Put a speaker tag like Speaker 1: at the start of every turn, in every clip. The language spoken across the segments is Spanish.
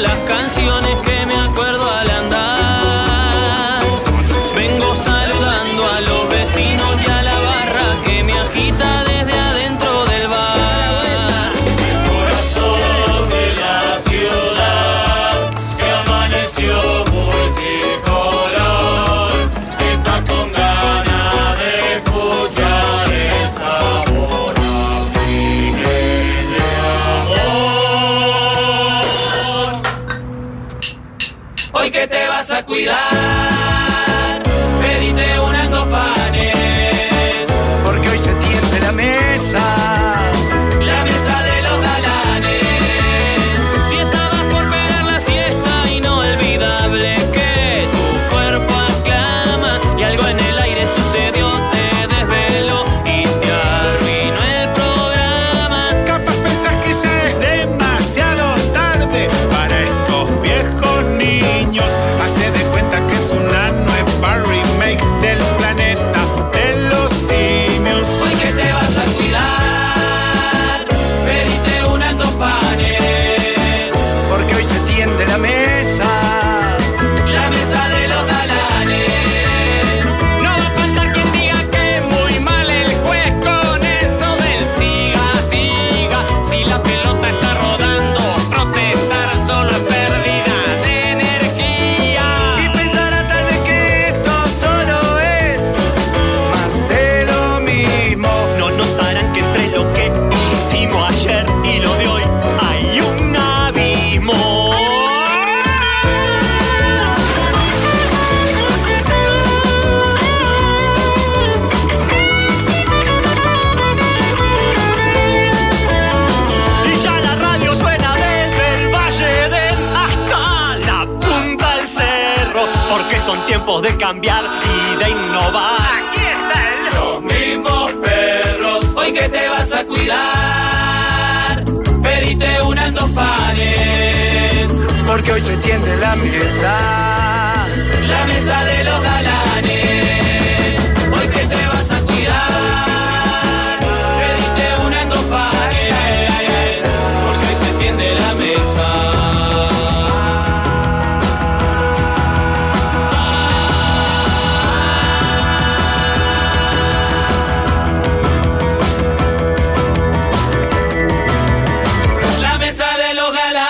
Speaker 1: las canciones que me acuerdo al andar. Vengo saludando a los vecinos y a la barra que me agita desde adentro del bar.
Speaker 2: Corazón de la ciudad que amaneció multicolor, está con ganas de escuchar el sabor de amor.
Speaker 1: Hoy que te vas a cuidar, pedite unas dos panes.
Speaker 3: Porque hoy se tiende la mesa.
Speaker 1: La mesa de los galanes. Si estabas por pegar la siesta, inolvidable que tu cuerpo aclama. Y algo en el aire sucedió, te desveló y te arruinó el programa.
Speaker 4: Capaz pensás que ya es demasiado tarde para estos viejos niños. Hace de cuenta que es una nueva remake del planeta de los simios.
Speaker 1: Hoy que te vas a cuidar, pedite unas dos panes.
Speaker 3: Porque hoy se tiende la mesa.
Speaker 1: La mesa de los galanes.
Speaker 5: No va a faltar quien diga que muy mal el juez con eso del siga, siga. Si la pelota está rodando, protestar solo es pérdida de
Speaker 3: Y
Speaker 5: energía.
Speaker 3: pensará tal vez que esto solo es más de lo mismo.
Speaker 5: No notarán que entre lo que hicimos ayer y lo de hoy hay un abismo. Y ya la radio suena desde el Valle del hasta la punta del cerro, porque son tiempos de cambiar y de innovar.
Speaker 2: Los mismos perros
Speaker 1: Hoy que te vas a cuidar, pedite unas dos panes.
Speaker 3: Porque hoy se tiende la mesa.
Speaker 1: La mesa de los galanes. Hoy que te vas a cuidar, pedite unas dos panes. Porque hoy se entiende la mesa. La mesa de los galanes.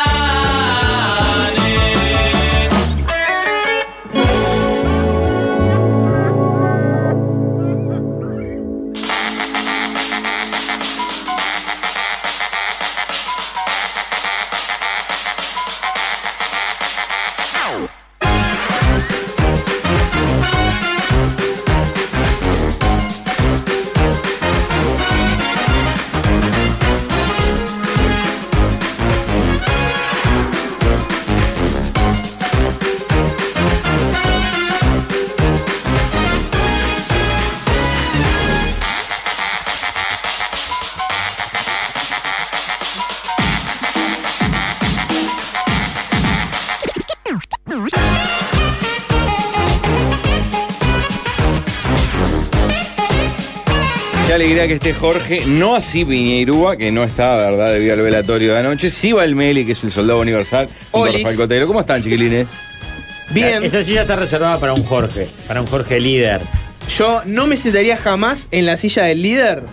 Speaker 6: Qué alegría que esté Jorge, no así Piñeirúa, que no está, ¿verdad? Debido al velatorio de anoche. Sí va el Meli, que es el soldado universal. junto a
Speaker 7: Olis.
Speaker 6: Rafael Cotelo. ¿Cómo están, chiquilines?
Speaker 7: Bien,
Speaker 8: Esa silla está reservada para un Jorge, para un Jorge líder.
Speaker 7: yo no me sentaría jamás en la silla del líder.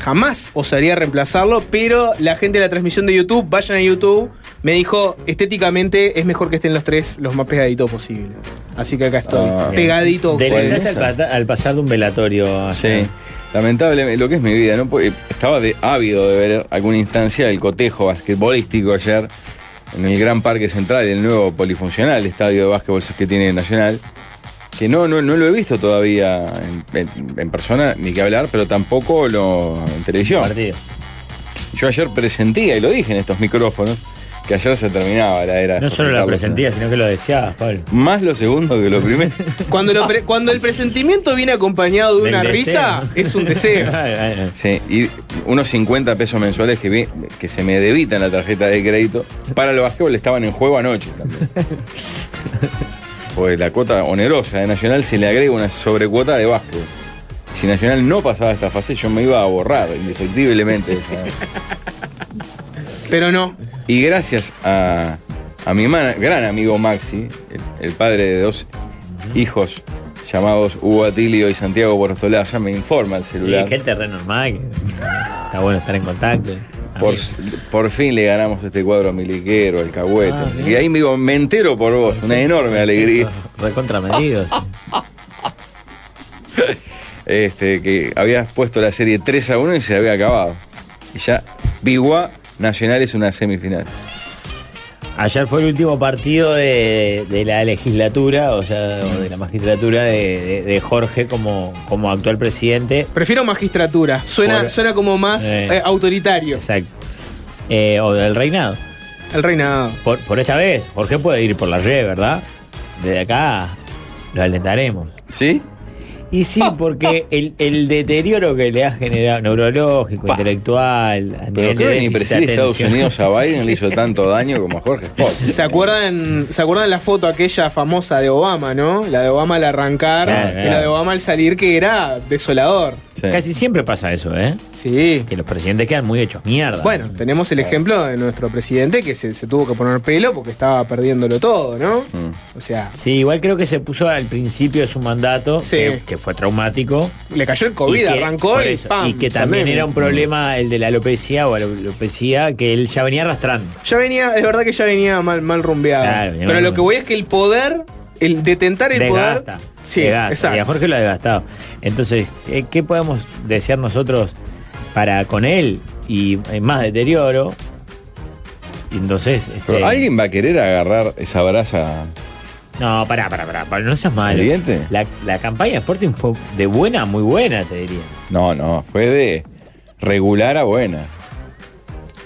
Speaker 7: Jamás osaría reemplazarlo, pero la gente de la transmisión de YouTube, vayan a YouTube, me dijo estéticamente es mejor que estén los tres los más pegaditos posible. Así que acá estoy,
Speaker 6: Ah, bien.
Speaker 7: pegadito. a ustedes.
Speaker 6: Delirante.
Speaker 8: Deslizaste al, pata- al pasar de un velatorio. ayer.
Speaker 6: Sí. Lamentablemente, lo que es mi vida, ¿no? Pues, Estaba de, ávido de ver alguna instancia del cotejo basquetbolístico ayer en el Gran Parque Central, el nuevo polifuncional estadio de básquetbol que tiene Nacional, que no, no, no lo he visto todavía en, en- en persona, ni que hablar, pero tampoco lo, en televisión.
Speaker 8: Partido.
Speaker 6: Yo ayer presentía, y lo dije en estos micrófonos, que ayer se terminaba la era.
Speaker 8: No solo la
Speaker 6: Carlos.
Speaker 8: presentía, sino que lo deseabas, Pablo.
Speaker 6: Más lo segundo que lo primero.
Speaker 7: Cuando, lo pre- cuando el presentimiento viene acompañado de
Speaker 8: Del
Speaker 7: una
Speaker 8: deseo.
Speaker 7: risa, es un deseo.
Speaker 6: Sí, y unos 50 pesos mensuales que, vi- que se me debitan la tarjeta de crédito para el básquetbol estaban en juego anoche también. Pues la cuota onerosa de Nacional se le agrega una sobrecuota de básquetbol. Si Nacional no pasaba esta fase, yo me iba a borrar indefectiblemente. de esa-
Speaker 7: Pero no,
Speaker 6: Y gracias a, a mi mana- gran amigo Maxi, el, el padre de dos hijos llamados Hugo Atilio y Santiago Bortolaza, me informa el celular.
Speaker 8: Y gente re normal. que- Está bueno estar en contacto.
Speaker 6: Por, por fin le ganamos este cuadro a Miliquero, al Cagüete.
Speaker 8: Ah,
Speaker 6: y ahí me digo, me entero por vos, una enorme alegría.
Speaker 8: Recontra medidos.
Speaker 6: Este, que habías puesto la serie 3 a 1 y se había acabado. Y ya, Bigua Nacional es una semifinal.
Speaker 8: Ayer fue el último partido de, de la legislatura, o sea, o de la magistratura de, de- de Jorge como, como actual presidente.
Speaker 7: Prefiero magistratura. Suena,
Speaker 8: Por-
Speaker 7: suena como más
Speaker 8: Eh.
Speaker 7: eh, autoritario.
Speaker 8: Exacto. Eh, o del reinado.
Speaker 7: El reinado.
Speaker 8: Por, por esta vez, Jorge puede ir por la red, ¿verdad? Desde acá lo alentaremos.
Speaker 6: ¿Sí? Ah,
Speaker 8: Y sí, porque el, el deterioro que le ha generado neurológico, intelectual, a
Speaker 6: Pero
Speaker 8: nivel de
Speaker 6: creo que ni
Speaker 8: déficit
Speaker 6: presidente de Estados
Speaker 8: atención-
Speaker 6: Unidos a Biden le hizo tanto daño como a Jorge Sport.
Speaker 7: ¿Se acuerdan, ¿Se acuerdan la foto aquella famosa de Obama, no? La de Obama al arrancar
Speaker 8: Claro,
Speaker 7: y la
Speaker 8: claro.
Speaker 7: de Obama al salir, que era desolador.
Speaker 6: Sí.
Speaker 8: Casi siempre pasa eso, ¿eh?
Speaker 7: Sí.
Speaker 8: Que los presidentes quedan muy hechos mierda.
Speaker 7: Bueno, tenemos el ejemplo de nuestro presidente que se, se tuvo que poner pelo porque estaba perdiéndolo todo, ¿no?
Speaker 8: Mm.
Speaker 7: O sea,
Speaker 8: Sí, igual creo que se puso al principio de su mandato,
Speaker 7: Sí.
Speaker 8: que, que fue traumático.
Speaker 7: le cayó el COVID,
Speaker 8: que-
Speaker 7: arrancó
Speaker 8: por
Speaker 7: y
Speaker 8: eso,
Speaker 7: ¡pam!
Speaker 8: y que también
Speaker 7: pandemia.
Speaker 8: era un problema el de la alopecia o alopecia que él ya venía arrastrando.
Speaker 7: Ya venía, es verdad que ya venía mal, mal rumbeado.
Speaker 8: Claro, venía
Speaker 7: Pero
Speaker 8: mal
Speaker 7: lo que
Speaker 8: rumbeado.
Speaker 7: voy es que el poder, el detentar el
Speaker 8: Desgasta.
Speaker 7: poder. Sí,
Speaker 8: desgasta.
Speaker 7: exacto.
Speaker 8: Y a Jorge lo ha desgastado. Entonces, ¿qué, qué podemos desear nosotros para con él y eh, más deterioro? Y entonces.
Speaker 6: Pero
Speaker 8: este,
Speaker 6: ¿Alguien va a querer agarrar esa brasa?
Speaker 8: No, pará, pará, pará, pará, no seas malo.
Speaker 6: ¿Evidente?
Speaker 8: La, la campaña de Sporting fue de buena a muy buena, te diría.
Speaker 6: No, no, fue de regular a buena.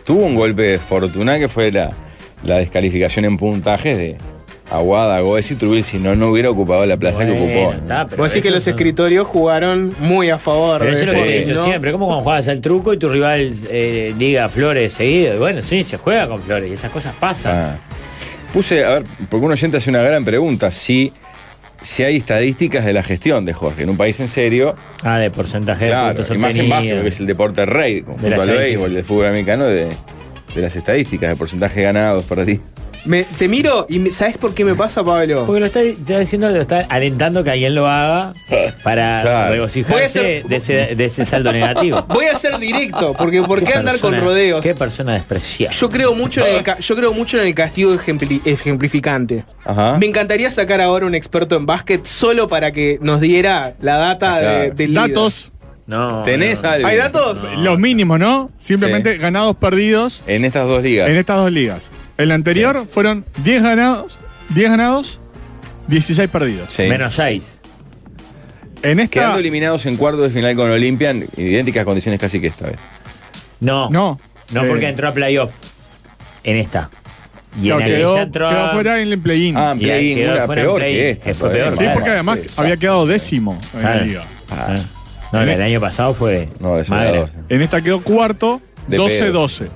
Speaker 6: Tuvo un golpe de fortuna que fue la, la descalificación en puntajes de Aguada, Goes y Trubil, si no, no hubiera ocupado la plaza que ocupó.
Speaker 8: Bueno, está, pero
Speaker 7: Vos decís que
Speaker 8: eso
Speaker 7: los
Speaker 8: no-
Speaker 7: escritorios jugaron muy a favor.
Speaker 8: Pero
Speaker 7: de
Speaker 8: eso es lo que
Speaker 7: Sporting,
Speaker 8: he dicho
Speaker 7: ¿no?
Speaker 8: siempre. ¿Cómo cuando juegas al truco y tu rival eh, liga flores seguido? Y bueno, sí, se juega con flores y esas cosas pasan.
Speaker 6: Ah. Puse, a ver, porque un oyente hace una gran pregunta, si, si hay estadísticas de la gestión de Jorge. En un país en serio,
Speaker 8: Ah, de porcentaje de
Speaker 6: claro,
Speaker 8: puntos
Speaker 6: y más en
Speaker 8: obtenidos.
Speaker 6: básquet, que es el deporte rey, junto
Speaker 8: la
Speaker 6: al
Speaker 8: estadística.
Speaker 6: béisbol, del fútbol americano, de, de las estadísticas, de porcentaje ganados, perdidos.
Speaker 7: Me- te miro y me- ¿sabés por qué me pasa, Pablo?
Speaker 8: Porque lo está, está diciendo, lo está alentando que alguien lo haga para
Speaker 6: Claro.
Speaker 7: Voy a
Speaker 8: regocijarse
Speaker 7: hacer-
Speaker 8: de, ese, de ese saldo negativo.
Speaker 7: Voy a ser directo, porque ¿por qué andar con
Speaker 8: persona-
Speaker 7: rodeos?
Speaker 8: Qué persona despreciable.
Speaker 7: Yo creo mucho en el, ca- yo creo mucho en el castigo ejempli- ejemplificante.
Speaker 6: Ajá.
Speaker 7: Me encantaría sacar ahora un experto en básquet solo para que nos diera la data
Speaker 6: Claro.
Speaker 7: de, del líder.
Speaker 9: Datos,
Speaker 8: No,
Speaker 6: ¿Tenés
Speaker 8: no.
Speaker 6: algo?
Speaker 7: ¿Hay datos?
Speaker 9: los mínimos, ¿no? Simplemente
Speaker 6: Sí.
Speaker 9: ganados, perdidos
Speaker 6: En estas dos ligas.
Speaker 9: en estas dos ligas. En la anterior fueron 10 ganados, 10 ganados, 16 perdidos.
Speaker 6: Sí.
Speaker 8: Menos 6.
Speaker 9: En esta
Speaker 6: Quedando eliminados en cuartos de final con Olimpia, en idénticas condiciones casi que esta vez.
Speaker 8: No.
Speaker 9: no.
Speaker 8: No,
Speaker 9: Eh,
Speaker 8: porque entró a playoff. En esta. Y
Speaker 9: claro,
Speaker 8: en
Speaker 9: quedó,
Speaker 8: aquella entró. a-
Speaker 9: quedó fuera en el play-in.
Speaker 6: Ah,
Speaker 8: Y
Speaker 6: play
Speaker 8: quedó
Speaker 6: una
Speaker 8: fuera en
Speaker 6: peor
Speaker 8: play-in,
Speaker 6: que esta. eh.
Speaker 8: que fue
Speaker 6: todavía.
Speaker 8: peor.
Speaker 9: sí,
Speaker 8: bueno,
Speaker 9: porque además había quedado décimo en la
Speaker 8: Claro.
Speaker 9: liga.
Speaker 8: Ah. No, el año pasado fue.
Speaker 6: No,
Speaker 8: magra.
Speaker 6: desolador.
Speaker 9: e- En esta quedó cuarto,
Speaker 6: De
Speaker 9: 12-12.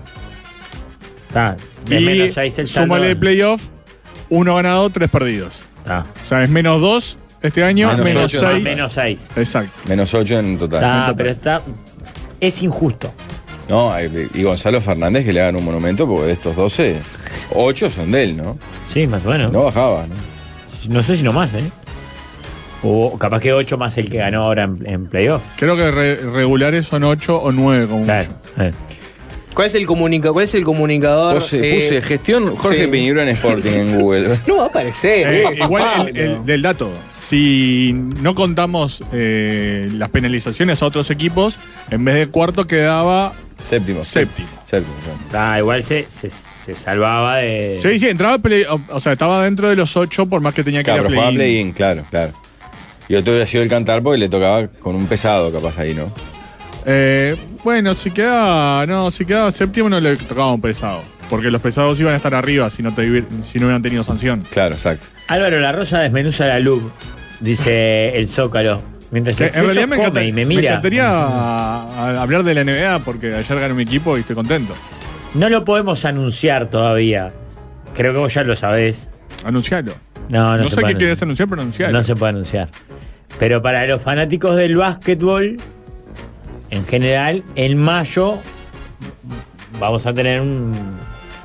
Speaker 8: Está. De
Speaker 9: Y
Speaker 8: menos 6 el saldo.
Speaker 9: súmale de playoff, uno ganado, tres perdidos.
Speaker 8: Está.
Speaker 9: O sea, es menos 2 este año,
Speaker 6: Menos
Speaker 9: menos
Speaker 6: ocho,
Speaker 8: Ah,
Speaker 9: 6.
Speaker 8: Menos 6.
Speaker 9: Exacto.
Speaker 6: Menos 8 en total.
Speaker 8: Está, pero está. Es injusto.
Speaker 6: No, eh, y Gonzalo Fernández que le hagan un monumento porque de estos 12, 8 son de él, ¿no?
Speaker 8: Sí, más o menos.
Speaker 6: No
Speaker 8: No,
Speaker 6: bajaba, ¿no?
Speaker 8: sé si no más, ¿eh? O capaz que 8 más el que ganó ahora en, en playoff.
Speaker 9: Creo que re- regulares son 8 o 9 como
Speaker 8: Claro.
Speaker 9: mucho.
Speaker 8: Eh.
Speaker 7: ¿Cuál es el comunica cuál es el comunicador?
Speaker 6: Puse,
Speaker 7: eh,
Speaker 6: puse gestión Jorge
Speaker 7: sí.
Speaker 6: Piñero en Sporting en Google.
Speaker 7: No va a aparecer.
Speaker 9: Eh,
Speaker 7: eh,
Speaker 9: igual el-
Speaker 7: Pablo.
Speaker 9: el- del dato, si no contamos eh, las penalizaciones a otros equipos, en vez de cuarto quedaba
Speaker 6: Séptimo.
Speaker 9: Séptimo.
Speaker 6: Séptimo, claro.
Speaker 8: Está, Ah, igual se, se, se salvaba de.
Speaker 9: Sí, sí, entraba, play- o, o sea, estaba dentro de los ocho por más que tenía que
Speaker 6: Claro,
Speaker 9: ir
Speaker 6: pero
Speaker 9: a
Speaker 6: jugaba play-in,
Speaker 9: play-in.
Speaker 6: claro, claro. Y otro hubiera sido el cantar porque le tocaba con un pesado capaz ahí, ¿no?
Speaker 9: Ah, Eh, bueno, si quedaba, no, si quedaba séptimo no le tocaba un pesado, porque los pesados iban a estar arriba si no, te, hubi- si no hubieran tenido sanción.
Speaker 6: Claro, exacto.
Speaker 8: Álvaro La Rosa desmenuza la luz, dice el Zócalo. Mientras
Speaker 9: Que
Speaker 8: el
Speaker 9: Eh, en realidad me, encanta-
Speaker 8: come y me
Speaker 9: me
Speaker 8: mira.
Speaker 9: encantaría a- a hablar de la NBA porque ayer ganó mi equipo y estoy contento.
Speaker 8: No lo podemos anunciar todavía. Creo que vos ya lo sabés.
Speaker 9: Anuncialo. No,
Speaker 8: No, no, se
Speaker 9: sé
Speaker 8: puede
Speaker 9: qué querés
Speaker 8: anunciar.
Speaker 9: anunciar, pero anuncialo.
Speaker 8: No se puede anunciar. Pero para los fanáticos del básquetbol, en general, en mayo vamos a tener un-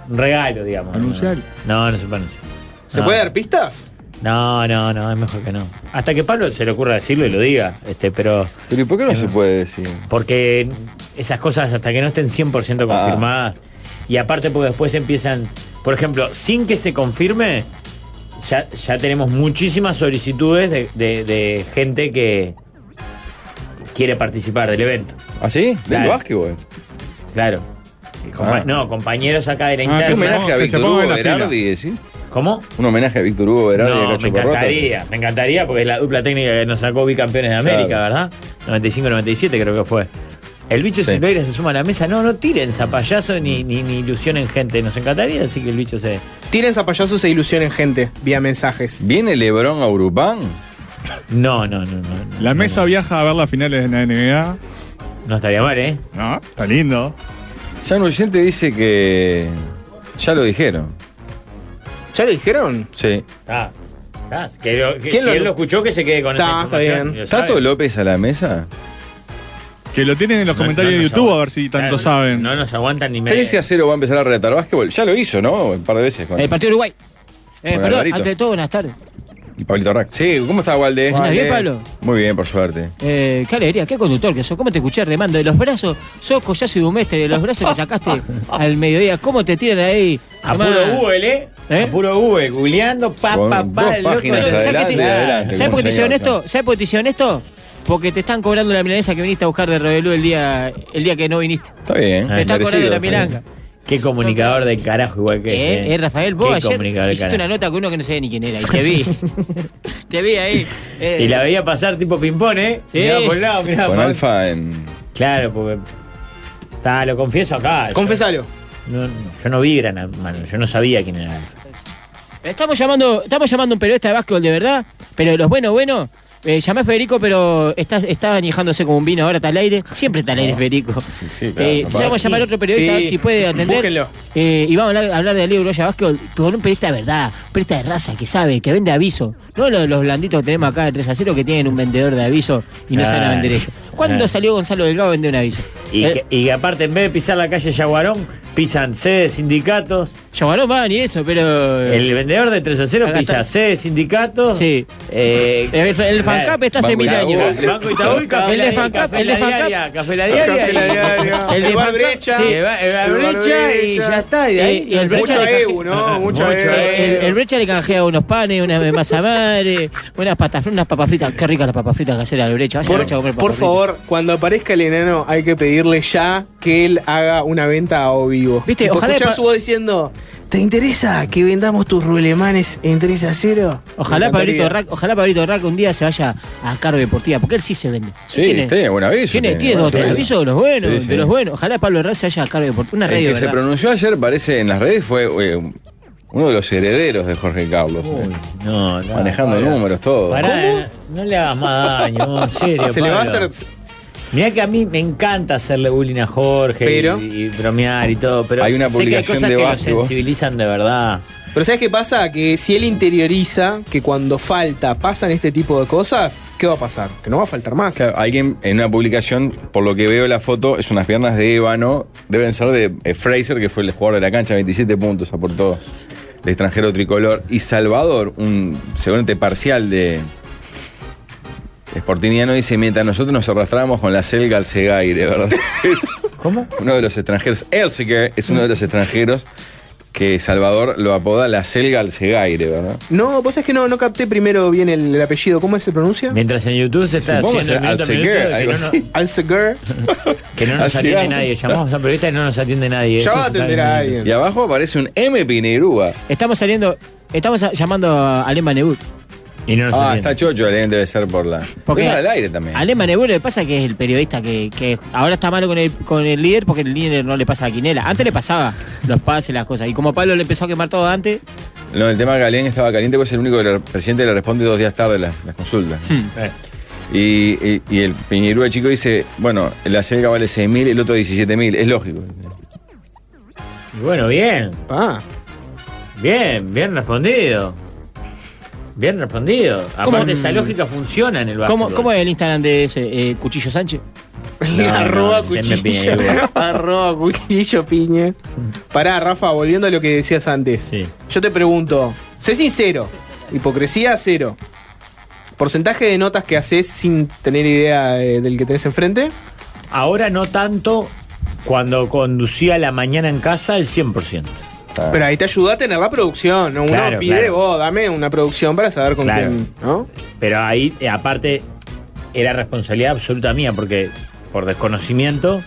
Speaker 8: regalo, digamos.
Speaker 9: Anuncialo.
Speaker 8: No, no se puede anunciar.
Speaker 7: ¿Se
Speaker 8: No.
Speaker 7: puede dar pistas?
Speaker 8: No, no, no, es mejor que no. Hasta que Pablo se le ocurra decirlo y lo diga, este, pero
Speaker 6: Pero ¿y por qué no se puede decir?
Speaker 8: porque esas cosas hasta que no estén 100%
Speaker 6: Ah.
Speaker 8: confirmadas y aparte porque después empiezan, por ejemplo, sin que se confirme, ya, ya tenemos muchísimas solicitudes de, de- de gente que quiere participar del evento.
Speaker 6: ¿Ah, sí? Del
Speaker 8: Claro.
Speaker 6: básquetbol.
Speaker 8: Claro. Y compa-
Speaker 6: Ah.
Speaker 8: No, compañeros acá de la
Speaker 9: Ah,
Speaker 6: Un
Speaker 9: que se
Speaker 8: interna.
Speaker 6: homenaje
Speaker 9: ponga-
Speaker 6: a
Speaker 9: que se
Speaker 6: Víctor
Speaker 9: ponga
Speaker 6: Hugo
Speaker 9: en la fila.
Speaker 6: Berardi, ¿sí?
Speaker 8: ¿Cómo?
Speaker 6: Un homenaje a Víctor Hugo Berardi y a
Speaker 8: No, me
Speaker 6: Cacho Porrotas.
Speaker 8: encantaría, me encantaría, porque es la dupla técnica que nos sacó bicampeones de América, ¿verdad? 95-97 creo que fue. El bicho
Speaker 6: Sí.
Speaker 8: Silveira se suma a la mesa. No, no tiren zapallazo ni, ni, ni ilusionen gente. Nos encantaría, así que el bicho se.
Speaker 7: Tiren zapallazos e ilusionen gente vía mensajes.
Speaker 6: ¿Viene Lebrón a Urupán?
Speaker 8: No, no, no, no.
Speaker 9: La
Speaker 8: no,
Speaker 9: mesa
Speaker 8: no,
Speaker 9: viaja a ver las finales de la NBA.
Speaker 8: No estaría mal, ¿eh?
Speaker 9: No, está lindo.
Speaker 6: Ya un oyente dice que. Ya lo dijeron.
Speaker 7: ¿Ya lo dijeron?
Speaker 6: Sí.
Speaker 8: Está. está. Que lo- que
Speaker 7: ¿Quién
Speaker 8: Ah, si
Speaker 7: lo-
Speaker 8: él lo escuchó, que se quede con
Speaker 7: Está,
Speaker 8: esa
Speaker 7: está
Speaker 8: información.
Speaker 7: bien.
Speaker 8: y lo sabe.
Speaker 6: ¿Tato López a la mesa?
Speaker 9: Que lo tienen en los
Speaker 8: No-
Speaker 9: comentarios
Speaker 8: no
Speaker 9: de
Speaker 8: nos
Speaker 9: YouTube, a
Speaker 8: aguantan.
Speaker 9: ver si tanto
Speaker 8: Claro,
Speaker 9: saben.
Speaker 8: No nos aguantan ni
Speaker 6: 13 a 0 va a empezar a reatar básquetbol. Ya lo hizo, ¿no? Un par de veces. Con,
Speaker 10: El partido de Uruguay. Eh,
Speaker 6: Bueno,
Speaker 10: perdón,
Speaker 6: Alvarito.
Speaker 10: antes de todo, buenas tardes.
Speaker 6: y Pablito Rack. Sí, ¿cómo está, Walde?
Speaker 10: ¿Andas bien,
Speaker 7: Vale.
Speaker 10: Pablo?
Speaker 6: Muy bien, por suerte.
Speaker 10: Eh, qué alegría, qué conductor que sos. ¿Cómo te escuché remando? De los brazos, sos collazo y Dumestre, de los brazos que sacaste al mediodía. ¿Cómo te tiran ahí?
Speaker 8: A
Speaker 10: Tomá.
Speaker 8: puro Google, Ah, ¿eh?
Speaker 10: ¿Eh?
Speaker 8: A puro Google, googleando, pa,
Speaker 6: Con
Speaker 8: pa,
Speaker 6: dos
Speaker 8: pa, el otro-
Speaker 6: páginas
Speaker 10: ¿Sabes qué
Speaker 6: Adelante,
Speaker 10: te-
Speaker 8: Ah,
Speaker 6: adelante,
Speaker 10: ¿Sabes por qué te
Speaker 6: señor,
Speaker 10: hicieron esto? ¿Sabes por qué te hicieron esto? Porque te están cobrando la milanesa que viniste a buscar de Rodelú el día, el día que no viniste.
Speaker 6: Está bien.
Speaker 10: Te
Speaker 6: merecido,
Speaker 10: están cobrando la
Speaker 6: está bien.
Speaker 10: milanga.
Speaker 8: Ah, Qué comunicador del carajo, igual que.
Speaker 10: Eh,
Speaker 8: ese,
Speaker 10: eh, Rafael,
Speaker 8: Qué
Speaker 10: vos ayer
Speaker 8: comunicador del
Speaker 10: hiciste una
Speaker 8: carajo.
Speaker 10: nota con uno que no sabía ni quién era. Y te vi. te vi ahí. eh.
Speaker 8: Y la veía pasar tipo ping-pong, ¿eh?
Speaker 10: Sí.
Speaker 8: Miraba por un lado, miraba
Speaker 6: Con
Speaker 8: por-
Speaker 6: Alfa en.
Speaker 8: Claro, porque. Está, lo confieso acá.
Speaker 7: Confesalo.
Speaker 8: No, no, yo no vi Gran Hermano, yo no sabía quién era Alfa.
Speaker 10: Estamos llamando, estamos llamando a un periodista de básquetbol de verdad, pero de los buenos, buenos. Eh, llamé a Federico, pero está, está anijándose como un vino, ahora está al aire. Siempre está al aire, Federico.
Speaker 6: Sí, sí, claro,
Speaker 10: Eh,
Speaker 6: capaz.
Speaker 10: ya vamos a llamar a otro periodista,
Speaker 7: Sí.
Speaker 10: a ver si puede atender.
Speaker 7: Búsquenlo.
Speaker 10: Eh, y vamos a hablar, a hablar de la Liga Uruguaya de Básquetbol con un periodista de verdad, un periodista de raza que sabe, que vende aviso. No los, los blanditos que tenemos acá de 3 a 0 que tienen un vendedor de aviso y no
Speaker 8: Ah.
Speaker 10: saben a vender ellos. ¿Cuándo
Speaker 8: Ah.
Speaker 10: salió Gonzalo Delgado a vender un aviso?
Speaker 8: Y,
Speaker 10: Eh,
Speaker 8: que- y que aparte, en vez de pisar la calle Yaguarón, pisan sedes, sindicatos.
Speaker 10: llamaron más ni eso, pero. eh,
Speaker 8: El vendedor de 3 a 0
Speaker 10: Acá
Speaker 8: pisa
Speaker 10: está.
Speaker 8: sedes, sindicatos.
Speaker 10: Sí.
Speaker 8: Eh,
Speaker 10: El, el fancap
Speaker 8: Claro.
Speaker 10: está hace
Speaker 6: Banco
Speaker 10: mil
Speaker 6: Itaú.
Speaker 10: años.
Speaker 8: El Banco Itaú y Café
Speaker 10: El
Speaker 8: La
Speaker 10: de Fancap,
Speaker 8: Café
Speaker 10: el de
Speaker 8: La
Speaker 10: Fancap.
Speaker 8: Diaria, Café La Diaria.
Speaker 7: Café La
Speaker 8: y-
Speaker 7: Diaria.
Speaker 10: El de
Speaker 7: Igual
Speaker 10: Fancap,
Speaker 7: brecha.
Speaker 10: sí.
Speaker 8: Eh, va- eh, va
Speaker 7: Igual
Speaker 8: brecha y
Speaker 7: brecha.
Speaker 8: ya está. Y, de ahí
Speaker 10: Y- y el
Speaker 8: nos
Speaker 10: brecha
Speaker 8: mucho E
Speaker 10: de
Speaker 8: ahí.
Speaker 7: EU, ¿no? Mucho E EU.
Speaker 10: El, el Brecha le canjea unos panes, una masa madre, unas patas, fritas, unas papas fritas. Qué ricas las papas fritas que hace la brecha. Vaya
Speaker 7: Por,
Speaker 10: brecha a comer papas
Speaker 7: por
Speaker 10: fritas.
Speaker 7: favor, cuando aparezca el enano, hay que pedirle ya que él haga una venta o vivo.
Speaker 10: Viste,
Speaker 7: Tipo,
Speaker 10: ojalá
Speaker 7: escuchás
Speaker 10: pa-
Speaker 7: su voz diciendo: ¿Te interesa que vendamos tus rulemanes en 3 a 0?
Speaker 10: Ojalá
Speaker 7: Me encantaría.
Speaker 10: Pablito, Rack, ojalá Pablito Rack un día se vaya a cargo deportiva, porque él sí se vende.
Speaker 6: Sí,
Speaker 10: Él tiene-
Speaker 6: tiene buen aviso,
Speaker 10: Tiene,
Speaker 6: tiene
Speaker 10: tiene
Speaker 6: buen
Speaker 10: dos, tres
Speaker 6: aviso.
Speaker 10: avisos de los buenos,
Speaker 6: Sí, sí.
Speaker 10: de los buenos. Ojalá Pablo Rack se vaya a cargo deportiva. Una
Speaker 6: El
Speaker 10: radio,
Speaker 6: que se
Speaker 10: ¿verdad?
Speaker 6: pronunció ayer, parece, en las redes fue eh, uno de los herederos de Jorge Carlos. eh.
Speaker 8: No, no,
Speaker 6: Manejando
Speaker 8: pará.
Speaker 6: números, todo.
Speaker 8: Pará, No, no le hagas más daño, en serio.
Speaker 7: Se le va a
Speaker 8: Pablo.
Speaker 7: hacer.
Speaker 8: Mirá que a mí me encanta hacerle bullying a Jorge
Speaker 7: Pero-
Speaker 8: y, y bromear y todo, pero
Speaker 6: Hay una
Speaker 8: sé que hay
Speaker 6: publicación
Speaker 8: cosas
Speaker 6: de
Speaker 8: que lo
Speaker 6: Vasco.
Speaker 8: sensibilizan de verdad.
Speaker 7: Pero ¿sabes qué pasa? Que si él interioriza que cuando falta pasan este tipo de cosas, ¿qué va a pasar? Que no va a faltar más.
Speaker 6: Claro, alguien en una publicación, por lo que veo la foto, es unas piernas de ébano. Deben ser de eh, Fraser, que fue el jugador de la cancha, 27 puntos aportó el extranjero tricolor. Y Salvador, un seguramente parcial de Sportiniano, dice: Mientras nosotros nos arrastramos con la selga al Segaire, ¿verdad? ¿Cómo? Uno de los extranjeros, Elseger es uno de los extranjeros que Salvador lo apoda la selga al Segaire, ¿verdad?
Speaker 7: No, vos sabés que no, no capté primero bien el, el apellido. ¿Cómo se pronuncia?
Speaker 8: Mientras en YouTube se está
Speaker 6: Supongo
Speaker 8: haciendo el
Speaker 6: que
Speaker 8: minuto a
Speaker 6: será Alseguer,
Speaker 8: minuto de que,
Speaker 6: algo
Speaker 8: no, nos-
Speaker 6: así.
Speaker 7: Alzeger.
Speaker 8: que no nos
Speaker 6: Así
Speaker 8: atiende
Speaker 6: algo.
Speaker 8: nadie. Llamamos a un periodista y no nos atiende nadie.
Speaker 7: Ya
Speaker 8: Eso
Speaker 7: va a
Speaker 8: está
Speaker 7: atender
Speaker 8: bien.
Speaker 7: a alguien.
Speaker 6: Y abajo aparece un M. Pinerúa.
Speaker 10: Estamos saliendo, estamos a- llamando a Alema Nebut.
Speaker 8: Y no nos
Speaker 6: Ah,
Speaker 8: atiende.
Speaker 6: está chocho, eh, debe ser por la. Porque al aire también.
Speaker 10: Alema Nebut lo que pasa es que es el periodista que, que ahora está malo con el, con el líder porque el líder no le pasa la quinela. Antes le pasaba los pases, las cosas. Y como Pablo le empezó a quemar todo antes,
Speaker 6: No, el tema de Galén estaba caliente porque es el único que el presidente le responde dos días tarde las, las consultas.
Speaker 10: Hmm.
Speaker 8: Eh.
Speaker 6: Y, y- y el Piñerúa chico dice, bueno, la selga vale 6.000, el otro 17.000, es lógico.
Speaker 8: Y bueno, bien.
Speaker 7: Ah,
Speaker 8: Bien, bien respondido. Bien respondido. Aparte, esa lógica funciona en el básquetbol.
Speaker 10: ¿cómo, ¿cómo es el Instagram de ese eh, Cuchillo Sánchez?
Speaker 7: el
Speaker 8: No,
Speaker 7: arroba
Speaker 8: no, se me
Speaker 7: cuchillo.
Speaker 8: pide.
Speaker 7: arroba cuchillo piña. Pará, Rafa, volviendo a lo que decías antes.
Speaker 8: Sí.
Speaker 7: Yo te pregunto, sé sincero. Hipocresía cero. Porcentaje de notas que haces sin tener idea eh, del que tenés enfrente.
Speaker 8: Ahora no tanto. Cuando conducía la mañana en casa, el 100%.
Speaker 7: Pero ahí te ayuda a tener la producción. ¿no? Uno
Speaker 8: Claro,
Speaker 7: pide,
Speaker 8: claro.
Speaker 7: vos, dame una producción para saber con
Speaker 8: Claro.
Speaker 7: quién. ¿no?
Speaker 8: Pero ahí, eh, aparte, era responsabilidad absoluta mía, porque por desconocimiento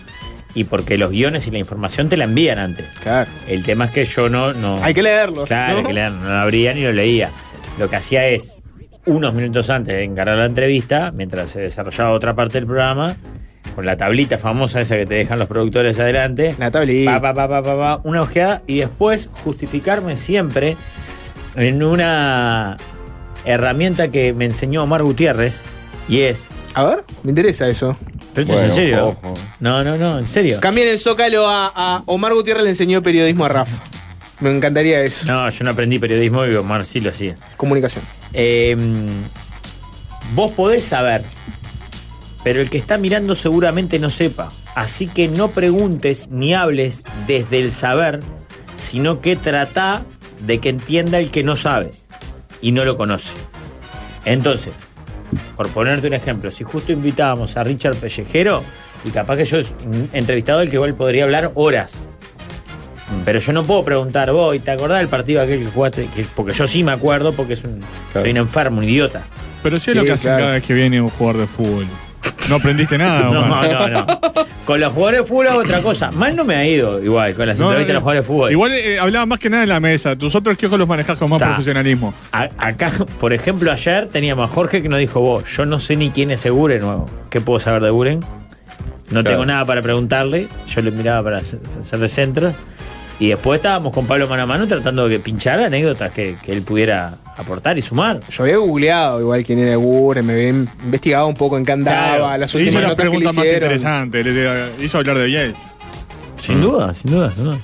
Speaker 8: y porque los guiones y la información te la envían antes.
Speaker 7: Claro.
Speaker 8: El tema es que yo no. no
Speaker 7: Hay que leerlos.
Speaker 8: Claro,
Speaker 7: ¿no?
Speaker 8: que leer, no lo abría ni lo leía. Lo que hacía es, unos minutos antes de encarar la entrevista, mientras se desarrollaba otra parte del programa, con la tablita famosa esa que te dejan los productores adelante,
Speaker 7: La tablita.
Speaker 8: pa, pa, pa, pa, pa, pa, una ojeada y después justificarme siempre en una herramienta que me enseñó Omar Gutiérrez y es.
Speaker 7: A ver, me interesa eso.
Speaker 8: Pero esto es
Speaker 6: Bueno,
Speaker 8: en serio.
Speaker 6: ojo.
Speaker 8: No, no, no, en serio.
Speaker 7: Cambien el zócalo a, a Omar Gutiérrez le enseñó periodismo a Rafa. Me encantaría eso.
Speaker 8: No, yo no aprendí periodismo y Omar sí lo hacía.
Speaker 7: Comunicación.
Speaker 8: Eh, vos podés saber, pero el que está mirando seguramente no sepa. Así que no preguntes ni hables desde el saber, sino que trata de que entienda el que no sabe y no lo conoce. Entonces, por ponerte un ejemplo, si justo invitábamos a Richard Pellejero, y capaz que yo es un entrevistado del que igual podría hablar horas. Pero yo no puedo preguntar, vos, ¿te acordás del partido aquel que jugaste? Que- porque yo sí me acuerdo, porque es un, soy un enfermo, un idiota.
Speaker 9: Pero sí es lo
Speaker 7: Sí,
Speaker 9: que hacen
Speaker 7: claro.
Speaker 9: cada vez que viene un jugador de fútbol. No aprendiste nada,
Speaker 8: No,
Speaker 9: Omar.
Speaker 8: no, no. Con los jugadores de fútbol hago otra cosa. Mal no me ha ido igual con las
Speaker 9: No, no,
Speaker 8: entrevistas de
Speaker 9: no.
Speaker 8: los jugadores de fútbol.
Speaker 9: Igual eh, hablaba más que nada de la mesa. Tus otros kioscos los manejás con más
Speaker 8: Ta.
Speaker 9: profesionalismo.
Speaker 8: A- acá, por ejemplo, ayer teníamos a Jorge que nos dijo, vos, yo no sé ni quién es Eguren nuevo. ¿Qué puedo saber de Eguren? No
Speaker 6: Claro.
Speaker 8: tengo nada para preguntarle. Yo le miraba para hacer hacer de centro. Y después estábamos con Pablo mano a mano tratando de que pinchara anécdotas que, que él pudiera aportar y sumar.
Speaker 7: Yo había googleado igual quién era Gure, me había investigado un poco en qué andaba,
Speaker 8: Claro.
Speaker 7: las
Speaker 9: Le hizo
Speaker 7: últimas
Speaker 9: las
Speaker 7: notas que le
Speaker 9: preguntas más
Speaker 7: hicieron.
Speaker 9: interesantes. Le- le hizo hablar de Bielsa.
Speaker 8: Sin duda, sin duda, sin duda.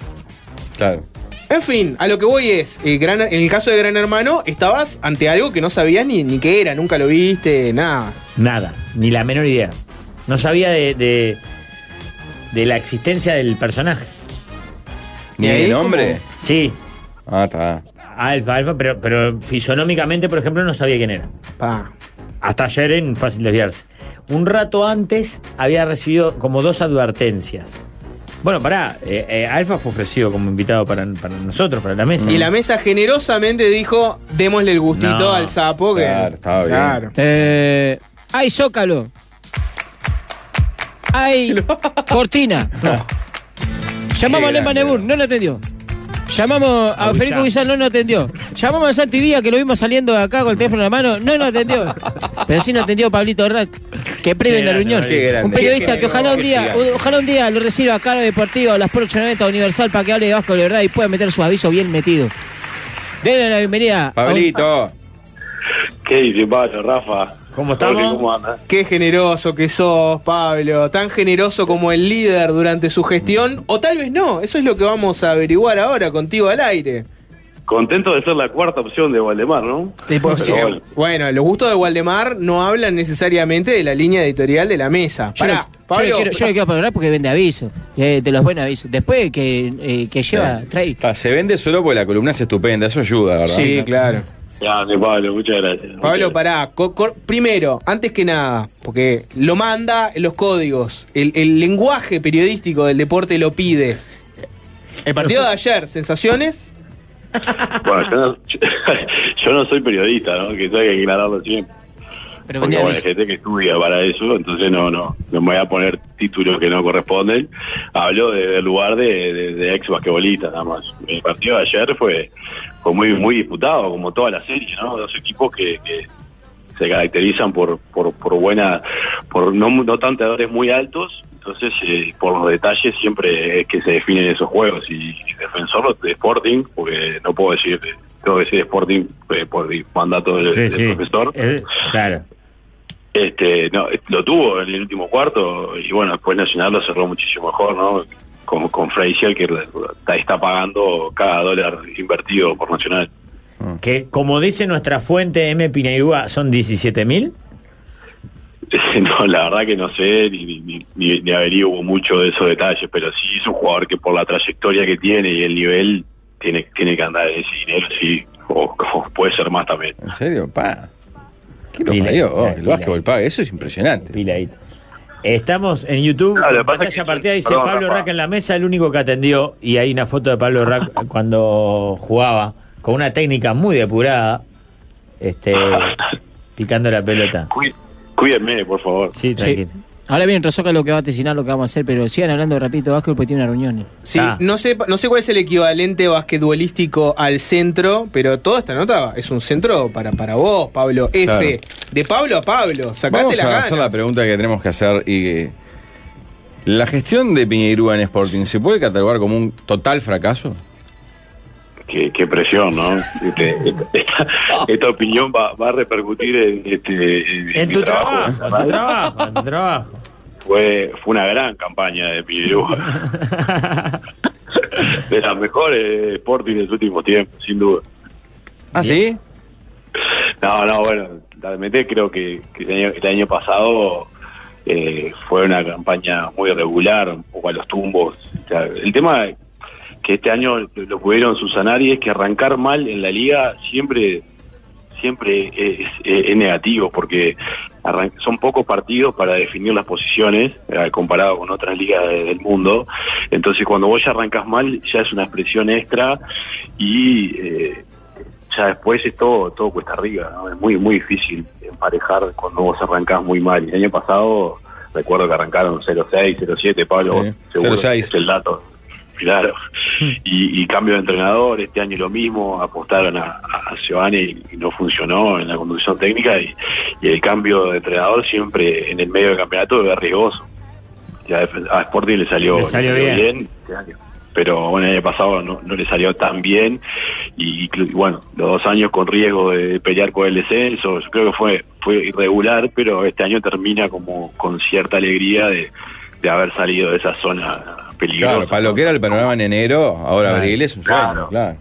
Speaker 6: Claro.
Speaker 7: En fin, a lo que voy es, eh, Gran- en el caso de Gran Hermano, estabas ante algo que no sabías ni, ni qué era, nunca lo viste, nada.
Speaker 8: Nada, ni la menor idea. No sabía de, de, de la existencia del personaje.
Speaker 6: ¿Ni
Speaker 7: ¿Y ahí
Speaker 6: el
Speaker 7: cómo?
Speaker 6: nombre?
Speaker 8: Sí,
Speaker 6: Ah, está.
Speaker 8: alfa, alfa, pero, pero fisonómicamente, por ejemplo, no sabía quién era.
Speaker 7: Pa.
Speaker 8: Hasta ayer en Fácil Desviarse. Un rato antes había recibido como dos advertencias. Bueno, pará, eh, eh, Alfa fue ofrecido como invitado para, para nosotros, para la mesa.
Speaker 7: Y la mesa generosamente dijo, démosle el gustito
Speaker 8: No.
Speaker 7: al sapo. Que,
Speaker 6: Claro, estaba bien.
Speaker 7: Claro.
Speaker 10: Eh, hay zócalo. Hay cortina. Llamamos a
Speaker 6: Qué
Speaker 10: Lema
Speaker 6: grande.
Speaker 10: Nebur, no lo atendió. Llamamos a
Speaker 8: Aguillán.
Speaker 10: Federico Guillán, no lo atendió. Llamamos a Santi Díaz, que lo vimos saliendo de acá con el teléfono en la mano, no lo atendió. Pero sí nos atendió Pablito Rack, que preve
Speaker 8: Qué
Speaker 10: en la
Speaker 8: grande,
Speaker 10: reunión.
Speaker 8: Qué
Speaker 6: grande.
Speaker 10: Un periodista
Speaker 7: Qué
Speaker 10: que ojalá un
Speaker 6: grande,
Speaker 10: día,
Speaker 6: que siga.
Speaker 10: ojalá un día lo reciba acá a Caro Deportivo, a las por 890 Universal, para que hable de Vasco de verdad y pueda meter sus avisos bien metidos. Denle la bienvenida. a un-
Speaker 6: Pablito.
Speaker 11: ¿Qué dice, Pablo, Rafa?
Speaker 8: ¿Cómo estamos?
Speaker 11: Jorge, ¿Cómo andas?
Speaker 7: Qué generoso que sos, Pablo. Tan generoso como el líder durante su gestión. O tal vez no. Eso es lo que vamos a averiguar ahora contigo al aire.
Speaker 11: Contento de ser la cuarta opción de Valdemar, ¿no? Pero bueno,
Speaker 7: Bueno, los gustos de Waldemar no hablan necesariamente de la línea editorial de la mesa.
Speaker 10: Yo,
Speaker 7: Pará,
Speaker 10: le- yo
Speaker 7: Pablo.
Speaker 10: le quiero, yo le quiero perdonar porque vende avisos, eh, de los buenos avisos. Después que, eh, que
Speaker 8: Ah,
Speaker 10: lleva, trae.
Speaker 6: Está, se vende solo porque la columna es estupenda, eso ayuda, ¿verdad?
Speaker 7: Sí, claro.
Speaker 11: grande, Pablo, muchas gracias.
Speaker 7: Pablo,
Speaker 11: Muchas
Speaker 7: pará. Co- cor- primero, antes que nada, porque lo manda los códigos. El, el lenguaje periodístico del deporte lo pide. El partido de ayer, ¿sensaciones?
Speaker 11: gracias. Bueno, yo no, yo no soy periodista, ¿no? Que eso hay que aclararlo siempre.
Speaker 10: Pero vendía
Speaker 11: Porque bueno, hay
Speaker 10: avisos.
Speaker 11: gente que estudia para eso, entonces no, no, no me voy a poner títulos que no corresponden. Hablo de- del lugar de, de- de ex basquetbolista nada más. El partido de ayer fue, fue muy, muy disputado, como toda la serie, ¿no? Dos equipos que, que se caracterizan por, por, por buena, por no, no tanteadores muy altos, entonces eh, por los detalles siempre es que se definen esos juegos. Y defensor de Sporting, porque no puedo decir, tengo que decir Sporting eh, por mi mandato del, del profesor
Speaker 8: Eh, claro.
Speaker 11: este no lo tuvo en el último cuarto y bueno después Nacional lo cerró muchísimo mejor no con, con Frazier que está, está pagando cada dólar invertido por Nacional
Speaker 8: Que como dice nuestra fuente M. Pineirúa, son 17.000.
Speaker 11: No, la verdad que no sé, ni, ni- ni, ni- ni averiguo mucho de esos detalles, pero sí es un jugador que por la trayectoria que tiene y el nivel tiene, tiene que andar en ese dinero, sí, o, o puede ser más también.
Speaker 6: ¿En serio? Pa. ¿Qué lo
Speaker 8: Pila,
Speaker 6: parió? Oh,
Speaker 8: pila,
Speaker 6: el
Speaker 8: pila.
Speaker 6: básquetbol paga, eso es impresionante.
Speaker 8: Piladito. Estamos en YouTube,
Speaker 11: No, lo que
Speaker 8: en
Speaker 11: pasa es
Speaker 8: pantalla
Speaker 11: que-
Speaker 8: partida dice
Speaker 11: perdón,
Speaker 8: Pablo
Speaker 11: Rafa.
Speaker 8: Rack en la mesa, el único que atendió, y hay una foto de Pablo Rack cuando jugaba, con una técnica muy depurada, este, picando la pelota.
Speaker 11: Cuí- Cuídenme, por favor.
Speaker 8: Sí, tranquilo.
Speaker 10: Ahora bien, Rosoca lo que va a vaticinar lo que vamos a hacer, pero sigan hablando rapidito de básquet porque tiene una reunión.
Speaker 7: Sí,
Speaker 8: Ah.
Speaker 7: no, sé, no sé cuál es el equivalente basquetbolístico al centro, pero toda esta nota es un centro para, para vos, Pablo. F.
Speaker 6: Claro.
Speaker 7: De Pablo a Pablo, sacate
Speaker 6: Vamos
Speaker 7: la
Speaker 6: a
Speaker 7: ganas.
Speaker 6: hacer la pregunta que tenemos que hacer y que- ¿La gestión de Piñeirúa en Sporting se puede catalogar como un total fracaso?
Speaker 11: Qué, qué presión, ¿no? Este, esta, esta opinión va, va a repercutir en, este, en- en
Speaker 8: En
Speaker 11: mi
Speaker 8: tu
Speaker 11: trabajo.
Speaker 8: trabajo, en tu trabajo, en tu trabajo.
Speaker 11: Fue, fue una gran campaña de Piñerúa. de las mejores de Sporting de los últimos tiempos, sin duda.
Speaker 6: ¿Ah, sí?
Speaker 11: No, no, bueno, realmente creo que, que el, año, el año pasado eh, fue una campaña muy regular, un poco a los tumbos. O sea, el tema que este año lo pudieron subsanar y es que arrancar mal en la liga siempre siempre es, es- es negativo porque arran- son pocos partidos para definir las posiciones eh, comparado con otras ligas de- del mundo. Entonces cuando vos ya arrancas mal ya es una expresión extra y eh, ya después es todo, todo cuesta arriba, ¿no? Es muy, muy difícil emparejar cuando vos arrancás muy mal. El año pasado recuerdo que arrancaron 0-6, 0-7, Pablo,
Speaker 6: Sí,
Speaker 11: seguro
Speaker 6: 0-6.
Speaker 11: es el dato. Claro, y, y cambio de entrenador, este año lo mismo, apostaron a, a Giovanni y no funcionó en la conducción técnica y, y el cambio de entrenador siempre en el medio del campeonato es riesgoso. Ya a Sporting le salió,
Speaker 8: Le salió bien.
Speaker 11: este año, pero bueno, el año pasado no, no le salió tan bien y, y cl- y bueno, los dos años con riesgo de pelear por el descenso, yo creo que fue, fue irregular, pero este año termina como con cierta alegría de, de haber salido de esa zona peligrosa.
Speaker 6: Claro, para lo que era el panorama en enero, ahora
Speaker 8: Claro.
Speaker 6: abril es un sueño,
Speaker 11: Claro.
Speaker 6: claro.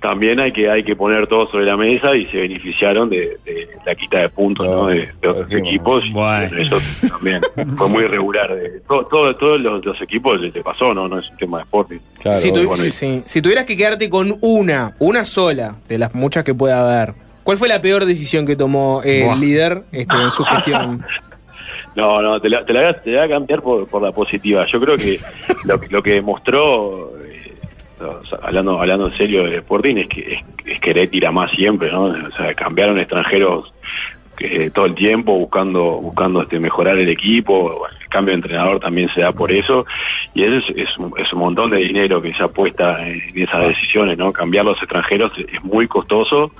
Speaker 11: también hay que hay que poner todo sobre la mesa y se beneficiaron de, de la quita de puntos
Speaker 6: No,
Speaker 11: ¿no? de, de otros
Speaker 6: dijimos.
Speaker 11: equipos y
Speaker 8: Bueno.
Speaker 11: eso también fue muy irregular de todo, todo- todos los, los equipos les, les pasó no no es un tema de Sporting
Speaker 6: Claro,
Speaker 7: si,
Speaker 6: obvio.
Speaker 7: tuvi-
Speaker 11: bueno,
Speaker 7: sí,
Speaker 11: y-
Speaker 7: sí. Si tuvieras que quedarte con una, una sola de las muchas que pueda haber, ¿cuál fue la peor decisión que tomó el
Speaker 8: Buah.
Speaker 7: líder este, en su gestión?
Speaker 11: No, no, te la, te la voy a- te la voy a cambiar por, por la positiva. Yo creo que lo, que- lo que demostró, eh, o sea, hablando, hablando en serio de Sporting, es que es, es querer tirar más siempre, ¿no? O sea, cambiaron extranjeros eh, todo el tiempo buscando buscando este mejorar el equipo. Bueno, El cambio de entrenador también se da por eso. Y eso es, es un, es un montón de dinero que se apuesta en en esas decisiones, ¿no? Cambiar los extranjeros es muy costoso.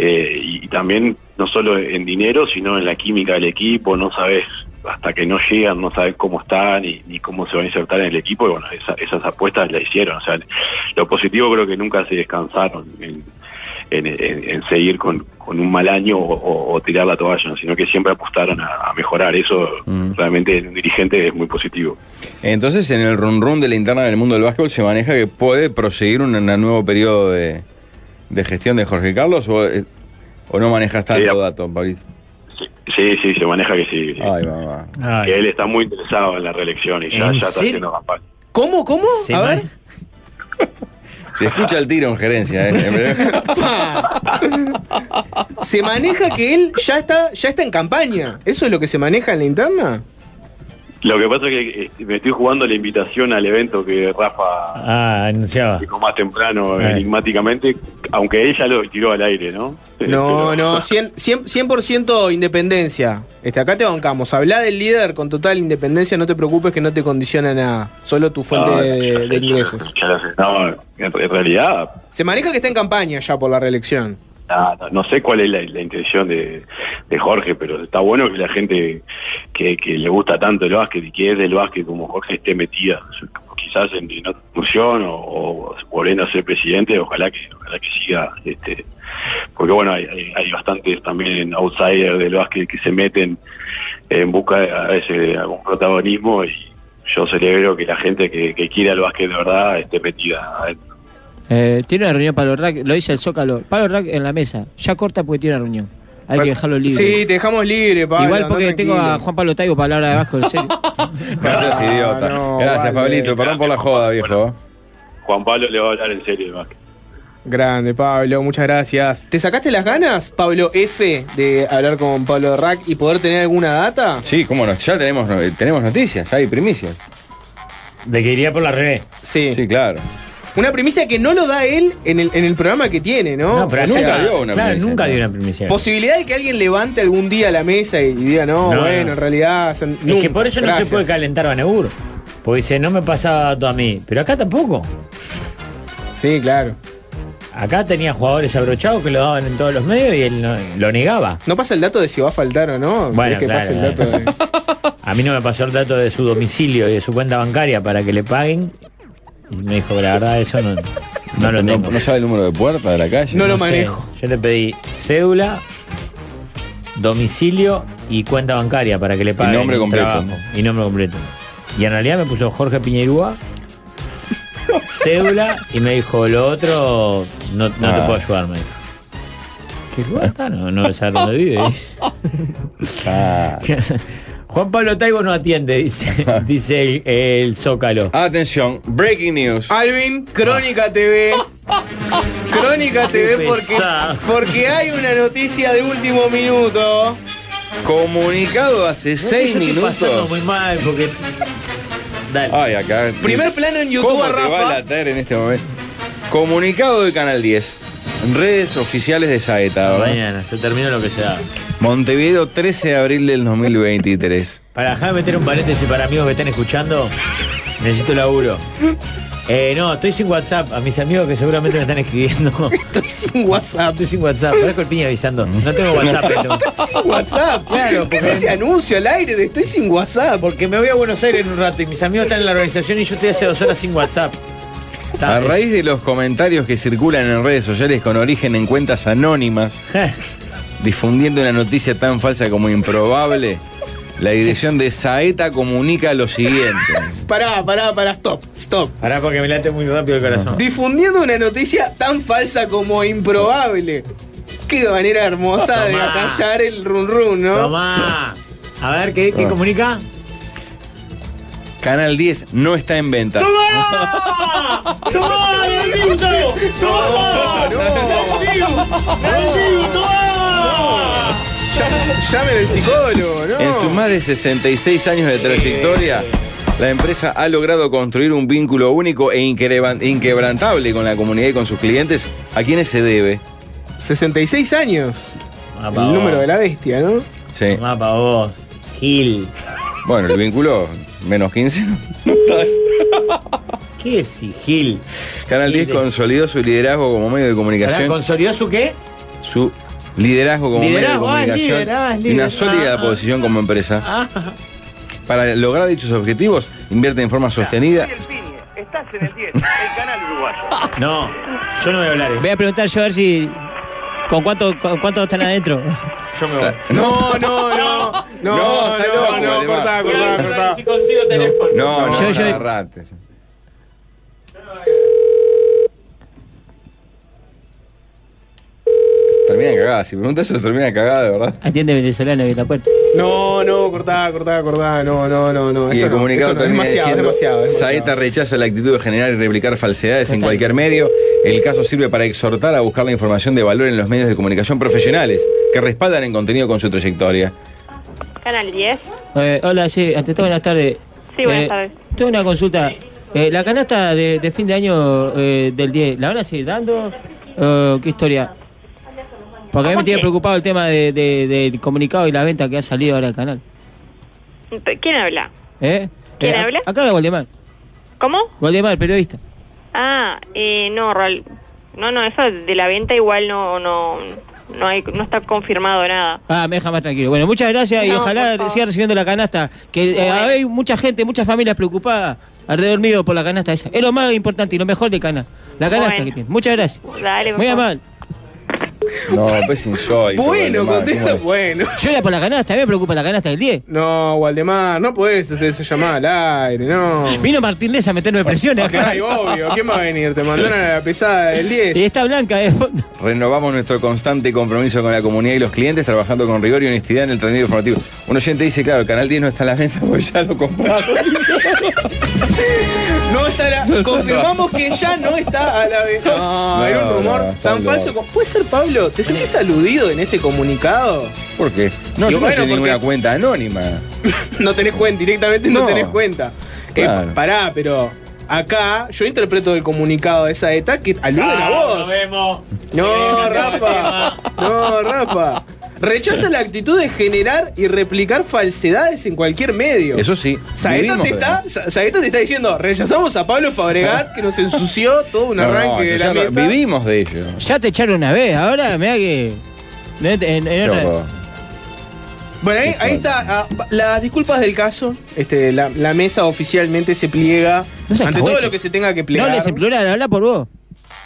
Speaker 11: Eh, y, y también no solo en dinero, sino en la química del equipo, no sabes hasta que no llegan, no sabes cómo están ni, ni cómo se van a insertar en el equipo, y bueno, esa- esas apuestas las hicieron, o sea, lo positivo creo que nunca se descansaron en, en- en- en seguir con, con un mal año o, o- o tirar la toalla, ¿no? sino que siempre apostaron a, a mejorar, eso realmente en un dirigente es muy positivo.
Speaker 6: Entonces, en el run run de la interna del mundo del básquetbol se maneja que puede proseguir un, un nuevo periodo de, de gestión de Jorge Carlos o, eh, o no manejas tanto
Speaker 11: Sí,
Speaker 6: dato, Pablito?
Speaker 11: Sí, sí, se maneja que sí, sí.
Speaker 6: Ay, mamá.
Speaker 8: Ay,
Speaker 11: que él está muy interesado en la reelección y ya,
Speaker 8: ¿En
Speaker 11: ya está
Speaker 8: serio?
Speaker 11: haciendo campaña.
Speaker 7: ¿Cómo? ¿Cómo?
Speaker 8: se
Speaker 7: Uh, A ver.
Speaker 8: man-
Speaker 6: Se escucha el tiro en gerencia, ¿eh?
Speaker 7: Se maneja que él ya está, ya está en campaña. ¿Eso es lo que se maneja en la interna?
Speaker 11: Lo que pasa es que eh, me estoy jugando la invitación al evento que Rafa
Speaker 8: Ah, anunciaba.
Speaker 11: dijo más temprano,
Speaker 8: Eh.
Speaker 11: enigmáticamente, aunque ella lo tiró al aire, ¿no?
Speaker 7: No,
Speaker 11: Pero-
Speaker 7: no, 100%, 100% independencia. Este, acá te bancamos. Habla del líder con total independencia, no te preocupes que no te condiciona nada. Solo tu fuente
Speaker 11: No, ya
Speaker 7: de,
Speaker 11: sé,
Speaker 7: de
Speaker 11: ya
Speaker 7: ingresos.
Speaker 11: sé, ya sé. No, en, re- en realidad,
Speaker 7: Se maneja que está en campaña ya por la reelección.
Speaker 11: nada, no, sé cuál es la, la intención de, de Jorge, pero está bueno que la gente que, que le gusta tanto el básquet y que es del básquet como Jorge esté metida. Quizás en, en otra función o, o volviendo a ser presidente, ojalá que, ojalá que siga este, porque bueno, hay, hay, hay bastantes también outsiders del básquet que se meten en busca de- a veces de algún protagonismo y yo celebro que la gente que, que quiere al básquet de verdad esté metida. adentro.
Speaker 10: Eh, tiene una reunión Pablo Rack, lo dice el Zócalo. Pablo Rack en la mesa, ya corta porque tiene una reunión. Hay que dejarlo libre.
Speaker 7: Sí, te dejamos libre, Pablo.
Speaker 10: Igual
Speaker 7: andá
Speaker 10: porque tengo
Speaker 7: tranquilo.
Speaker 10: a Juan Pablo Taibo para hablar de Vasco, en serio.
Speaker 6: No seas idiota.
Speaker 7: no,
Speaker 6: Gracias,
Speaker 7: vale.
Speaker 6: Pablito. Perdón por la joda, viejo.
Speaker 11: Juan Pablo le va a hablar en serio de básquet.
Speaker 7: Grande, Pablo, muchas gracias. ¿Te sacaste las ganas, Pablo F, de hablar con Pablo Rack y poder tener alguna data?
Speaker 6: Sí, cómo no. Ya tenemos, eh, tenemos noticias, hay primicias.
Speaker 8: De que iría por la revés.
Speaker 7: Sí.
Speaker 6: Sí, claro.
Speaker 7: Una primicia que no lo da él en el, en el programa que tiene, ¿no?
Speaker 8: No, pero
Speaker 6: nunca
Speaker 8: ayer-
Speaker 6: dio una
Speaker 8: Claro,
Speaker 6: primicia,
Speaker 8: nunca
Speaker 6: ¿no?
Speaker 8: dio una primicia.
Speaker 7: Posibilidad de que alguien levante algún día la mesa y diga, no,
Speaker 8: No,
Speaker 7: bueno,
Speaker 8: no.
Speaker 7: en realidad. son-
Speaker 8: es
Speaker 7: nunca,
Speaker 8: que por eso no
Speaker 7: gracias.
Speaker 8: se puede calentar Banebur. Porque dice, no me pasaba dato a mí. Pero acá tampoco.
Speaker 7: Sí, claro.
Speaker 8: Acá tenía jugadores abrochados que lo daban en todos los medios y él no- lo negaba.
Speaker 7: No pasa el dato de si va a faltar o no.
Speaker 8: Bueno,
Speaker 7: ¿Querés que
Speaker 8: claro,
Speaker 7: pase el dato de-
Speaker 8: A mí no me pasó el dato de su domicilio y de su cuenta bancaria para que le paguen. Y me dijo, la verdad, eso no, no lo
Speaker 6: No,
Speaker 8: tengo.
Speaker 6: no sabe el número de puerta de la calle.
Speaker 7: No lo
Speaker 8: sé.
Speaker 7: manejo.
Speaker 8: Yo le pedí cédula, domicilio y cuenta bancaria para que le paguen.
Speaker 6: nombre
Speaker 8: el
Speaker 6: completo.
Speaker 8: trabajo. Y nombre completo. Y en realidad me puso Jorge Piñerúa, cédula y me dijo, lo otro no, no te
Speaker 6: Ah.
Speaker 8: puedo ayudar, me dijo. ¿Qué guata? No, no sabe dónde vive.
Speaker 6: Ah.
Speaker 8: Juan Pablo Taibo no atiende, dice, dice el, el Zócalo.
Speaker 6: Atención, breaking news.
Speaker 7: Alvin, Crónica TV. Crónica TV porque,
Speaker 8: pesado.
Speaker 7: porque hay una noticia de último minuto.
Speaker 6: Comunicado hace seis
Speaker 8: Yo estoy pasando
Speaker 6: minutos.
Speaker 8: muy mal porque. Dale.
Speaker 6: Ay, acá.
Speaker 7: Primer plano en YouTube
Speaker 6: ¿Cómo
Speaker 7: a
Speaker 6: te va a
Speaker 7: Rafa.
Speaker 6: latar en este momento? Comunicado de Canal 10. Redes oficiales de Saeta. ¿verdad?
Speaker 8: Mañana, se terminó lo que se da.
Speaker 6: Montevideo, 13 de abril del 2023.
Speaker 8: Para dejar de meter un paréntesis para amigos que están escuchando, necesito laburo. Eh, no, estoy sin WhatsApp. A mis amigos que seguramente me están escribiendo.
Speaker 7: Estoy sin WhatsApp.
Speaker 8: Estoy sin WhatsApp. Parezco el piña avisando. No tengo WhatsApp. pero-
Speaker 7: Estoy sin WhatsApp.
Speaker 8: Claro,
Speaker 7: ¿Qué es
Speaker 8: porque-
Speaker 7: ese anuncio al aire de estoy sin WhatsApp?
Speaker 8: Porque me voy a Buenos Aires en un rato y mis amigos están en la organización y yo estoy hace dos horas sin WhatsApp. Está-
Speaker 6: A raíz de los comentarios que circulan en redes sociales con origen en cuentas anónimas,
Speaker 8: Eh.
Speaker 6: difundiendo una noticia tan falsa como improbable, la dirección de Saeta comunica lo siguiente.
Speaker 7: Pará, pará, pará, stop, stop.
Speaker 8: Pará porque me late muy rápido el corazón.
Speaker 7: Difundiendo una noticia tan falsa como improbable. Qué manera hermosa de
Speaker 8: Tomá.
Speaker 7: acallar el run run, ¿no?
Speaker 8: Tomá.
Speaker 7: Ah.
Speaker 8: A ver, ¿qué, qué comunica?
Speaker 6: Canal 10 no está en venta.
Speaker 8: ¡Tomá, Nandito! ¡Tomá! ¡Nandito, tomá!
Speaker 7: Llamen al psicólogo, ¿no?
Speaker 6: En sus más de 66 años de trayectoria, la empresa ha logrado construir un vínculo único e inquebran- inquebrantable con la comunidad y con sus clientes, a quienes se debe.
Speaker 7: 66 años.
Speaker 8: Ah, pa'
Speaker 7: El número
Speaker 8: vos.
Speaker 7: de la bestia, ¿no?
Speaker 6: Sí.
Speaker 8: Tomá pa' vos. Gil.
Speaker 6: Bueno, el vínculo, menos 15.
Speaker 8: ¿Qué es Gil?
Speaker 6: Canal 10 consolidó su liderazgo como medio de
Speaker 8: Pará,
Speaker 6: comunicación.
Speaker 8: ¿Consolidó su qué?
Speaker 6: Su liderazgo como
Speaker 8: Liderazgo, ah,
Speaker 6: medio de comunicación.
Speaker 8: liderazgo,
Speaker 6: y una
Speaker 8: liderazgo.
Speaker 6: sólida
Speaker 8: Ah.
Speaker 6: posición como empresa.
Speaker 8: Ah,
Speaker 6: Para lograr dichos objetivos, invierte en forma sostenida.
Speaker 12: Estás en el 10, el canal uruguayo.
Speaker 8: no, yo no voy a hablar.
Speaker 10: Voy
Speaker 8: ¿eh?
Speaker 10: a preguntar yo a ver si. ¿Con cuánto, con cuánto están adentro?
Speaker 8: Yo me voy.
Speaker 6: Sa-
Speaker 7: No, no, no. No, no,
Speaker 6: está loco,
Speaker 7: no,
Speaker 6: Alemán.
Speaker 7: cortá, cortá, cortá.
Speaker 8: Si consigo teléfono.
Speaker 6: No, no,
Speaker 10: Yo- yo-
Speaker 6: agarrate. Termina cagada. Si preguntas eso, termina cagada, de verdad.
Speaker 10: Atiende venezolano que está puerta.
Speaker 7: No, no, cortá, cortá, cortá. No, no, no, no.
Speaker 6: Y
Speaker 7: Esto
Speaker 6: el
Speaker 7: no,
Speaker 6: comunicado
Speaker 7: esto no, es
Speaker 6: termina
Speaker 7: demasiado, es
Speaker 6: diciendo,
Speaker 7: demasiado, es demasiado.
Speaker 6: Saeta rechaza la actitud de generar y replicar falsedades en
Speaker 10: Total.
Speaker 6: cualquier medio. El caso sirve para exhortar a buscar la información de valor en los medios de comunicación profesionales que respaldan en contenido con su trayectoria.
Speaker 12: Canal 10.
Speaker 10: Eh, hola, sí, ante todo, buenas tardes. Eh,
Speaker 12: Sí, buenas tardes.
Speaker 10: Tengo una consulta. Eh, la canasta de, de fin de año eh, del 10, ¿la van a seguir dando? Eh, ¿Qué historia? Porque a mí me
Speaker 12: ¿Cómo
Speaker 10: tiene
Speaker 12: qué?
Speaker 10: preocupado el tema de- de- del comunicado y la venta que ha salido ahora del canal.
Speaker 12: ¿Quién habla?
Speaker 10: ¿Eh?
Speaker 12: ¿Quién
Speaker 10: Eh, a-
Speaker 12: habla?
Speaker 10: Acá habla Goldemar.
Speaker 12: ¿Cómo?
Speaker 10: Goldemar, periodista.
Speaker 12: Ah, eh, no, Raúl. No, no, eso de la venta igual no, no, no, hay, no está confirmado nada.
Speaker 10: Ah, me deja más tranquilo. Bueno, muchas gracias y
Speaker 12: No,
Speaker 10: ojalá
Speaker 12: por favor.
Speaker 10: siga recibiendo la canasta. Que eh,
Speaker 12: Bueno.
Speaker 10: hay mucha gente, muchas familias preocupadas alrededor mío por la canasta esa. Es lo más importante y lo mejor de Cana. La canasta
Speaker 12: Bueno.
Speaker 10: que tiene. Muchas gracias.
Speaker 12: Dale, por
Speaker 10: Muy
Speaker 12: favor.
Speaker 10: amable.
Speaker 6: No, pues insólito.
Speaker 7: Bueno,
Speaker 6: Valdemar,
Speaker 7: contesta
Speaker 6: ¿cómo es?
Speaker 7: bueno.
Speaker 10: Llora por la canasta, a mí me preocupa la canasta del 10.
Speaker 7: No, Waldemar, no puedes hacer esa llamada al aire, no.
Speaker 10: Vino Martín Lez a meterme presión. eh.
Speaker 7: Ay, obvio, ¿quién va a venir? Te mandaron a la pesada del 10.
Speaker 10: Y está blanca eh. de fondo.
Speaker 6: Renovamos nuestro constante compromiso con la comunidad y los clientes, trabajando con rigor y honestidad en el trendido informativo. Un oyente dice, claro, el canal 10 no está a la venta porque ya lo compraron.
Speaker 7: No está la, confirmamos que ya no está a la venta. No,
Speaker 6: No,
Speaker 7: era un rumor
Speaker 6: no, está
Speaker 7: tan
Speaker 6: loco.
Speaker 7: falso. como- ¿Puede ser, Pablo? ¿Te sentís aludido en este comunicado?
Speaker 6: ¿Por qué? No,
Speaker 7: Y
Speaker 6: yo no
Speaker 7: bueno,
Speaker 6: soy
Speaker 7: porque-
Speaker 6: ninguna cuenta anónima.
Speaker 7: No tenés cuenta, directamente no,
Speaker 6: No.
Speaker 7: tenés cuenta. Eh,
Speaker 6: Claro.
Speaker 7: pará, pero acá yo interpreto el comunicado de esa ETA que aluden a
Speaker 8: Ah, Nos
Speaker 7: vos.
Speaker 8: vemos.
Speaker 7: No, Rafa. No, Rafa. Rechaza la actitud de generar y replicar falsedades en cualquier medio.
Speaker 6: Eso sí.
Speaker 7: Saeta
Speaker 6: vivimos
Speaker 7: te,
Speaker 6: de-
Speaker 7: está, Sa- Saeta te está diciendo, rechazamos a Pablo Fabregat que nos ensució todo un
Speaker 6: No, no,
Speaker 7: arranque
Speaker 6: eso
Speaker 7: de
Speaker 6: ya
Speaker 7: la
Speaker 6: no-
Speaker 7: mesa.
Speaker 6: Vivimos de ello.
Speaker 10: Ya te echaron una vez, ahora me da que. En, en- en
Speaker 6: Qué
Speaker 10: otra-
Speaker 6: horror.
Speaker 7: Bueno, ahí, ahí está. ah, las disculpas del caso. Este, la, la mesa oficialmente se pliega
Speaker 10: No seas
Speaker 7: ante todo
Speaker 10: cahuete.
Speaker 7: lo que se tenga que
Speaker 10: no
Speaker 7: plegar.
Speaker 10: hables en plural, habla por vos.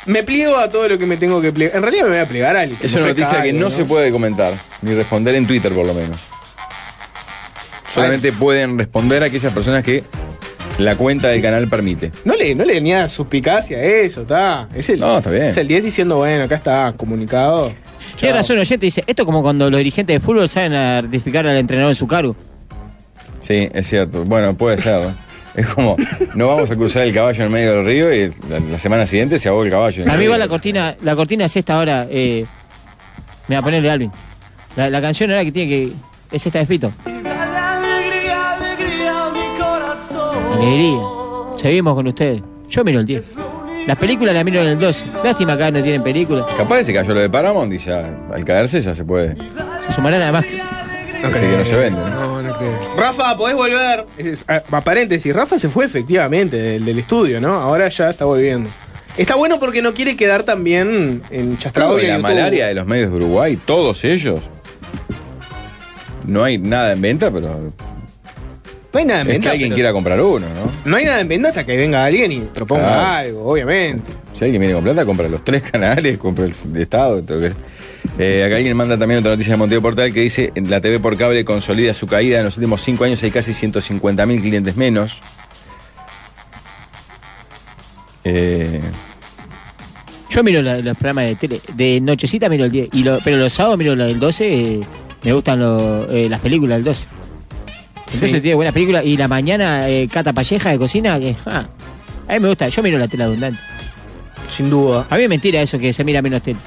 Speaker 7: me pliego a todo lo que me tengo que plegar. En realidad me voy a plegar al que
Speaker 6: Es
Speaker 7: me
Speaker 6: una
Speaker 7: ofrezca
Speaker 6: noticia que
Speaker 7: algo,
Speaker 6: no se puede comentar, ni responder en Twitter por lo menos. Solamente pueden responder a aquellas personas que la cuenta del canal permite.
Speaker 7: No le, no le venía suspicacia a eso, está. Es el,
Speaker 6: No, está bien.
Speaker 7: Es el 10 diciendo, bueno, acá está, comunicado.
Speaker 10: Tiene razón, oyente dice: Esto es como cuando los dirigentes de fútbol saben a ratificar al entrenador en su cargo.
Speaker 6: Sí, es cierto. Bueno, puede ser. ¿no? Es como, no vamos a cruzar el caballo en medio del río y la, la semana siguiente se ahogó el caballo. en el
Speaker 10: A mí
Speaker 6: río.
Speaker 10: va la cortina, la cortina es esta ahora. Eh, me va a ponerle Alvin. La, la canción ahora que tiene que. Es esta de Fito. Alegría. Seguimos con ustedes. Yo miro el 10. Las películas las miro en el 12. Lástima que acá no tienen películas.
Speaker 6: Capaz que se cayó lo de Paramount y ya, al caerse ya se puede.
Speaker 10: Se sumarán a más.
Speaker 6: Así que no se vende. ¿no?
Speaker 7: Rafa, podés volver. Es- a, a paréntesis, Rafa se fue efectivamente del, del estudio, ¿no? Ahora ya está volviendo. Está bueno porque no quiere quedar también en
Speaker 6: Todo
Speaker 7: chastrado
Speaker 6: de la malaria de los medios de Uruguay, todos ellos. No hay nada en venta, pero
Speaker 7: No hay nada en
Speaker 6: es que
Speaker 7: venta.
Speaker 6: alguien
Speaker 7: pero-
Speaker 6: quiera comprar uno, ¿no?
Speaker 7: No hay nada en venta hasta que venga alguien y proponga
Speaker 6: Claro.
Speaker 7: algo, obviamente.
Speaker 6: Si alguien viene con plata, compra los tres canales, compra el Estado. todo lo que- Eh, acá alguien manda también otra noticia de Monteo Portal que dice: la TV por cable consolida su caída. En los últimos cinco años hay casi 150.000 clientes menos. Eh,
Speaker 10: Yo miro la- los programas de tele. De nochecita miro el 10. Y lo- pero los sábados miro la del 12. eh, me gustan lo- eh, las películas del 12. Entonces tiene buenas películas. Y la mañana, eh, Cata Palleja de cocina. Que, ah, a mí me gusta. Yo miro la tele abundante.
Speaker 7: Sin duda.
Speaker 10: A mí es mentira eso que se mira menos tele.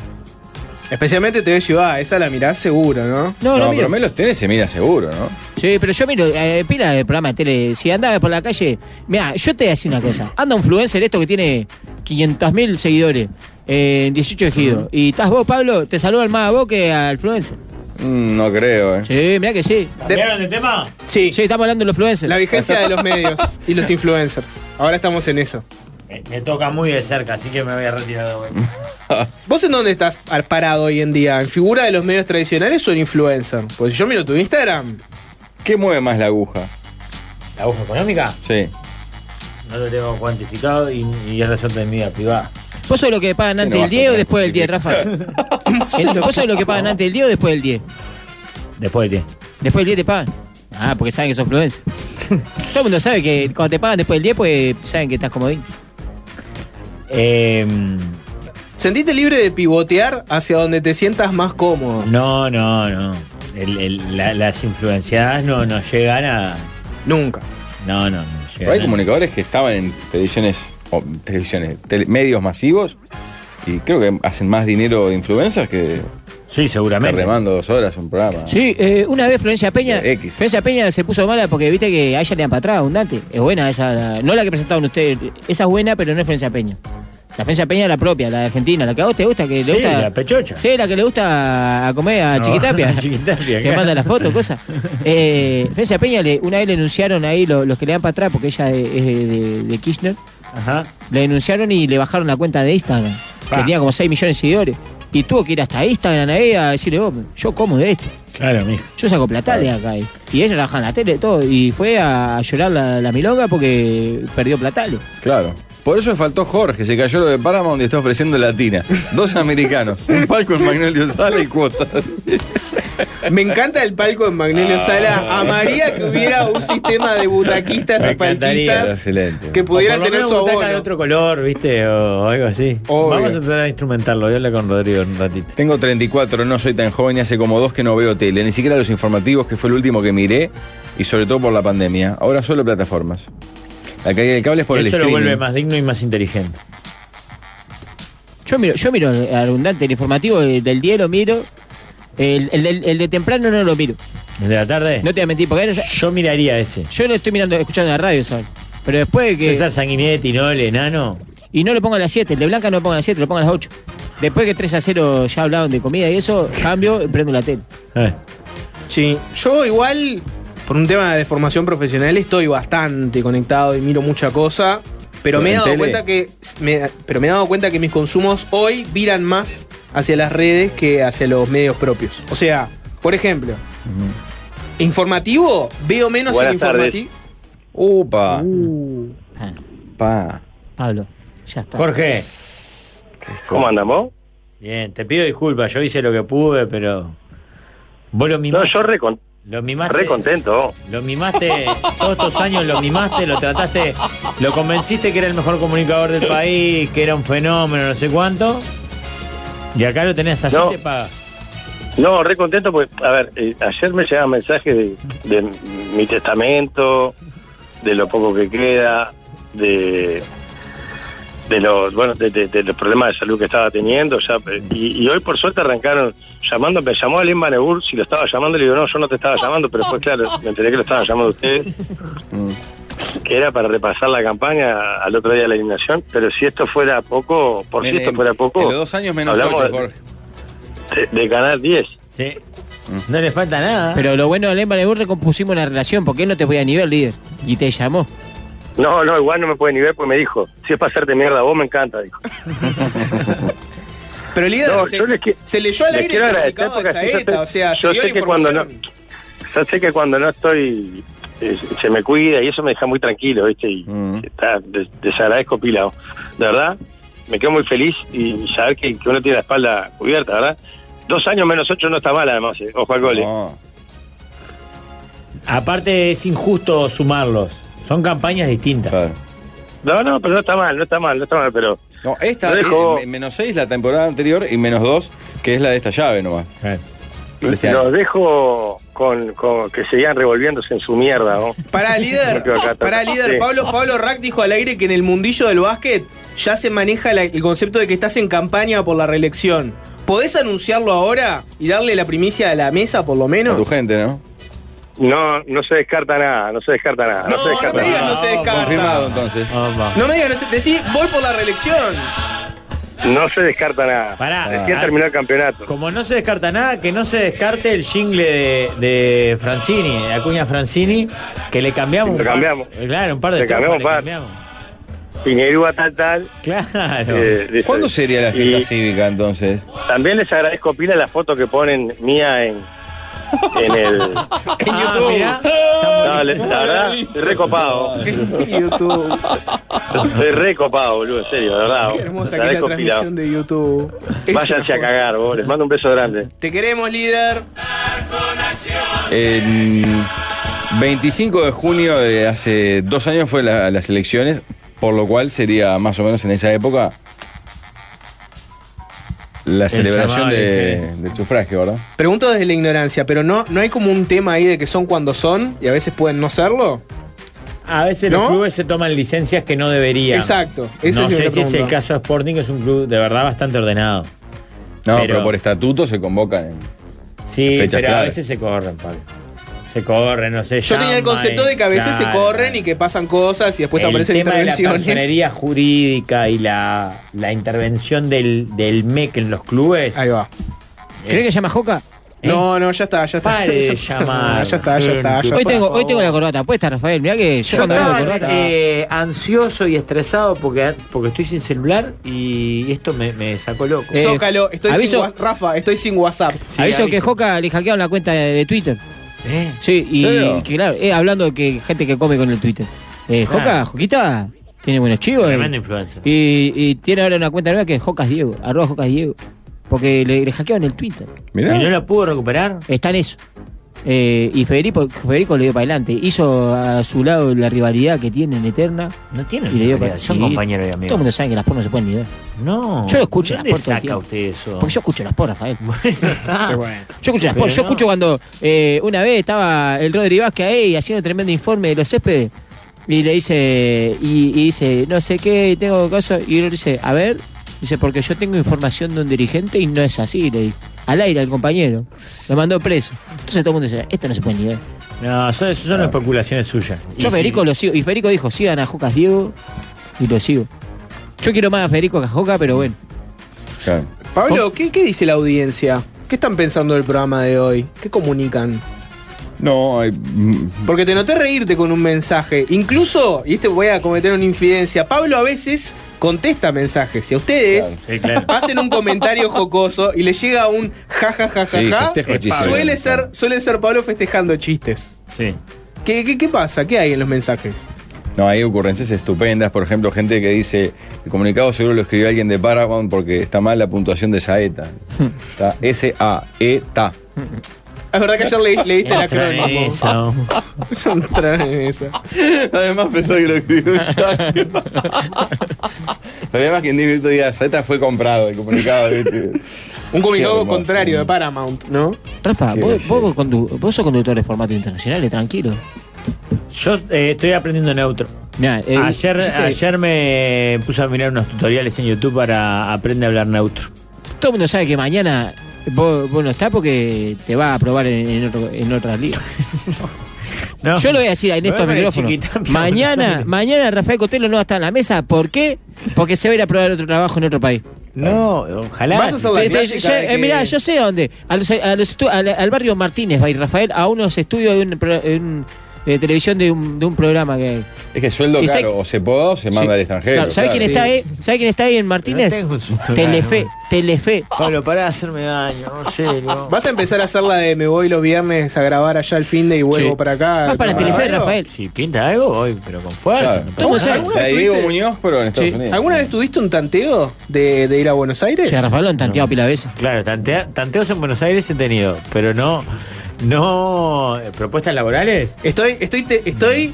Speaker 7: Especialmente TV Ciudad, esa la mirás seguro, ¿no?
Speaker 10: No, no,
Speaker 6: no,
Speaker 10: miro.
Speaker 6: pero menos tenés se mira seguro, ¿no?
Speaker 10: Sí, pero yo miro, eh, pila de programa de tele. Si andaba por la calle, mira, yo te voy a decir una cosa. Anda un influencer esto que tiene 500.000 seguidores eh, en 18 ejidos. Y estás vos, Pablo, te saludan más a vos que al influencer.
Speaker 6: Mm, no creo, ¿eh?
Speaker 10: Sí, mira que sí.
Speaker 8: ¿Cambiaron de tema?
Speaker 7: Sí.
Speaker 10: Sí, estamos hablando de los influencers.
Speaker 7: La vigencia de los medios y los influencers. Ahora estamos en eso.
Speaker 8: Me, me toca muy de cerca, así que me voy a retirar de vuelta.
Speaker 7: ¿Vos en dónde estás al- parado hoy en día? ¿En figura de los medios tradicionales o en influencer? Pues si yo miro tu Instagram.
Speaker 6: ¿Qué mueve más la aguja?
Speaker 8: ¿La aguja económica?
Speaker 6: Sí.
Speaker 8: No lo tengo cuantificado y, y es resultado de mi vida privada.
Speaker 10: ¿Vos sos lo que pagan antes
Speaker 6: No
Speaker 10: del
Speaker 6: vas a
Speaker 10: 10 o
Speaker 6: tener
Speaker 10: Ah, después del 10, Rafa? El- ¿Vos sos lo que pagan antes del 10 o después del 10?
Speaker 8: Después de ti.
Speaker 10: Después del 10 te pagan. Ah, porque saben que sos influencer. Todo el mundo sabe que cuando te pagan después del 10, pues saben que estás comodín.
Speaker 8: Eh,
Speaker 7: ¿Sentiste libre de pivotear hacia donde te sientas más cómodo?
Speaker 8: no, no, no. El- el- la- las influenciadas no, no llegan a.
Speaker 7: Nunca.
Speaker 8: No, no, no
Speaker 6: Pero hay
Speaker 8: llegan. a-
Speaker 6: comunicadores que estaban en televisiones, o televisiones, tele- medios masivos y creo que hacen más dinero de influencers que
Speaker 8: Sí,
Speaker 6: estar
Speaker 8: seguramente.
Speaker 6: remando dos horas un programa.
Speaker 10: Sí, eh, una vez Florencia Peña.
Speaker 6: De X.
Speaker 10: Florencia Peña se puso mala porque viste que a ella le dan para atrás abundante. Es buena esa, la- no la que presentaron ustedes. Esa es buena, pero no es Florencia Peña. La Florencia Peña es la propia, la de Argentina, la que a vos te gusta, que
Speaker 8: Sí,
Speaker 10: le gusta.
Speaker 8: la pechocha.
Speaker 10: Sí, la que le gusta a comer a
Speaker 8: No,
Speaker 10: Chiquitapia.
Speaker 8: a Chiquitapia,
Speaker 10: que
Speaker 8: claro.
Speaker 10: manda la foto, cosas. Eh, Florencia Peña, le, una vez le denunciaron ahí lo- los que le dan para atrás porque ella es de, de- de Kirchner.
Speaker 8: Ajá.
Speaker 10: Le denunciaron y le bajaron la cuenta de Instagram.
Speaker 8: Pa.
Speaker 10: Que tenía como 6 millones de seguidores. Y tuvo que ir hasta Instagram a ella a decirle, vos, yo como de esto.
Speaker 8: Claro, mijo.
Speaker 10: Yo saco platales acá. eh. Y ella trabaja en la tele, todo. Y fue a, a llorar la, la milonga porque perdió platales.
Speaker 6: Claro. Por eso me faltó Jorge, se cayó lo de Paramount y está ofreciendo Latina. Dos americanos, un palco en Magnolio Sala y cuotas.
Speaker 7: Me encanta el palco en Magnelio
Speaker 6: Ah.
Speaker 7: Sala. Amaría que hubiera un sistema de butaquistas y palquitas
Speaker 6: Excelente.
Speaker 7: que pudieran
Speaker 8: O por lo
Speaker 7: tener
Speaker 8: menos
Speaker 7: su
Speaker 8: butaca de
Speaker 7: abono.
Speaker 8: otro color, ¿viste? O, o algo así.
Speaker 7: Obvio.
Speaker 8: Vamos a empezar a instrumentarlo. Voy a hablar con Rodrigo en un ratito.
Speaker 6: Tengo 34, no soy tan joven y hace como dos que no veo tele, ni siquiera los informativos, que fue el último que miré, y sobre todo por la pandemia. Ahora solo plataformas. La caída del cable es por el
Speaker 8: Eso lo
Speaker 6: streaming.
Speaker 8: vuelve más digno y más inteligente.
Speaker 10: Yo miro, yo miro abundante el informativo eh, del día lo miro. El, el del- el de temprano no lo miro.
Speaker 8: ¿El de la tarde?
Speaker 10: No te voy a mentir, porque ahora ya-
Speaker 8: Yo miraría ese.
Speaker 10: yo lo estoy mirando, escuchando en la radio, ¿sabes? Pero después de que.
Speaker 8: César Sanguinetti, ¿no? El enano.
Speaker 10: Y no lo pongo a las 7, el de Blanca no lo pongo a las 7, lo pongo a las 8. Después que 3 a 0 ya hablaron de comida y eso, cambio y prendo la tele.
Speaker 8: Eh.
Speaker 7: Sí. Yo igual, por un tema de formación profesional, estoy bastante conectado y miro mucha cosa. Pero
Speaker 6: ¿En
Speaker 7: me he dado
Speaker 6: tele?
Speaker 7: cuenta que. me- pero me he dado cuenta que mis consumos hoy viran más hacia las redes que hacia los medios propios. O sea, por ejemplo, informativo, veo menos el
Speaker 13: Buenas tardes.
Speaker 7: informativo.
Speaker 6: Upa,
Speaker 10: Ah,
Speaker 6: pa.
Speaker 10: Pablo, ya está.
Speaker 8: Jorge.
Speaker 13: ¿Cómo andamos?
Speaker 8: Bien, te pido disculpas. Yo hice lo que pude, pero. Vos lo
Speaker 13: No,
Speaker 8: mimaste.
Speaker 13: yo re, con-
Speaker 8: lo mimaste.
Speaker 13: re contento.
Speaker 8: Lo mimaste todos estos años, lo mimaste, lo trataste, lo convenciste que era el mejor comunicador del país, que era un fenómeno, no sé cuánto. Y acá lo tenés así,
Speaker 13: No.
Speaker 8: te paga.
Speaker 13: No, re contento porque, a ver, eh, ayer me llegaban mensajes de, de mi testamento, de lo poco que queda, de de los bueno de, de- de los problemas de salud que estaba teniendo ya eh, y, y hoy por suerte arrancaron llamando me llamó Alin Banebur si lo estaba llamando le digo no yo no te estaba llamando pero después claro me enteré que lo estaban llamando ustedes que era para repasar la campaña al otro día de la eliminación pero si esto fuera poco por si
Speaker 6: En-
Speaker 13: esto
Speaker 6: en-
Speaker 13: fuera poco
Speaker 6: En los dos años menos
Speaker 13: hablamos
Speaker 6: 8,
Speaker 13: de-
Speaker 6: Jorge.
Speaker 13: de, de ganar 10
Speaker 8: Sí. No le falta nada.
Speaker 10: Pero lo bueno de Lemba Nebur recompusimos la relación porque él no te voy a nivel, líder. Y te llamó.
Speaker 13: No, no, igual no me puede ni ver porque me dijo, si es para hacerte mierda a vos, me encanta, dijo.
Speaker 7: Pero el líder
Speaker 13: No,
Speaker 7: se,
Speaker 13: yo les qui-
Speaker 7: se leyó al
Speaker 13: les
Speaker 7: aire
Speaker 13: quiero
Speaker 7: el
Speaker 13: agradecer
Speaker 7: comunicado
Speaker 13: porque
Speaker 7: de
Speaker 13: así yo
Speaker 7: Saeta,
Speaker 13: sé-
Speaker 7: o sea, se
Speaker 13: yo
Speaker 7: dio
Speaker 13: sé
Speaker 7: la
Speaker 13: que cuando no-
Speaker 7: información.
Speaker 13: Yo sé que cuando no estoy, eh, se me cuida y eso me deja muy tranquilo, ¿viste? Y
Speaker 6: Mm.
Speaker 13: está, des- desagradezco pilado. De verdad, me quedo muy feliz y saber que, que uno tiene la espalda cubierta, ¿verdad? Dos años menos ocho no está mal, además, eh. ojo al gole.
Speaker 6: No.
Speaker 8: Aparte es injusto sumarlos. Son campañas distintas.
Speaker 6: Claro.
Speaker 13: No, no, pero no está mal, no está mal, Ah, no está mal, pero...
Speaker 6: No, esta
Speaker 13: Lo
Speaker 6: es
Speaker 13: dejo.
Speaker 6: eh, menos 6 la temporada anterior y menos 2, que es la de esta llave nomás.
Speaker 8: Claro.
Speaker 6: Este año.
Speaker 13: Los dejo con, con que sigan revolviéndose en su mierda, ¿no?
Speaker 7: Pará, líder.
Speaker 13: Creo que acá
Speaker 7: Pará,
Speaker 13: está.
Speaker 7: líder.
Speaker 13: Sí.
Speaker 7: Pablo, Pablo Rack dijo al aire que en el mundillo del básquet ya se maneja la- el concepto de que estás en campaña por la reelección. ¿Podés anunciarlo ahora y darle la primicia a la mesa, por lo
Speaker 6: A tu
Speaker 7: menos?
Speaker 6: gente, ¿no?
Speaker 13: No, no se descarta nada, no se descarta nada. No,
Speaker 7: No,
Speaker 13: se descarta
Speaker 7: no me
Speaker 13: nada.
Speaker 7: digas no se descarta.
Speaker 6: Confirmado entonces.
Speaker 8: Vamos.
Speaker 7: No me digas, no sé, decí, voy por la reelección.
Speaker 13: No se descarta nada.
Speaker 8: Pará.
Speaker 13: Recién
Speaker 8: Ah.
Speaker 13: terminó el campeonato.
Speaker 8: Como no se descarta nada, que no se descarte el jingle de, de Francini, de Acuña Francini, que le cambiamos.
Speaker 13: Lo
Speaker 8: un par-
Speaker 13: cambiamos.
Speaker 8: Claro, un par de
Speaker 13: Le
Speaker 8: trozos,
Speaker 13: cambiamos par. Piñerúa tal, tal.
Speaker 8: Claro.
Speaker 13: eh, dice.
Speaker 6: ¿Cuándo sería la
Speaker 13: Y
Speaker 6: fiesta cívica entonces?
Speaker 13: También les agradezco pila la foto que ponen mía en, en el...
Speaker 8: Ah, mirá.
Speaker 13: No, le- la verdad, estoy recopado.
Speaker 7: YouTube.
Speaker 13: Estoy recopado, boludo, en serio, la verdad.
Speaker 7: Qué hermosa
Speaker 13: Les
Speaker 7: que es la
Speaker 13: agradezco pila.
Speaker 7: transmisión de YouTube. Es una
Speaker 13: Váyanse a
Speaker 7: joya.
Speaker 13: cagar, vos. Les mando un beso grande.
Speaker 7: Te queremos, líder.
Speaker 6: El 25 de junio de hace dos años fue la- las elecciones, por lo cual sería más o menos en esa época la celebración
Speaker 8: llamado
Speaker 6: de-
Speaker 8: elecciones.
Speaker 6: del sufragio, ¿verdad?
Speaker 7: Pregunto desde la ignorancia, pero no, no hay como un tema ahí de que son cuando son y a veces pueden no serlo.
Speaker 8: A veces
Speaker 7: ¿No?
Speaker 8: los clubes se toman licencias que no deberían.
Speaker 7: Exacto, eso
Speaker 8: no
Speaker 7: es lo que
Speaker 8: sé
Speaker 7: me
Speaker 8: si es el
Speaker 7: pregunto.
Speaker 8: caso de Sporting, que es un club de verdad bastante ordenado.
Speaker 6: No, pero,
Speaker 8: Pero-
Speaker 6: por estatuto se convocan. en-
Speaker 8: Sí,
Speaker 6: Fecha
Speaker 8: pero a
Speaker 6: clave.
Speaker 8: veces se corren, Pablo. Se corren, no sé.
Speaker 7: Yo tenía el concepto de que a veces se corren y que pasan cosas y después
Speaker 8: el
Speaker 7: Pues aparecen
Speaker 8: tema de la
Speaker 7: intervenciones.
Speaker 8: personería jurídica y la, la intervención del, del MEC en los clubes.
Speaker 7: Ahí va.
Speaker 10: ¿Crees que llama Joca?
Speaker 8: ¿Eh?
Speaker 7: No, no, ya está, ya está.
Speaker 8: Pare de
Speaker 7: Ya está,
Speaker 8: llamar,
Speaker 7: Ya está, ya está. ya
Speaker 10: Hoy
Speaker 7: está.
Speaker 10: tengo, hoy tengo la corbata puesta, Rafael. Mirá que yo,
Speaker 8: Yo
Speaker 10: cuando vengo
Speaker 8: estaba
Speaker 10: de corbata.
Speaker 8: eh, ansioso y estresado porque, porque estoy sin celular y esto me, me sacó loco.
Speaker 10: Eh,
Speaker 7: Zócalo, estoy
Speaker 10: aviso-
Speaker 7: sin wa- Rafa, estoy sin WhatsApp.
Speaker 8: Sí,
Speaker 10: aviso, que
Speaker 8: aviso.
Speaker 10: Joca le hackearon la cuenta de de Twitter.
Speaker 8: Eh,
Speaker 10: Sí, y
Speaker 6: ¿Serio?
Speaker 10: que claro, eh, hablando de que gente que come con el Twitter. Eh, Joca,
Speaker 8: Claro.
Speaker 10: Joquita, Tiene buenos chivos.
Speaker 8: Tremendo
Speaker 10: eh.
Speaker 8: influencer.
Speaker 10: Y, y tiene ahora una cuenta nueva que es Jocas Diego, arroba Jocas Diego. Porque le, le hackearon el Twitter.
Speaker 8: ¿Y no la pudo recuperar?
Speaker 10: Está en eso. Eh, y Federico, Federico le dio para adelante. Hizo a su lado la rivalidad que tienen eterna.
Speaker 8: No tiene
Speaker 10: Y le dio
Speaker 8: rivalidad,
Speaker 10: pa-
Speaker 8: Son
Speaker 10: sí.
Speaker 8: compañeros y
Speaker 10: Todo el
Speaker 8: amigos.
Speaker 10: mundo sabe que las pornos se pueden nivelar.
Speaker 8: No.
Speaker 10: Yo lo escucho en
Speaker 8: ¿Dónde
Speaker 10: las puertas todo el
Speaker 8: saca
Speaker 10: tiempo.
Speaker 8: usted eso?
Speaker 10: Porque yo escucho las porras, Fael.
Speaker 8: Bueno, está.
Speaker 7: Qué bueno.
Speaker 10: Yo escucho las
Speaker 8: Pero
Speaker 10: porras. Yo
Speaker 8: no.
Speaker 10: escucho cuando eh, una vez estaba el Rodri Vázquez ahí haciendo tremendo informe de los céspedes. Y le dice, y, y dice, no sé qué, tengo cosas. Y él dice, a ver, dice, porque yo tengo información de un dirigente y no es así, le dijo. Al aire al compañero. Lo mandó preso. Entonces todo el mundo dice, esto no se puede nivelar.
Speaker 8: No, eso, eso son especulaciones suyas.
Speaker 10: Yo
Speaker 8: Y
Speaker 10: a Federico
Speaker 8: sí,
Speaker 10: lo sigo. Y Federico dijo, sigan a Jocas Diego. Y lo sigo. Yo quiero más a Federico que a Joca, pero bueno.
Speaker 6: Claro.
Speaker 7: Pablo, ¿qué, qué dice la audiencia? ¿Qué están pensando del programa de hoy? ¿Qué comunican?
Speaker 6: No, hay- mm,
Speaker 7: Porque te noté reírte con un mensaje. Incluso, y este voy a cometer una infidencia, Pablo a veces contesta mensajes. Y a ustedes
Speaker 8: Sí, claro.
Speaker 7: hacen un comentario jocoso y les llega un ja ja ja ja,
Speaker 6: Sí,
Speaker 7: ja.
Speaker 6: festejo
Speaker 7: Es
Speaker 6: chiste.
Speaker 7: Pablo. Suele ser, suele ser Pablo festejando chistes.
Speaker 8: Sí.
Speaker 7: ¿Qué, qué, qué pasa? ¿Qué hay en los mensajes?
Speaker 6: no, hay ocurrencias estupendas. Por ejemplo, gente que dice: el comunicado seguro lo escribió alguien de Paragon porque está mal la puntuación de Saeta. Está E S-A-E-T-A.
Speaker 7: Es verdad que ayer le, leíste la
Speaker 8: Entra en
Speaker 7: crónica.
Speaker 8: eso.
Speaker 7: Entrar en esa.
Speaker 6: Además pensó que lo escribió un yankee. Además quien dijo estos días, Zeta fue comprado el comunicado. ¿viste?
Speaker 7: Un
Speaker 6: Qué
Speaker 7: comunicado
Speaker 6: hermoso.
Speaker 7: contrario de Paramount, ¿no?
Speaker 10: Rafa,
Speaker 6: Qué
Speaker 10: vos,
Speaker 6: belleza.
Speaker 10: vos, condu- vos sos conductor de formato internacionales, tranquilo.
Speaker 8: Yo eh, estoy aprendiendo neutro.
Speaker 10: Mirá, eh,
Speaker 8: ayer,
Speaker 10: hiciste-
Speaker 8: ayer me puse a mirar unos tutoriales en YouTube para aprender a hablar neutro.
Speaker 10: Todo el mundo sabe que mañana vos, vos no estás porque te va a probar en, en otro, en otras ligas.
Speaker 8: No.
Speaker 10: Yo lo voy a decir en
Speaker 8: Me
Speaker 10: estos
Speaker 8: voy a ver
Speaker 10: micrófonos.
Speaker 8: Chiquitapia, Buenos
Speaker 10: Mañana,
Speaker 8: Aires.
Speaker 10: mañana Rafael Cotelo no va a estar en la mesa. ¿Por qué? Porque se va a ir a probar otro trabajo en otro país.
Speaker 8: No, ojalá.
Speaker 7: Vas a hacer la
Speaker 10: Este,
Speaker 7: clásica
Speaker 10: yo-
Speaker 7: de
Speaker 10: eh,
Speaker 7: que-
Speaker 10: mirá, yo sé a dónde. A los- a los estu- al, al barrio Martínez va a ir Rafael a unos estudios de, un pro- de un- de televisión de un, de un programa que hay.
Speaker 6: Es que sueldo
Speaker 10: Y sé-
Speaker 6: caro, o se poda o se manda al extranjero.
Speaker 10: Claro, ¿sabe,
Speaker 6: claro.
Speaker 10: quién está eh? ahí? ¿Sabe quién está ahí en Martínez?
Speaker 8: tengo su-
Speaker 10: Telefe, Telefe.
Speaker 8: Pablo, pará de hacerme daño, no sé. no.
Speaker 7: ¿Vas a empezar a hacer la de me voy los viernes a grabar allá al fin de y vuelvo
Speaker 10: Sí.
Speaker 7: para acá?
Speaker 10: Vas para
Speaker 7: Ah,
Speaker 10: Telefe,
Speaker 7: bueno.
Speaker 10: Rafael.
Speaker 8: Si pinta algo, voy, pero con fuerza.
Speaker 6: Claro.
Speaker 8: no pasa
Speaker 6: Claro.
Speaker 10: ¿Cómo sabe?
Speaker 6: La de Diego Muñoz, pero en Estados
Speaker 10: Sí.
Speaker 6: Unidos.
Speaker 7: ¿Alguna vez tuviste un tanteo de, de ir a Buenos Aires?
Speaker 10: Che, a Rafael lo han tanteado pila de veces.
Speaker 8: Claro, tantea- tanteos en Buenos Aires he tenido, pero no, no eh, propuestas laborales.
Speaker 7: Estoy, estoy, te- estoy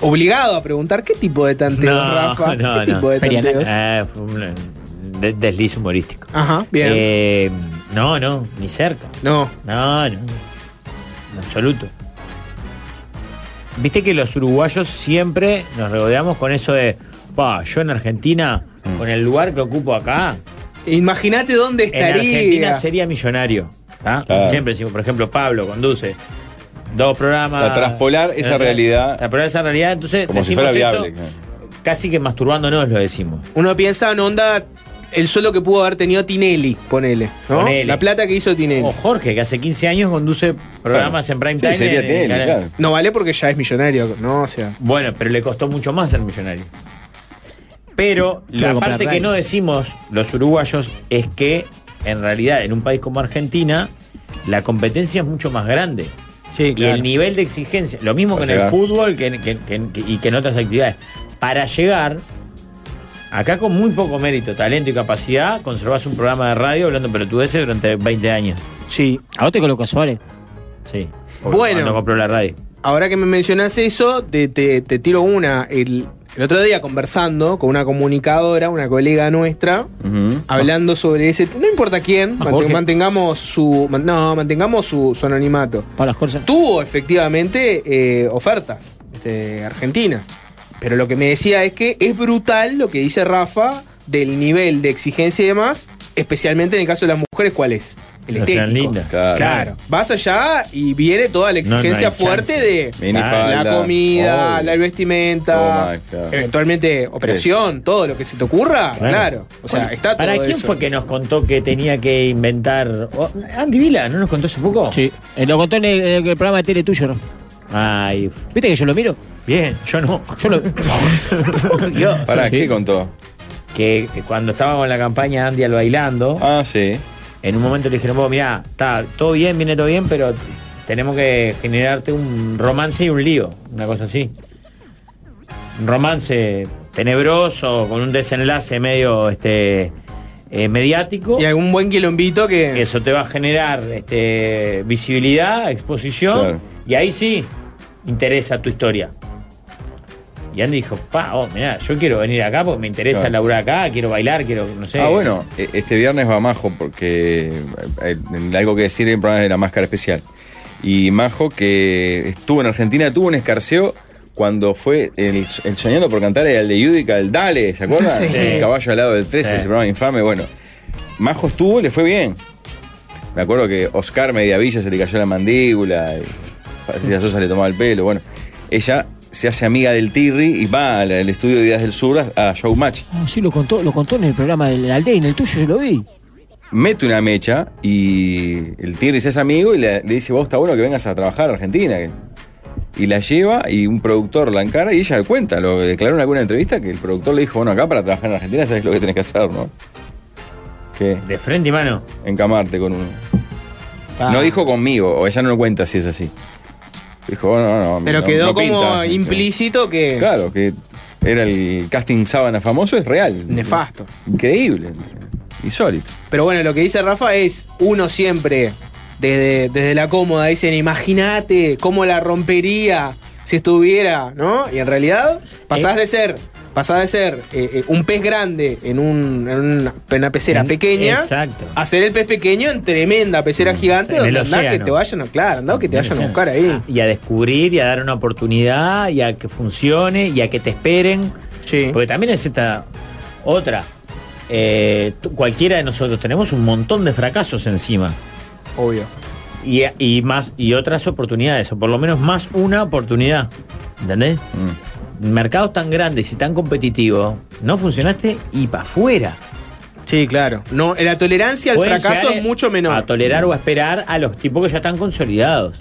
Speaker 7: obligado a preguntar qué tipo de tanteos,
Speaker 8: No, no,
Speaker 7: Rafa. ¿Qué
Speaker 8: no.
Speaker 7: tipo de
Speaker 10: Feriana.
Speaker 7: tanteos?
Speaker 8: Eh, fue un de- desliz humorístico.
Speaker 7: Ajá, bien.
Speaker 8: Eh, no, no, ni cerca.
Speaker 7: no.
Speaker 8: No, no, en absoluto. Viste que los uruguayos siempre nos regodeamos con eso de, pa, yo en Argentina, con el lugar que ocupo acá,
Speaker 7: Mm. Imagínate dónde
Speaker 8: en Argentina
Speaker 7: estaría.
Speaker 8: sería millonario. ¿tá?
Speaker 6: Claro.
Speaker 8: Siempre decimos, por ejemplo, Pablo conduce dos programas.
Speaker 6: Para traspolar esa
Speaker 8: Entonces,
Speaker 6: realidad.
Speaker 8: Traspolar esa realidad, entonces
Speaker 6: Como si
Speaker 8: decimos
Speaker 6: fuera
Speaker 8: eso,
Speaker 6: viable. claro.
Speaker 8: casi que masturbándonos lo decimos.
Speaker 7: Uno piensa en onda el sueldo que pudo haber tenido Tinelli, ponele. ¿no?
Speaker 8: Ponele.
Speaker 7: La plata que hizo Tinelli.
Speaker 8: O Jorge, que hace 15 años conduce programas
Speaker 6: Claro.
Speaker 8: en
Speaker 6: Sí,
Speaker 8: prime time.
Speaker 6: sería
Speaker 8: en-
Speaker 6: Tinelli,
Speaker 8: en-
Speaker 6: claro.
Speaker 7: No vale porque ya es millonario, ¿no? O sea.
Speaker 8: Bueno, pero le costó mucho más ser millonario. Pero la
Speaker 10: comprar
Speaker 8: parte que
Speaker 10: radio.
Speaker 8: no decimos los uruguayos es que en realidad en un país como Argentina la competencia es mucho más grande.
Speaker 7: Sí,
Speaker 8: Y el nivel de exigencia, lo mismo
Speaker 6: Para
Speaker 8: que en el
Speaker 6: llegar.
Speaker 8: fútbol que en- que- que- que- y que en otras actividades. Para llegar, acá con muy poco mérito, talento y capacidad, conservas un programa de radio hablando pelotudeces durante 20 años.
Speaker 7: Sí.
Speaker 10: A vos te colocó Suárez.
Speaker 8: Sí.
Speaker 7: Bueno.
Speaker 8: No compró la radio.
Speaker 7: Ahora que me mencionas eso, te, te- te tiro una. El, el otro día conversando con una comunicadora, una colega nuestra,
Speaker 6: Ujú.
Speaker 7: hablando sobre ese. No importa quién,
Speaker 10: Ah,
Speaker 7: manten-
Speaker 10: Jorge.
Speaker 7: mantengamos su. man- no, mantengamos su, su anonimato.
Speaker 10: Para las cosas.
Speaker 7: Tuvo efectivamente eh, ofertas este, argentinas. Pero lo que me decía es que es brutal lo que dice Rafa del nivel de exigencia y demás, especialmente en el caso de las mujeres, ¿cuál es? El
Speaker 8: No sean
Speaker 7: estético.
Speaker 8: lindas.
Speaker 6: Claro.
Speaker 7: Claro. Vas allá y viene toda la
Speaker 8: No, no hay
Speaker 7: exigencia fuerte
Speaker 8: chance.
Speaker 7: de
Speaker 6: Minifalda.
Speaker 7: la comida,
Speaker 6: Obvio.
Speaker 7: la vestimenta,
Speaker 6: Toma, claro.
Speaker 7: eventualmente operación, todo lo que se te ocurra, claro. O sea, está todo
Speaker 8: ¿Para quién
Speaker 7: eso.
Speaker 8: fue que nos contó que tenía que inventar? o- Andy Vila, ¿no nos contó hace poco?
Speaker 10: Sí. Eh, lo contó en el, en el programa de tele tuyo, Rafa.
Speaker 8: Ay,
Speaker 10: ¿Viste que yo lo miro?
Speaker 8: bien, yo no.
Speaker 10: Yo lo.
Speaker 8: Dios.
Speaker 6: ¿Para
Speaker 10: Sí.
Speaker 6: qué contó?
Speaker 8: Que cuando estábamos en la campaña Andy al bailando,
Speaker 6: Ah, sí.
Speaker 8: en un momento le dijeron, vos, mirá, está todo bien, viene todo bien, pero tenemos que generarte un romance y un lío, una cosa así. un romance tenebroso, con un desenlace medio este, eh, mediático. Y
Speaker 7: algún buen quilombito que.
Speaker 8: Eso te va a generar este, visibilidad, exposición.
Speaker 6: Claro.
Speaker 8: Y ahí sí interesa tu historia. Y Andy dijo, pa, oh, mirá, yo quiero venir acá porque me interesa
Speaker 6: Claro.
Speaker 8: laburar acá, quiero bailar, quiero, no sé.
Speaker 6: Ah, bueno, e- este viernes va Majo, porque eh, en algo que decir en programas de la máscara especial. Y Majo, que estuvo en Argentina, tuvo un escarceo cuando fue el, el soñando por cantar era el de Judica, el Dale, ¿se acuerdan?
Speaker 7: Sí.
Speaker 6: El caballo al lado del 13,
Speaker 8: Sí.
Speaker 6: ese programa infame. Bueno, Majo estuvo, le fue bien. Me acuerdo que Oscar Mediavilla se le cayó la mandíbula, y Patricia Sosa le tomaba el pelo. Bueno, ella se hace amiga del Tirri y va al al estudio de Días del Sur a, a Showmatch.
Speaker 10: Ah, sí, lo contó, lo contó en el programa del Aldea y en el tuyo yo lo vi.
Speaker 6: mete una mecha y el Tirri se es amigo y le, le dice, vos está bueno que vengas a trabajar a Argentina. Y la lleva y un productor la encara y ella cuenta, lo declaró en alguna entrevista que el productor le dijo, bueno, acá para trabajar en Argentina sabes lo que tenés que hacer, ¿no? Que
Speaker 8: De frente y mano.
Speaker 6: encamarte con uno.
Speaker 10: Ah.
Speaker 6: No dijo conmigo, o ella no lo cuenta si es así. Dijo, bueno, no, no. a mí
Speaker 7: Pero
Speaker 6: no-
Speaker 7: quedó
Speaker 6: no
Speaker 7: como
Speaker 6: pinta".
Speaker 7: implícito que.
Speaker 6: Claro, que era el casting sábana famoso, es real.
Speaker 7: Nefasto.
Speaker 6: Increíble. Insólito.
Speaker 7: Pero bueno, lo que dice Rafa es, uno siempre, desde, desde la cómoda, dicen, imagínate cómo la rompería si estuviera, ¿no? Y en realidad, pasás de ser, pasás de ser eh, eh, un pez grande en, un- en una, en una pecera
Speaker 8: Mm,
Speaker 7: pequeña,
Speaker 8: exacto.
Speaker 7: a ser el pez pequeño en tremenda pecera gigante,
Speaker 8: Mm, en el
Speaker 7: donde andá que
Speaker 8: océano.
Speaker 7: te vayan, a- claro, andá que te vayan a buscar ahí.
Speaker 8: Y a descubrir y a dar una oportunidad y a que funcione y a que te esperen.
Speaker 7: Sí.
Speaker 8: Porque también es esta otra. Eh, tú- cualquiera de nosotros tenemos un montón de fracasos encima.
Speaker 7: Obvio.
Speaker 8: Y, y más, y otras oportunidades, o por lo menos más una oportunidad. ¿Entendés?
Speaker 6: Mm.
Speaker 8: Mercados tan grandes y tan competitivos, no funcionaste y para afuera.
Speaker 7: Sí, claro. No, la tolerancia al
Speaker 8: Pueden
Speaker 7: fracaso
Speaker 8: llegar
Speaker 7: es mucho
Speaker 8: A
Speaker 7: menor.
Speaker 8: tolerar o a esperar a los tipos que ya están consolidados.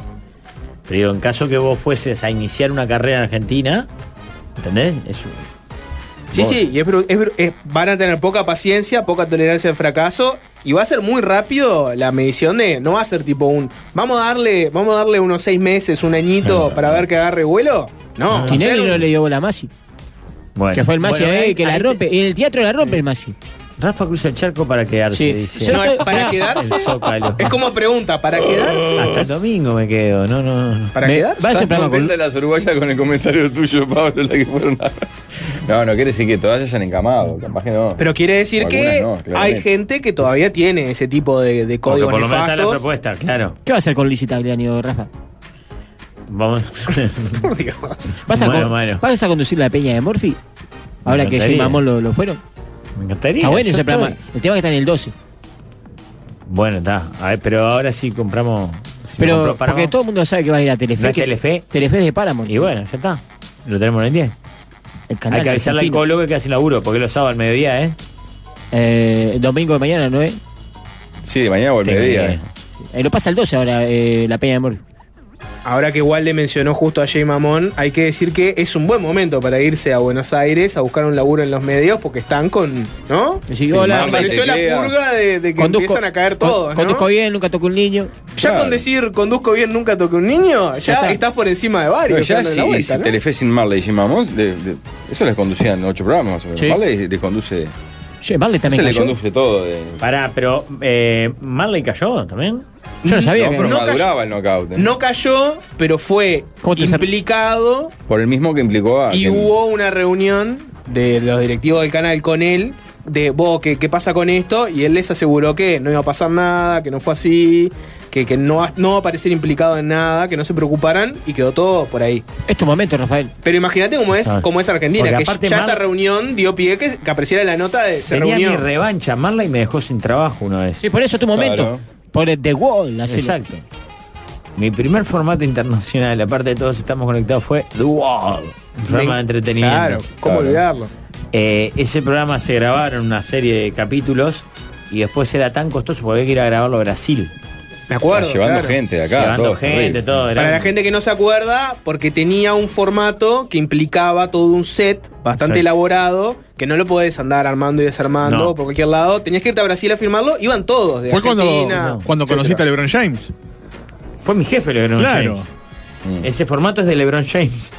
Speaker 8: Pero digo, en caso que vos fueses a iniciar una carrera en Argentina, ¿entendés? Es un-
Speaker 7: Sí, sí, y es bru- es bru- es- eh, van a tener poca paciencia, poca tolerancia al fracaso y va a ser muy rápido la medición de, no va a ser tipo un, vamos a darle, vamos a darle unos seis meses, un añito para ver que agarre vuelo. No, va a ser
Speaker 10: Tinelli no
Speaker 7: un-
Speaker 10: le dio bola a Masi.
Speaker 8: Bueno.
Speaker 10: Que fue el Masi
Speaker 8: Bueno,
Speaker 10: ahí,
Speaker 8: ahí-
Speaker 10: que la
Speaker 8: ahí te-
Speaker 10: rompe. En el teatro la rompe el Masi.
Speaker 8: Rafa cruza el charco para quedarse,
Speaker 10: Sí.
Speaker 8: dice.
Speaker 10: Yo
Speaker 7: No,
Speaker 10: estoy-
Speaker 7: para quedarse.
Speaker 8: El Zócalo.
Speaker 7: Es como pregunta, ¿para quedarse?
Speaker 8: Hasta el domingo me quedo, no, no. no.
Speaker 7: ¿Para
Speaker 10: Me-
Speaker 7: quedarse?
Speaker 10: Va a ser
Speaker 6: Están
Speaker 10: programa con
Speaker 6: contentas las uruguayas con el comentario tuyo, Pablo, la que fueron a- No, no quiere decir que todas se han encamado, capaz que no.
Speaker 7: Pero quiere decir
Speaker 6: Algunas
Speaker 7: que
Speaker 6: no,
Speaker 7: hay
Speaker 6: claramente.
Speaker 7: gente que todavía tiene ese tipo de, de
Speaker 8: Porque
Speaker 7: códigos
Speaker 8: por lo menos está la
Speaker 7: nefastos.
Speaker 8: propuesta, claro.
Speaker 10: ¿Qué va a hacer con Lizzie Tagliani, oh, Rafa?
Speaker 8: Vamos.
Speaker 7: Por Dios.
Speaker 10: ¿Vas a,
Speaker 8: Bueno,
Speaker 10: con-
Speaker 8: bueno.
Speaker 10: ¿Vas a conducir la peña de Morphy? Ahora
Speaker 8: Me
Speaker 10: que yo y
Speaker 8: encantaría.
Speaker 10: Mamón lo, lo fueron.
Speaker 8: Me encantaría.
Speaker 10: Está Ah, bueno
Speaker 8: yo
Speaker 10: ese programa.
Speaker 8: estoy.
Speaker 10: El tema es que está en el 12.
Speaker 8: Bueno, está. A ver, pero ahora sí compramos. si
Speaker 10: Pero
Speaker 8: compró Paramount-
Speaker 10: porque todo el mundo sabe que va a ir a Telefe.
Speaker 8: No es
Speaker 10: que-
Speaker 8: Telefe.
Speaker 10: Telefe es de Paramount.
Speaker 8: Y bueno, ya está. Lo tenemos en el 10.
Speaker 10: el canal
Speaker 8: Hay que avisarle al
Speaker 10: argentino.
Speaker 8: colo que hace laburo, porque los sábados al mediodía, ¿eh?
Speaker 10: Eh, domingo de mañana, ¿no es?
Speaker 6: Sí, mañana o el
Speaker 8: Tengo
Speaker 6: mediodía.
Speaker 8: idea.
Speaker 10: Eh, lo pasa el 12 ahora, eh, la peña de Morphy.
Speaker 7: Ahora que Walde mencionó justo a Jay Mamón, hay que decir que es un buen momento para irse a Buenos Aires a buscar un laburo en los medios porque están con, ¿no?
Speaker 10: Decís,
Speaker 6: Sí,
Speaker 10: hola,
Speaker 6: Marley,
Speaker 10: eh,
Speaker 7: Apareció la
Speaker 6: Idea.
Speaker 7: purga de, de que
Speaker 10: conduzco-
Speaker 7: empiezan a caer
Speaker 10: con-
Speaker 7: todos. ¿no?
Speaker 10: Conduzco bien, nunca toco un niño.
Speaker 7: Ya
Speaker 6: Claro.
Speaker 7: con decir conduzco bien, nunca toqué un niño, ya,
Speaker 10: está.
Speaker 7: estás por encima de
Speaker 6: No,
Speaker 7: varios.
Speaker 6: ya
Speaker 7: dando
Speaker 6: si,
Speaker 7: la vuelta,
Speaker 6: si
Speaker 7: ¿no?
Speaker 6: Telefe sin Marley y Jim Amos, de- de- eso les conducían ocho programas más o menos.
Speaker 10: Sí.
Speaker 6: Marley les conduce.
Speaker 10: Che, Marley
Speaker 6: Se
Speaker 10: también
Speaker 6: le
Speaker 10: cayó.
Speaker 6: conduce todo. de-
Speaker 8: Pará, pero eh, Marley cayó también.
Speaker 10: Yo no sabía
Speaker 6: no,
Speaker 10: que
Speaker 6: pero
Speaker 7: No
Speaker 6: maduraba el knockout. ¿eh?
Speaker 7: No cayó, pero fue
Speaker 10: ¿Cómo te sap-
Speaker 7: implicado
Speaker 6: Por el mismo que implicó a.
Speaker 7: y
Speaker 6: que-
Speaker 7: hubo una reunión de los directivos del canal con él de vos, ¿qué, qué pasa con esto? Y él les aseguró que no iba a pasar nada, que no fue así, que, que no, va- no va a aparecer implicado en nada, que no se preocuparan y quedó todo por ahí.
Speaker 10: Es tu momento, Rafael.
Speaker 7: Pero imagínate cómo es,
Speaker 8: Exacto.
Speaker 7: cómo es Argentina,
Speaker 8: Porque
Speaker 7: que
Speaker 8: aparte
Speaker 7: ya
Speaker 8: Mar-
Speaker 7: esa reunión dio pie que, que apareciera la nota de se
Speaker 8: Sería mi
Speaker 7: reunión.
Speaker 8: revancha. Marley me dejó sin trabajo una vez.
Speaker 10: Sí, por eso es tu momento.
Speaker 6: Claro.
Speaker 10: Por el The Wall, hacelo.
Speaker 8: Exacto. Mi primer formato internacional, aparte de todos estamos conectados, fue The Wall, un programa de entretenimiento.
Speaker 7: Claro, ¿cómo
Speaker 6: Claro.
Speaker 7: olvidarlo?
Speaker 8: Eh, ese programa se grabaron una serie de capítulos y después era tan costoso porque había que ir a grabarlo a Brasil.
Speaker 7: Me acuerdo.
Speaker 6: llevando
Speaker 7: claro.
Speaker 6: gente de acá.
Speaker 8: llevando
Speaker 6: todo,
Speaker 8: gente,
Speaker 6: terrible.
Speaker 8: todo. era
Speaker 7: Para la
Speaker 8: un-
Speaker 7: gente que no se acuerda, porque tenía un formato que implicaba todo un set bastante
Speaker 8: Exacto.
Speaker 7: elaborado, que no lo podés andar armando y desarmando
Speaker 8: No.
Speaker 7: por cualquier lado. Tenías que irte a Brasil a filmarlo, iban todos. De
Speaker 9: Fue cuando,
Speaker 7: Argentina,
Speaker 9: cuando
Speaker 7: etcétera.
Speaker 9: conociste a LeBron James.
Speaker 8: Fue mi jefe LeBron
Speaker 9: Claro.
Speaker 7: Mm.
Speaker 8: James. Ese formato es de LeBron James.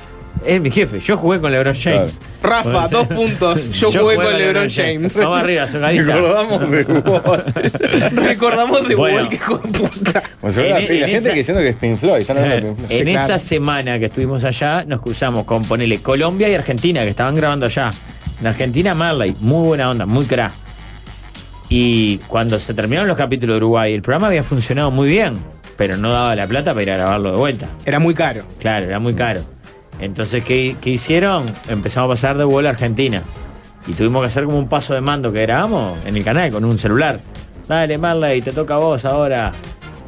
Speaker 8: Es mi jefe. Yo jugué con LeBron James.
Speaker 7: Rafa,
Speaker 8: O sea,
Speaker 7: dos puntos. Yo jugué con LeBron James.
Speaker 8: Vamos arriba, Socarita.
Speaker 6: Recordamos de Wall.
Speaker 7: Recordamos de
Speaker 8: Bueno.
Speaker 7: Wall, que hijo de puta.
Speaker 6: Como se ve
Speaker 8: En-
Speaker 6: Pues,
Speaker 8: e-,
Speaker 6: la,
Speaker 8: en
Speaker 6: la gente
Speaker 8: esa-
Speaker 6: que diciendo que es Pink Floyd. Están hablando de
Speaker 8: Eh,
Speaker 6: Pink Floyd.
Speaker 8: en
Speaker 7: Sí, claro.
Speaker 8: esa semana que estuvimos allá, nos cruzamos con ponele Colombia y Argentina, que estaban grabando allá. En Argentina, Marley, muy buena onda, muy cra. Y cuando se terminaron los capítulos de Uruguay, el programa había funcionado muy bien, pero no daba la plata para ir a grabarlo de vuelta.
Speaker 7: Era muy caro.
Speaker 8: Claro, era muy caro. Entonces, ¿qué, qué hicieron? Empezamos a pasar de vuelo a Argentina. Y tuvimos que hacer como un paso de mando que grabamos en el canal con un celular. Dale, Marley, te toca a vos ahora.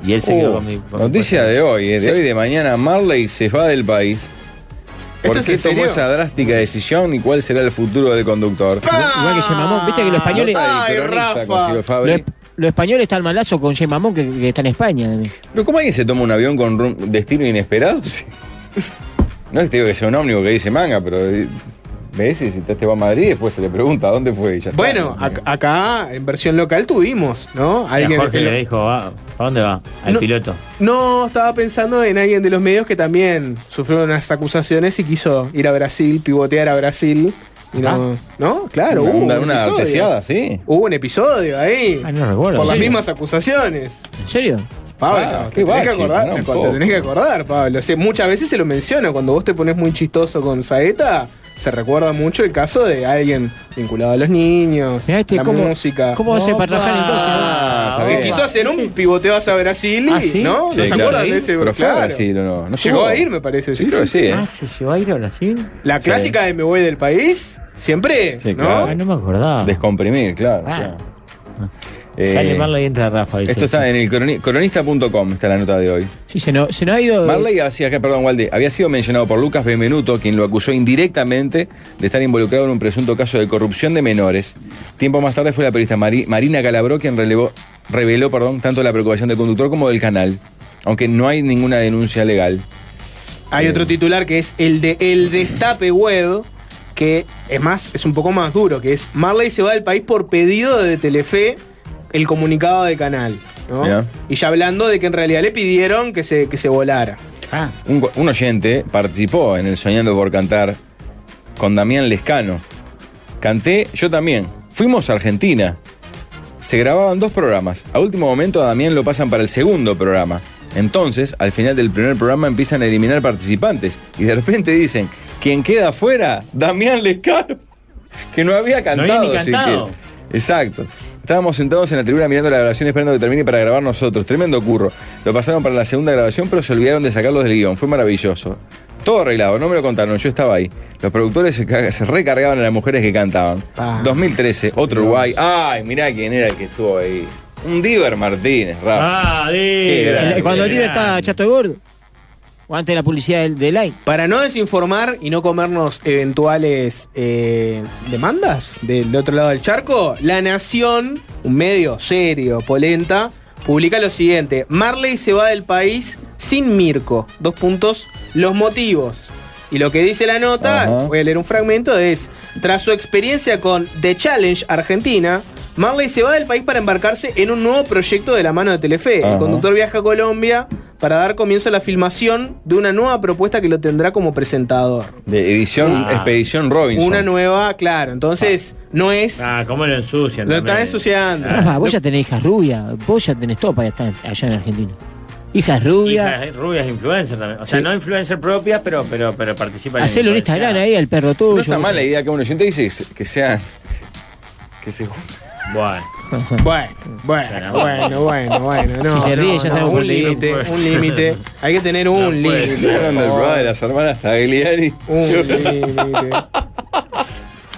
Speaker 8: Y él se quedó
Speaker 6: Uh,
Speaker 8: con mi. con mi
Speaker 6: noticia
Speaker 8: cuestión.
Speaker 6: de hoy, eh, de
Speaker 7: Sí.
Speaker 6: hoy de mañana, Marley se va del país. ¿Por
Speaker 7: ¿Esto es
Speaker 6: qué
Speaker 7: en
Speaker 6: tomó
Speaker 7: serio?
Speaker 6: esa drástica decisión y cuál será el futuro del conductor?
Speaker 7: Ah.
Speaker 10: Igual que Yemamón, viste que los españoles.
Speaker 6: Nota
Speaker 7: Ay,
Speaker 6: del cronista
Speaker 7: Rafa.
Speaker 6: con Ciro Fabri.
Speaker 10: Los, los españoles están malazo con Yemamón que, que está en España. eh. también.
Speaker 6: Pero ¿cómo alguien se toma un avión con rum- destino inesperado? Sí. No es que te digo que sea un ómnibus que dice manga, pero eh, ves y si te te va a Madrid, después se le pregunta ¿a dónde fue y ya está.
Speaker 7: Bueno, ac- acá en versión local tuvimos, ¿no?
Speaker 8: Y a Jorge le dijo, va, ¿para dónde va? Al
Speaker 7: No.
Speaker 8: piloto.
Speaker 7: No, estaba pensando en alguien de los medios que también sufrió unas acusaciones y quiso ir a Brasil, pivotear a Brasil. y no, ¿no? Claro, hubo
Speaker 6: una,
Speaker 7: un
Speaker 6: una
Speaker 7: episodio.
Speaker 6: artesiada, ¿sí?
Speaker 7: Hubo un episodio ahí.
Speaker 8: Ah, no recuerdo.
Speaker 7: por las
Speaker 8: Sí.
Speaker 7: mismas acusaciones.
Speaker 10: ¿En serio?
Speaker 7: Pablo,
Speaker 6: Ah,
Speaker 7: te,
Speaker 6: qué
Speaker 7: tenés
Speaker 6: bache,
Speaker 7: que acordar,
Speaker 6: ¿no? Un
Speaker 7: te
Speaker 6: poco.
Speaker 7: tenés que acordar, Pablo. O sea, muchas veces se lo menciono. Cuando vos te pones muy chistoso con Saeta, se recuerda mucho el caso de alguien vinculado a los niños,
Speaker 10: Mirá este,
Speaker 7: la
Speaker 10: ¿cómo-
Speaker 7: música.
Speaker 10: ¿Cómo hace para trabajar entonces?
Speaker 8: Ah,
Speaker 6: Ah,
Speaker 7: que
Speaker 6: Opa.
Speaker 7: quiso hacer un pivoteo hacia Brasil y,
Speaker 8: Ah, ¿sí?
Speaker 7: ¿no?
Speaker 8: Sí,
Speaker 7: ¿No se
Speaker 8: claro.
Speaker 7: acuerdan de ese
Speaker 6: Pero fue a
Speaker 7: claro.
Speaker 6: Brasil, ¿o no? ¿No
Speaker 7: Llegó a ir, me parece.
Speaker 6: Sí,
Speaker 7: sí,
Speaker 6: creo que
Speaker 7: sí.
Speaker 6: sí, ¿eh?
Speaker 8: Ah, ¿se llevó a ir a Brasil?
Speaker 7: La
Speaker 6: Sí.
Speaker 7: clásica de me voy del país, siempre,
Speaker 6: Sí,
Speaker 7: ¿no?
Speaker 6: claro.
Speaker 8: Ah, no me acordaba.
Speaker 6: Descomprimir, claro.
Speaker 10: Ah.
Speaker 6: claro. Eh,
Speaker 8: Sale Marley y entra Rafa. dice
Speaker 6: Esto está
Speaker 8: eso.
Speaker 6: en el croni- cronista.com, está la nota de hoy.
Speaker 10: Sí, se nos, se nos ha ido. eh,
Speaker 6: Marley hacía acá, perdón, Walde, había sido mencionado por Lucas Benvenuto, quien lo acusó indirectamente de estar involucrado en un presunto caso de corrupción de menores. Tiempo más tarde fue la periodista Mari- Marina Calabró quien relevó- reveló perdón, tanto la preocupación del conductor como del canal, aunque no hay ninguna denuncia legal.
Speaker 7: Hay otro titular que es el de El Destape Web, que es más, es un poco más duro, que es Marley se va del país por pedido de Telefe el comunicado del canal. ¿no?
Speaker 6: Mirá.
Speaker 7: Y ya hablando de que en realidad le pidieron que se, que se volara.
Speaker 8: Ah,
Speaker 6: Un, un oyente participó en el Soñando por Cantar con Damián Lescano. Canté yo también. Fuimos a Argentina. Se grababan dos programas. A último momento a Damián lo pasan para el segundo programa. Entonces, al final del primer programa empiezan a eliminar participantes. Y de repente dicen, quien queda afuera, Damián Lescano. Que no había
Speaker 8: había
Speaker 6: cantado.
Speaker 8: ni
Speaker 6: sin
Speaker 8: cantado.
Speaker 6: que- Exacto. Estábamos sentados en la tribuna mirando la grabación esperando que termine para grabar nosotros. Tremendo curro. Lo pasaron para la segunda grabación, pero se olvidaron de sacarlos del guión. Fue maravilloso. Todo arreglado, no me lo contaron, yo estaba ahí. Los productores se, ca- se recargaban a las mujeres que cantaban.
Speaker 7: Ah.
Speaker 6: 2013, otro Uruguay. Ay, mirá quién era el que estuvo ahí. Un Diver Martínez, Rafa.
Speaker 8: ah
Speaker 6: Qué grande.
Speaker 8: Diver.
Speaker 10: El- eh, Cuando
Speaker 8: Qué
Speaker 10: Oliver está
Speaker 8: grande.
Speaker 10: chato de gordo. O antes de la publicidad del, del Line.
Speaker 7: Para no desinformar y no comernos eventuales eh, demandas del otro lado del charco, La Nación, un medio serio, polenta, publica lo siguiente. Marley se va del país sin Mirko. Dos puntos, los motivos. Y lo que dice la nota,
Speaker 6: Ajá.
Speaker 7: voy a leer un fragmento, es, tras su experiencia con The Challenge Argentina, Marley se va del país para embarcarse en un nuevo proyecto de la mano de Telefe.
Speaker 6: Ajá.
Speaker 7: El conductor Víctor viaja a Colombia para dar comienzo a la filmación de una nueva propuesta que lo tendrá como presentador.
Speaker 6: De edición
Speaker 8: Ah.
Speaker 6: Expedición Robinson.
Speaker 7: Una nueva, claro. Entonces, no es.
Speaker 8: Ah, cómo lo ensucian.
Speaker 7: lo
Speaker 8: también.
Speaker 7: están ensuciando.
Speaker 10: Rafa, vos ya tenés hijas rubias. Vos ya tenés todo para estar allá en Argentina. Hijas rubias.
Speaker 8: Hijas rubias influencer también. O sea,
Speaker 10: Sí.
Speaker 8: no influencer propia, pero, pero, pero participan
Speaker 10: Hacelo en Instagram ahí al perro tuyo.
Speaker 6: No está
Speaker 10: vos
Speaker 6: mal eh. la
Speaker 10: sabés.
Speaker 6: idea que un oyente dice que se- que sean. Que se
Speaker 8: Bueno.
Speaker 7: Bueno, bueno, bueno, bueno, bueno. no,
Speaker 10: Si se ríe, ya
Speaker 7: no,
Speaker 10: sabemos
Speaker 7: no,
Speaker 10: por
Speaker 7: Un
Speaker 10: qué.
Speaker 7: límite,
Speaker 8: No puede
Speaker 7: un
Speaker 8: ser.
Speaker 7: límite. Hay que tener
Speaker 8: No
Speaker 7: un
Speaker 8: puede
Speaker 7: límite.
Speaker 6: Se
Speaker 7: por
Speaker 6: hablan del programa de
Speaker 7: favor.
Speaker 6: las hermanas Tagliari.
Speaker 7: Un límite.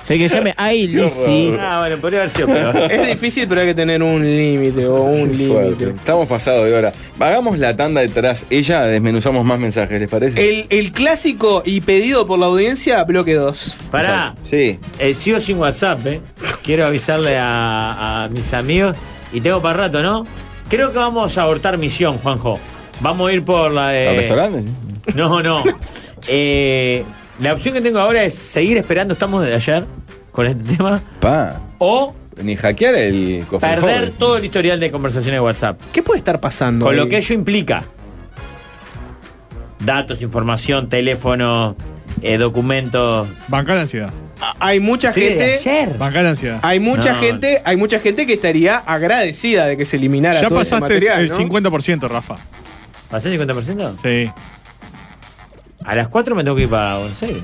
Speaker 10: Se que se llame Ay Lizzy.
Speaker 8: Ah, bueno, podría haber sido peor.
Speaker 7: Es difícil, pero hay que tener un límite o un
Speaker 6: Fuerte.
Speaker 7: límite.
Speaker 6: Estamos pasados de hora. Hagamos la tanda detrás. Ella desmenuzamos más mensajes, ¿les parece?
Speaker 7: El, el clásico y pedido por la audiencia, bloque 2.
Speaker 8: Pará.
Speaker 6: Sí.
Speaker 8: El sigo sin WhatsApp, ¿eh? Quiero avisarle a, a mis amigos. Y tengo para rato, ¿no? Creo que vamos a abortar misión, Juanjo. Vamos a ir por la de.
Speaker 6: ¿Los restaurantes?
Speaker 8: No, no. Eh, la opción que tengo ahora es seguir esperando, estamos desde ayer con este tema.
Speaker 6: Pa.
Speaker 8: O
Speaker 6: Ni hackear el cofre.
Speaker 8: perder
Speaker 6: joven.
Speaker 8: todo el historial de conversaciones de WhatsApp.
Speaker 7: ¿Qué puede estar pasando?
Speaker 8: Con lo
Speaker 7: ahí?
Speaker 8: que ello implica. Datos, información, teléfono, eh, documentos.
Speaker 9: Bancar la ansiedad.
Speaker 7: Hay mucha
Speaker 8: Estoy desde
Speaker 7: gente.
Speaker 8: ayer.
Speaker 9: Bancar la ansiedad.
Speaker 7: Hay mucha
Speaker 8: No.
Speaker 7: gente, hay mucha gente que estaría agradecida de que se eliminara
Speaker 9: Ya
Speaker 7: todo ese
Speaker 9: pasaste
Speaker 7: material,
Speaker 9: el
Speaker 7: ¿no?
Speaker 9: 50%, Rafa.
Speaker 8: ¿Pasé 50%?
Speaker 9: Sí.
Speaker 8: A las 4 me tengo que ir para Buenos Aires.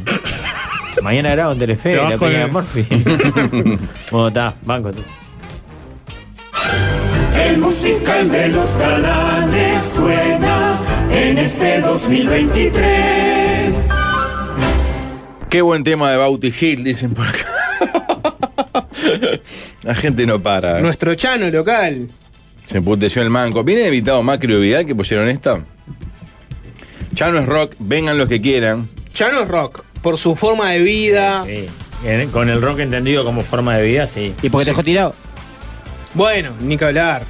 Speaker 8: Mañana grabo en Telefe,
Speaker 9: Te
Speaker 8: la
Speaker 9: bajo
Speaker 8: peña de
Speaker 9: el-
Speaker 8: Morphy. bueno, está, banco entonces.
Speaker 3: El musical de los galanes suena en este 2023.
Speaker 6: Qué buen tema de Bauti Hill, dicen por acá. La gente no para. ¿eh?
Speaker 7: Nuestro chano local.
Speaker 6: Se emputeció el manco. ¿Viene invitado Macri o Vidal que pusieron esta? Chano es rock, vengan los que quieran.
Speaker 7: Chano es rock. Por su forma de vida.
Speaker 8: Sí. En- Con el rock entendido como forma de vida, sí.
Speaker 10: ¿Y porque te dejó tirado?
Speaker 7: Bueno, ni que hablar.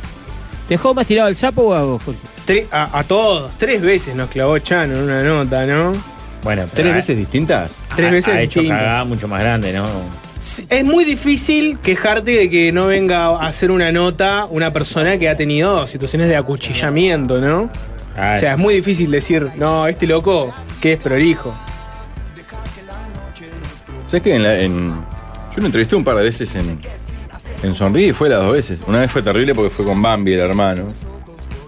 Speaker 10: ¿Te dejó más tirado al sapo o a vos, Jorge?
Speaker 7: Tre- a, a todos. Tres veces nos clavó Chano en una nota, ¿no?
Speaker 8: Bueno, pero
Speaker 6: ¿Tres
Speaker 8: ha-
Speaker 6: veces distintas?
Speaker 7: Tres
Speaker 8: ha-
Speaker 7: veces
Speaker 8: Ha hecho
Speaker 7: distintas.
Speaker 8: cagada mucho más grande, ¿no?
Speaker 7: Sí, Es muy difícil quejarte de que no venga a hacer una nota una persona que ha tenido situaciones de acuchillamiento, ¿no?
Speaker 8: Ah,
Speaker 7: O sea, es muy difícil decir, no, este loco, que es prolijo.
Speaker 6: ¿Sabes qué? En la- en- Yo lo entrevisté un par de veces en, en Sonríe y fue las dos veces. Una vez fue terrible porque fue con Bambi, el hermano.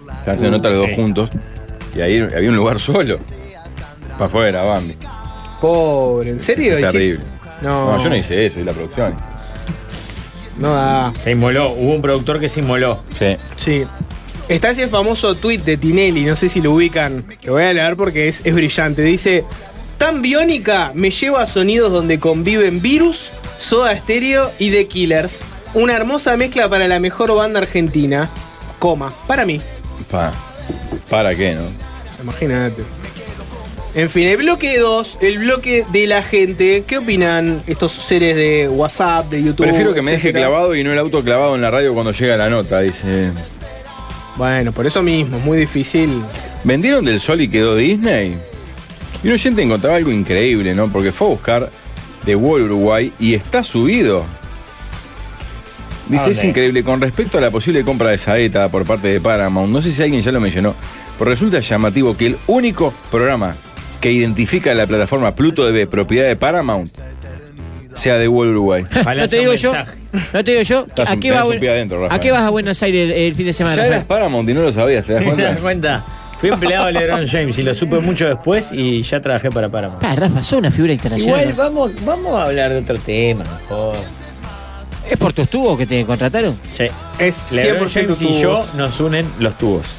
Speaker 6: Estaban haciendo nota los dos
Speaker 8: sí.
Speaker 6: juntos. Y ahí había un lugar solo. Para afuera, Bambi.
Speaker 7: Pobre, ¿en serio?
Speaker 6: Es
Speaker 7: Hici-
Speaker 6: terrible.
Speaker 7: No,
Speaker 6: No, yo no hice eso, y la producción.
Speaker 7: No da.
Speaker 8: se inmoló, hubo un productor que se inmoló.
Speaker 6: Sí.
Speaker 7: Sí. Está ese famoso tweet de Tinelli, no sé si lo ubican. Lo voy a leer porque es, es brillante. Dice: Tan biónica me lleva a sonidos donde conviven virus, soda estéreo y The Killers. Una hermosa mezcla para la mejor banda argentina. Coma, para mí.
Speaker 6: Pa. ¿Para qué, no?
Speaker 7: Imagínate. En fin, el bloque 2, el bloque de la gente. ¿Qué opinan estos seres de WhatsApp, de YouTube?
Speaker 6: Prefiero que me deje
Speaker 7: etcétera?
Speaker 6: clavado y no el auto clavado en la radio cuando llega la nota, dice.
Speaker 7: Bueno, por eso mismo, es muy difícil.
Speaker 6: ¿Vendieron del sol y quedó Disney? Y un oyente encontraba algo increíble, ¿no? Porque fue a buscar The Wall Uruguay y está subido.
Speaker 8: ¿A
Speaker 6: Dice,
Speaker 8: dónde?
Speaker 6: es increíble, con respecto a la posible compra de Saeta por parte de Paramount, no sé si alguien ya lo mencionó, pero resulta llamativo que el único programa que identifica la plataforma Pluto TV, propiedad de Paramount, sea The Wall Uruguay.
Speaker 10: No te digo yo. No te digo yo.
Speaker 6: Estás
Speaker 10: ¿A
Speaker 6: un-
Speaker 10: qué, va
Speaker 6: tenés un
Speaker 10: Buen-
Speaker 6: pie adentro, Rafael.
Speaker 10: ¿A qué vas a Buenos Aires el, el fin de semana?
Speaker 6: ya eras
Speaker 10: Rafael?
Speaker 6: Paramount y no lo sabías, ¿te das
Speaker 8: ¿Te das
Speaker 6: cuenta?
Speaker 8: cuenta? Fui empleado de LeBron James y lo supe mucho después y ya trabajé para Paramount.
Speaker 10: Pa, Rafa, sos una figura internacional.
Speaker 8: Igual vamos, vamos a hablar de otro tema mejor.
Speaker 10: ¿Es por tus tubos que te contrataron?
Speaker 8: Sí.
Speaker 7: Es
Speaker 8: LeBron
Speaker 7: 100%
Speaker 8: James
Speaker 7: tubos.
Speaker 8: y yo nos unen los tubos.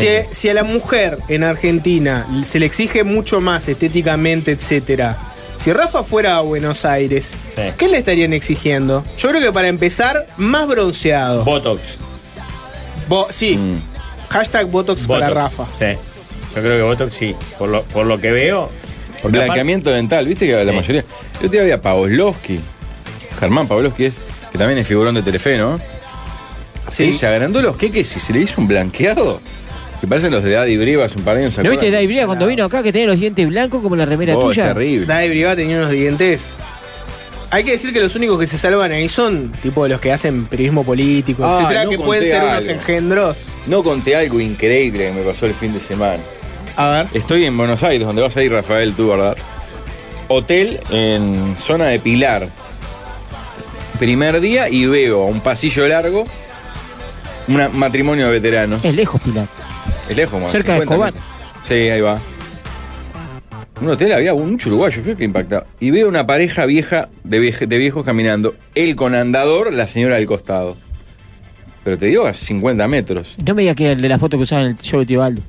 Speaker 8: Eh,
Speaker 7: Si, si a la mujer en Argentina se le exige mucho más estéticamente, etcétera. Si Rafa fuera a Buenos Aires,
Speaker 8: Sí.
Speaker 7: ¿qué le estarían exigiendo? Yo creo que para empezar, más bronceado.
Speaker 8: Botox. Mm.
Speaker 7: Bo- sí. Hashtag Botox, para
Speaker 8: Botox.
Speaker 7: Rafa.
Speaker 8: Sí. Yo creo que Botox sí. Por lo, por lo que veo. Porque
Speaker 6: Blanqueamiento dental, viste que la
Speaker 8: Sí.
Speaker 6: mayoría. Yo te había Pavlovsky, Germán Pavlovsky es, que también es figurón de Telefe, ¿no? Sí. Se agrandó los queques y se le hizo un blanqueado. Que parecen los de Daddy Briva hace un par de años. ¿se
Speaker 10: ¿No viste
Speaker 6: acuerdan?
Speaker 10: Dai Briga cuando vino acá que tenía los dientes blancos como la remera
Speaker 6: Oh, es
Speaker 10: tuya?
Speaker 6: terrible.
Speaker 7: Dai Brigada tenía unos dientes. Hay que decir que los únicos que se salvan ahí son tipo los que hacen periodismo político,
Speaker 6: Ah,
Speaker 7: etcétera,
Speaker 6: no
Speaker 7: que pueden
Speaker 6: conté
Speaker 7: ser unos
Speaker 6: algo.
Speaker 7: engendros.
Speaker 6: No conté algo increíble que me pasó el fin de semana.
Speaker 7: A ver.
Speaker 6: Estoy en Buenos Aires, donde vas a ir, Rafael, tú, ¿verdad? Hotel en zona de Pilar. Primer día y veo a un pasillo largo una- un matrimonio de veteranos.
Speaker 10: Es lejos, Pilar.
Speaker 6: Es lejos, más.
Speaker 10: Cerca de
Speaker 6: 50
Speaker 10: Escobar.
Speaker 6: metros. Sí, ahí va. En un hotel había mucho uruguayo, yo que impactado. Y veo una pareja vieja de, vieje- de viejos caminando. Él con andador, la señora al costado. Pero te digo, a 50 metros.
Speaker 10: No me digas que era el de la foto que usaban en el show de Tío Aldo.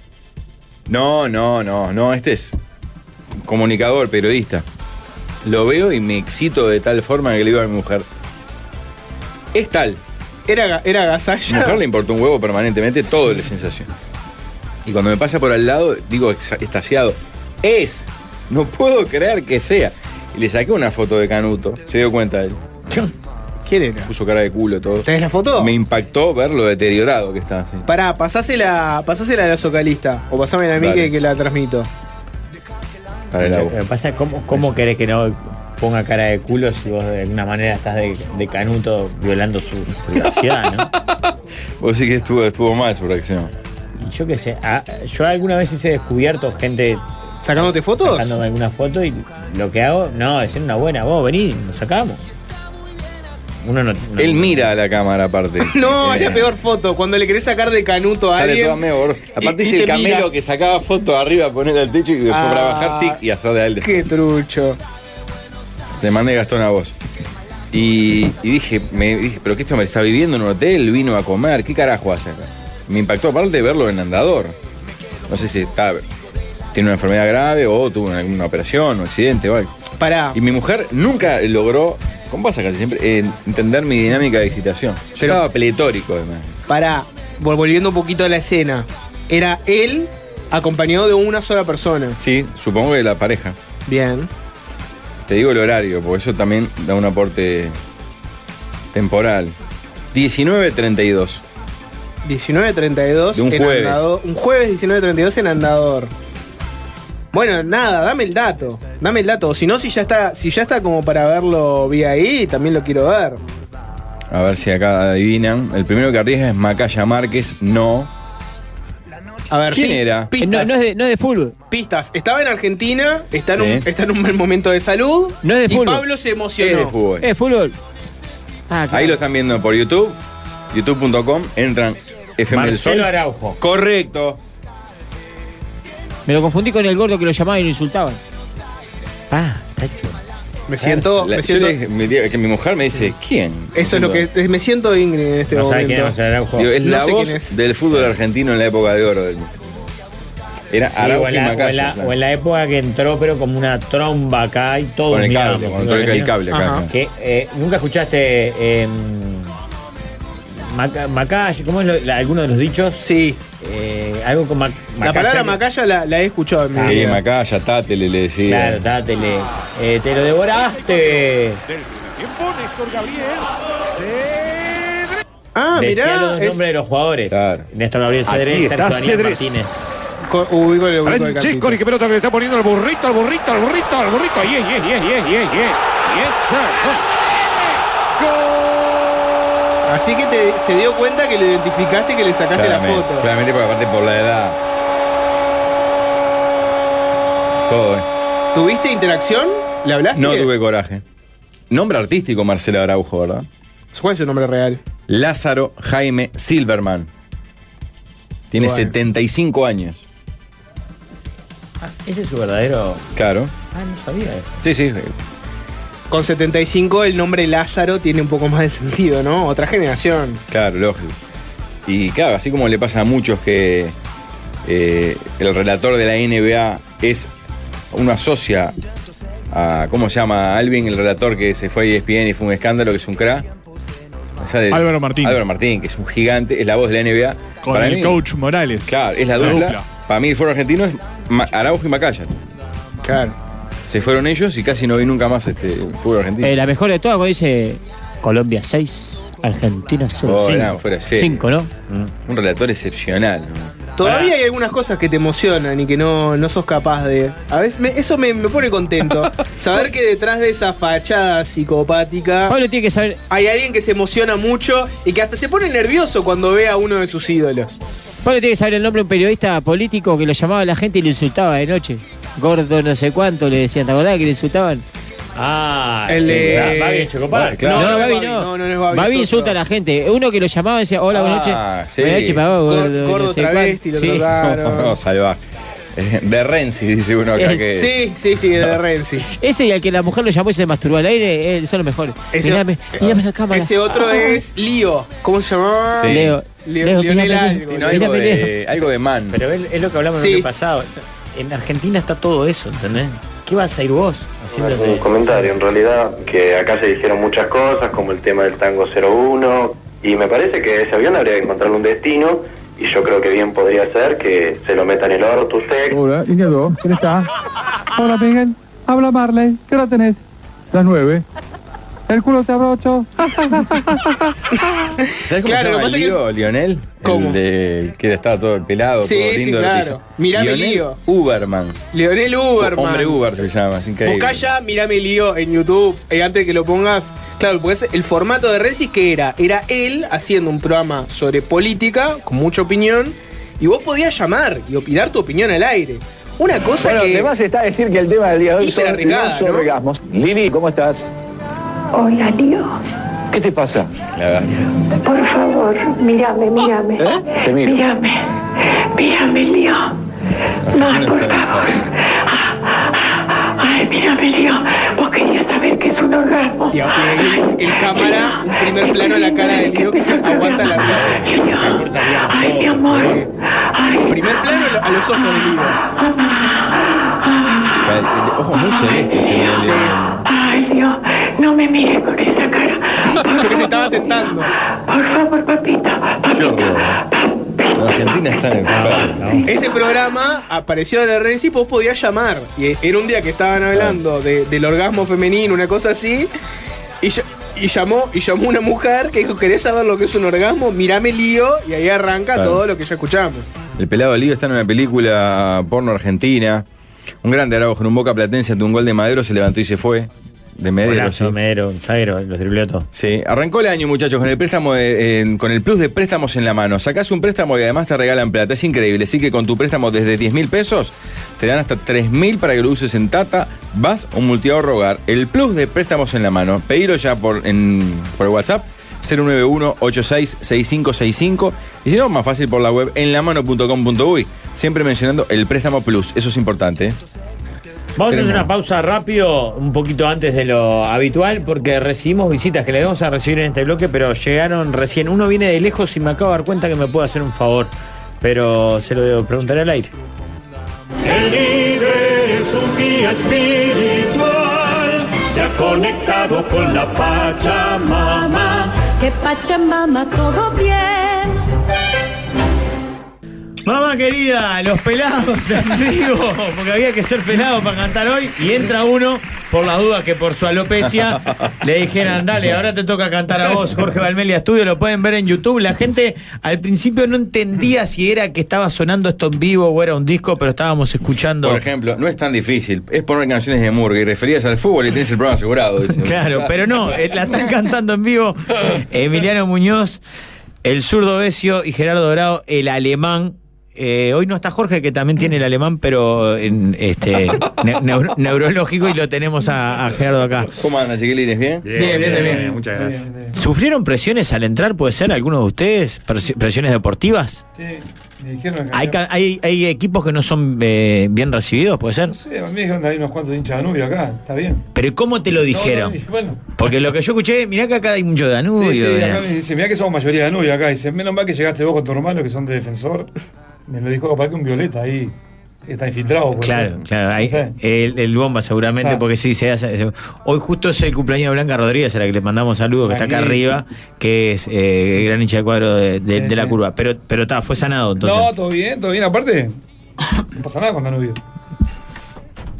Speaker 6: No, no, no, no, este es comunicador, periodista. Lo veo y me excito de tal forma que le digo a mi mujer. Es tal.
Speaker 7: Era, era
Speaker 6: A mi mujer le
Speaker 7: gasalla.
Speaker 6: importa un huevo permanentemente todo la sensación. Y cuando me pasa por al lado, digo exa- extasiado, es, no puedo creer que sea. Y le saqué una foto de Canuto, se dio cuenta él,
Speaker 7: ¿Quién era?
Speaker 6: puso cara de culo todo.
Speaker 7: ¿Tenés la foto?
Speaker 6: Me impactó ver lo deteriorado que está. sí.
Speaker 7: Pará, pasásela, pasásela a la socalista. O pasámela a mí
Speaker 6: Dale.
Speaker 7: que, que la transmito.
Speaker 6: Para el
Speaker 8: Lo que
Speaker 6: agua.
Speaker 8: pasa es cómo, cómo querés que no ponga cara de culo si vos de alguna manera estás de, de canuto violando su su privacidad, ¿no?
Speaker 6: Vos sí que estuvo, estuvo mal su reacción.
Speaker 8: ah, Yo qué sé, a- yo alguna vez he descubierto gente
Speaker 7: ¿Sacándote fotos?
Speaker 8: Sacándome alguna foto y lo que hago, no, es una buena, vos vení, nos sacamos. Uno no. no-
Speaker 6: Él mira a la cámara aparte.
Speaker 7: No, es
Speaker 6: Eh,
Speaker 7: la peor foto. Cuando le querés sacar de canuto a
Speaker 6: Sale
Speaker 7: alguien.
Speaker 6: todo medio gordo. Aparte
Speaker 7: y
Speaker 6: es el
Speaker 7: te
Speaker 6: camelo
Speaker 7: mira.
Speaker 6: que sacaba fotos arriba, poner al techo y después
Speaker 7: Ah.
Speaker 6: para bajar tic y hacerle a él.
Speaker 7: Qué trucho.
Speaker 6: Te mandé Gastón a vos. Y, y dije, me dije, pero que este hombre está viviendo en un hotel, vino a comer, ¿qué carajo hace acá? Me impactó aparte de verlo en andador. No sé si está, tiene una enfermedad grave o tuvo una- alguna operación o accidente o algo.
Speaker 7: Pará.
Speaker 6: Y mi mujer nunca logró, ¿cómo pasa casi siempre? Eh, entender mi dinámica de excitación. Yo estaba pletórico además.
Speaker 7: Pará. Vol- Volviendo un poquito a la escena. Era él acompañado de una sola persona.
Speaker 6: Sí, supongo que la pareja.
Speaker 7: Bien.
Speaker 6: Te digo el horario, porque eso también da un aporte temporal. 19.32.
Speaker 7: 19.32
Speaker 6: De un
Speaker 7: en
Speaker 6: jueves.
Speaker 7: Andador. Un jueves 19.32 en Andador. Bueno, nada, dame el dato. Dame el dato. O si no, si ya está, si ya está como para verlo vía ahí, también lo quiero ver.
Speaker 6: A ver si acá adivinan. El primero que arriesga es Macaya Márquez. No.
Speaker 7: A ver,
Speaker 6: ¿Quién
Speaker 7: pi-
Speaker 6: era?
Speaker 7: Pistas.
Speaker 10: No, no es de, no es de fútbol.
Speaker 7: Pistas. Estaba en Argentina, está en, un,
Speaker 6: Sí.
Speaker 7: está en un mal momento de salud.
Speaker 10: No es de
Speaker 7: y
Speaker 10: fútbol.
Speaker 7: Pablo se
Speaker 6: Es de
Speaker 7: emocionó.
Speaker 6: fútbol.
Speaker 10: Es de fútbol. Ah, claro.
Speaker 6: Ahí lo están viendo por YouTube. YouTube.com. Entran FM del Sol.
Speaker 8: Marcelo Araujo.
Speaker 6: Correcto.
Speaker 10: Me lo confundí con el gordo que lo llamaban y lo insultaban.
Speaker 8: Ah, tacho.
Speaker 7: me siento,
Speaker 6: La- yo
Speaker 7: me siento-
Speaker 6: le- me digo- que mi mujer me dice, ¿quién?
Speaker 7: eso es lo que me siento Ingrid en este
Speaker 8: No sabe quién es
Speaker 7: momento.
Speaker 8: Marcelo Araujo.
Speaker 6: Digo, es
Speaker 7: No
Speaker 6: la
Speaker 7: sé
Speaker 6: voz
Speaker 7: quién es.
Speaker 6: del fútbol argentino en la época de oro. del- Era
Speaker 8: Sí, o,
Speaker 6: Araujo
Speaker 8: en
Speaker 6: y
Speaker 8: la, o en
Speaker 6: Macaya.
Speaker 8: la-
Speaker 6: claro.
Speaker 8: o en la época que entró, pero como una tromba acá y todo
Speaker 6: Con el cable, con el, el cable acá.
Speaker 7: Ajá.
Speaker 6: claro.
Speaker 8: Que, eh, ¿Nunca escuchaste eh, Maca- Macaya? ¿Cómo es lo- la- alguno de los dichos?
Speaker 7: Sí.
Speaker 8: Eh, algo con Mac-
Speaker 7: La palabra Macaya la, la he escuchado en mi
Speaker 6: Sí,
Speaker 7: vida.
Speaker 6: Macaya, Tate le, le decía.
Speaker 8: Claro, dátele. Eh, te lo devoraste.
Speaker 7: Ah,
Speaker 8: Decía
Speaker 7: mirá.
Speaker 8: los
Speaker 7: es-
Speaker 8: nombres de los jugadores.
Speaker 6: Claro.
Speaker 8: Néstor Gabriel Cedrés,
Speaker 4: Aquí
Speaker 8: Sergio
Speaker 4: está
Speaker 8: Daniel
Speaker 4: Cedrés.
Speaker 8: Martínez.
Speaker 7: co- ubico el- ubico el
Speaker 4: Francesco,
Speaker 7: campito.
Speaker 4: qué pelota que le está poniendo al burrito, al burrito, al burrito, al burrito. Yes, yes, yes, yes, yes, yes. Yes, sir. ¡oh! Gol.
Speaker 7: Así que te, se dio cuenta que lo identificaste y que le sacaste
Speaker 6: Claramente,
Speaker 7: la foto.
Speaker 6: Claramente, porque aparte por la edad. Todo, ¿eh?
Speaker 7: ¿Tuviste interacción? ¿Le hablaste?
Speaker 6: No tuve coraje. Nombre artístico, Marcelo Araujo, ¿verdad?
Speaker 7: ¿Cuál es su nombre real?
Speaker 6: Lázaro Jaime Silverman. Tiene
Speaker 7: Bueno.
Speaker 6: 75 años.
Speaker 8: Ah, ese es su verdadero.
Speaker 6: Claro.
Speaker 8: Ah, no sabía eso.
Speaker 6: Sí, sí.
Speaker 7: Con 75 el nombre Lázaro tiene un poco más de sentido, ¿no? Otra generación.
Speaker 6: Claro, lógico. Y claro, así como le pasa a muchos que eh, el relator de la NBA es uno asocia a. ¿Cómo se llama? A Alvin, el relator que se fue a E ESPN y fue un escándalo, que es un cra. O sea, de-
Speaker 9: Álvaro Martín.
Speaker 6: Álvaro Martín, que es un gigante, es la voz de la NBA.
Speaker 9: Con
Speaker 6: Para
Speaker 9: el
Speaker 6: mí-
Speaker 9: coach Morales.
Speaker 6: Claro, es la
Speaker 9: La
Speaker 6: dupla.
Speaker 9: dupla.
Speaker 6: Para mí el foro argentino es Ma- Araujo y Macaya.
Speaker 7: Claro.
Speaker 6: Se fueron ellos y casi no vi nunca más este fútbol argentino.
Speaker 10: Eh, la mejor de todas, cuando dice Colombia 6, Argentina 6.
Speaker 6: Oh, no, fuera de serie. Mm.
Speaker 10: 5, ¿no?
Speaker 6: Un relator excepcional. ¿no?
Speaker 7: Todavía hay algunas cosas que te emocionan y que no, no sos capaz de. A veces me- eso me, me pone contento. Saber que detrás de esa fachada psicopática
Speaker 10: Pablo tiene que saber.
Speaker 7: hay alguien que se emociona mucho y que hasta se pone nervioso cuando ve a uno de sus ídolos.
Speaker 10: Pablo tiene que saber el nombre de un periodista político que lo llamaba a la gente y lo insultaba de noche. Gordo no sé cuánto le decían, ¿te acordás que le insultaban?
Speaker 8: Ah,
Speaker 7: El
Speaker 8: sí,
Speaker 7: de-
Speaker 8: Babi de Chocopar.
Speaker 6: Claro.
Speaker 10: No,
Speaker 7: no
Speaker 10: no,
Speaker 7: es
Speaker 10: Babi
Speaker 7: Babi,
Speaker 10: no.
Speaker 7: no, no, no es Babi, es otro.
Speaker 10: insulta a la gente. Uno que lo llamaba y decía, hola, buenas
Speaker 6: Ah,
Speaker 10: noches.
Speaker 6: sí.
Speaker 10: Buenas noches, papá, gordo,
Speaker 7: Gordo,
Speaker 10: no sé
Speaker 7: travesti, lo
Speaker 10: cuánto". Sí.
Speaker 7: trataron.
Speaker 6: No, salvaje. Eh, De Renzi, dice uno acá
Speaker 10: Es-
Speaker 6: que.
Speaker 7: Sí, sí, sí, de Renzi.
Speaker 10: Ese y al que la mujer lo llamó y se masturbó al aire, él son los mejores.
Speaker 7: Ese-
Speaker 10: Mirame, mirame la cámara.
Speaker 7: Ese
Speaker 14: Ah.
Speaker 7: otro es Lío. ¿Cómo se llamaba?
Speaker 6: Sí.
Speaker 10: Leo,
Speaker 7: Leo-
Speaker 10: Leo,
Speaker 7: Lionel
Speaker 10: mirame,
Speaker 7: algo,
Speaker 6: Sí,
Speaker 10: Leo.
Speaker 6: no, algo,
Speaker 10: Mirame, Leo.
Speaker 6: de, algo de man.
Speaker 8: Pero es, es lo que hablamos
Speaker 7: Sí.
Speaker 8: en el pasado. En Argentina está todo eso, ¿entendés? ¿Qué vas a ir vos?
Speaker 15: Un comentario, en realidad, que acá se dijeron muchas cosas, como el tema del tango 01, y me parece que ese avión habría que encontrarle un destino, y yo creo que bien podría ser que se lo metan en el orto usted,
Speaker 9: Hola, línea 2, ¿quién está? Hola, Miguel. Habla Marley, ¿qué hora tenés? Las 9. El culo te abra 8.
Speaker 6: ¿Sabes cómo
Speaker 7: Claro,
Speaker 6: se
Speaker 7: lo
Speaker 6: llama
Speaker 7: que
Speaker 6: el lío, Lionel?
Speaker 7: ¿Cómo?
Speaker 6: El de- que estaba todo pelado,
Speaker 7: Sí,
Speaker 6: todo
Speaker 7: sí,
Speaker 6: lindo.
Speaker 7: claro.
Speaker 6: rotizo.
Speaker 7: Mirame
Speaker 6: Lionel
Speaker 7: lío.
Speaker 6: Uberman.
Speaker 7: Leonel Uberman.
Speaker 6: Hombre Uber se llama, es increíble.
Speaker 7: Buscá ya, mirame el lío en YouTube. eh, antes de que lo pongas. Claro, porque es el formato de Renzi que era. Era él haciendo un programa sobre política, con mucha opinión. Y vos podías llamar y opinar tu opinión al aire. Una cosa
Speaker 16: bueno,
Speaker 7: que-
Speaker 16: Además está a decir que el tema del día de hoy
Speaker 7: Hiper
Speaker 16: son
Speaker 7: arriesgada,
Speaker 16: los
Speaker 7: ¿no?
Speaker 16: orgasmos. Lili, ¿cómo estás?
Speaker 17: Hola, tío.
Speaker 16: ¿Qué te pasa?
Speaker 17: Por favor, mírame, mírame.
Speaker 16: ¿Eh? Te miro.
Speaker 17: Mírame. Mírame, Lío. Más, por favor. Ay, mírame, Lío. Vos querías saber qué es un orgasmo.
Speaker 7: Y aunque el, el cámara, un primer plano de la cara de Lío que se aguanta la risa. Ay, mi amor. Primer plano a lo- a los ojos de Lío.
Speaker 6: Ojo, muy celeste. tiene el-
Speaker 17: Ay, Dios, no me mires con esa cara.
Speaker 7: Porque se estaba tentando.
Speaker 17: Por favor, papito.
Speaker 6: Qué horror. La Argentina está enferma.
Speaker 7: Ese programa apareció de Renzi y vos podías llamar. Y era un día que estaban hablando de- del orgasmo femenino, una cosa así. Y, ll- y llamó, y llamó una mujer que dijo, ¿querés saber lo que es un orgasmo? Mirame lío y ahí arranca
Speaker 6: Claro.
Speaker 7: todo lo que ya escuchamos.
Speaker 6: El pelado Lío está en una película porno argentina. Un grande Araujo con un boca platense ante un gol de Madero se levantó y se fue. De Medero.
Speaker 8: Golazo,
Speaker 6: sí.
Speaker 8: Medero, Zaguero, los dribló todo.
Speaker 6: Sí, arrancó el año, muchachos, con el préstamo de- en- con el plus de préstamos en la mano. Sacás un préstamo y además te regalan plata. Es increíble. Así que con tu préstamo desde 10 mil pesos, te dan hasta 3 mil para que lo uses en Tata, Vas o Multiahorro Hogar. El plus de préstamos en la mano. Pedilo ya por, en, por WhatsApp. 091-866565 y si no, más fácil por la web enlamano.com.uy siempre mencionando el préstamo plus, eso es importante. ¿eh?
Speaker 8: Vamos a hacer
Speaker 6: Tremendo.
Speaker 8: una pausa rápido, un poquito antes de lo habitual, porque recibimos visitas que le vamos a recibir en este bloque, pero llegaron recién. Uno viene de lejos y me acabo de dar cuenta que me puede hacer un favor, pero se lo debo preguntar al aire.
Speaker 18: El líder es un guía espiritual, se ha conectado con la Pachamama.
Speaker 19: Que Pachamama todo bien.
Speaker 8: Mamá querida, los pelados en vivo, porque había que ser pelado para cantar hoy, y entra uno por las dudas que por su alopecia le dijeran, dale, ahora te toca cantar a vos, Jorge Valmelia Estudio, lo pueden ver en YouTube. La gente al principio no entendía si era que estaba sonando esto en vivo o era un disco, pero estábamos escuchando.
Speaker 6: Por ejemplo, no es tan difícil. Es poner canciones de Murga y referidas al fútbol y tenés el programa asegurado.
Speaker 8: Claro, pero no, eh, la están cantando en vivo eh, Emiliano Muñoz, el zurdo Besio y Gerardo Dorado, el alemán. Eh, hoy no está Jorge, que también tiene el alemán, pero en, este, ne- neuro- neurológico y lo tenemos a, a Gerardo acá.
Speaker 6: ¿Cómo andan, chiquilines? ¿Bien?
Speaker 8: Bien, bien, bien, bien.
Speaker 20: Muchas gracias.
Speaker 8: ¿Sufrieron presiones al entrar, puede ser, alguno de ustedes? Presi- ¿Presiones deportivas?
Speaker 20: Sí, me dijeron que.
Speaker 8: ¿Hay, ca- hay, hay equipos que no son eh, bien recibidos, puede ser?
Speaker 20: Sí, a mí me dijeron que hay unos cuantos hinchas de Danubio acá, está bien.
Speaker 8: ¿Pero cómo te lo
Speaker 20: No,
Speaker 8: dijeron?
Speaker 20: no, dije, bueno.
Speaker 8: Porque lo que yo escuché, mirá que acá hay mucho Danubio. eh.
Speaker 20: Sí, sí,
Speaker 8: mirá.
Speaker 20: acá me dice, mirá que somos mayoría de Danubio acá. Dice, menos mal que llegaste vos con tu hermano que son de defensor. Me lo dijo capaz que un violeta ahí. Está infiltrado. por
Speaker 8: Claro,
Speaker 20: ejemplo.
Speaker 8: claro. ahí- el, el bomba seguramente, porque sí, se hace. se- hoy justo es el cumpleaños de Blanca Rodríguez, a la que le mandamos saludos, que está acá
Speaker 20: Tranquilo.
Speaker 8: arriba, que es eh, gran hincha de cuadro de, de-
Speaker 20: Sí,
Speaker 8: de la
Speaker 20: sí.
Speaker 8: curva. Pero pero está, fue sanado, entonces.
Speaker 20: No, todo bien, todo bien. Aparte, no pasa nada con Danubio.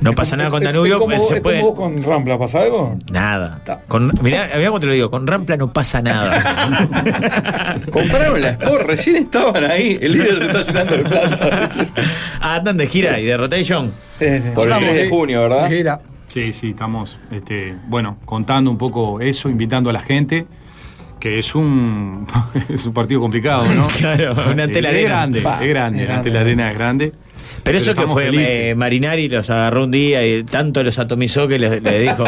Speaker 8: No, pasa nada con
Speaker 20: Es- es
Speaker 8: Danubio,
Speaker 20: como
Speaker 8: pues,
Speaker 20: vos-
Speaker 8: se
Speaker 20: es
Speaker 8: puede.
Speaker 20: como vos con Rampla, ¿pasa algo?
Speaker 8: Nada. Con, mirá, mirá cómo te lo digo, con Rampla no pasa nada.
Speaker 6: Compraron la Sport, recién estaban ahí. El líder se está llenando de plata.
Speaker 8: Ah, andan de gira y de rotation.
Speaker 20: Sí, sí.
Speaker 6: Por el 3 de junio, ¿verdad?
Speaker 20: Sí,
Speaker 18: sí, estamos, este, bueno, contando un poco eso, invitando a la gente, que es un, es un partido complicado, ¿no?
Speaker 8: Claro, una
Speaker 18: Es-
Speaker 8: tela
Speaker 18: es
Speaker 8: arena.
Speaker 18: grande,
Speaker 8: Pa,
Speaker 18: es grande,
Speaker 8: es
Speaker 18: la
Speaker 8: grande.
Speaker 18: tela arena es grande.
Speaker 8: Pero eso que
Speaker 18: estamos
Speaker 8: fue
Speaker 18: felices.
Speaker 8: eh, Marinari los agarró un día y tanto los atomizó que les- le dijo,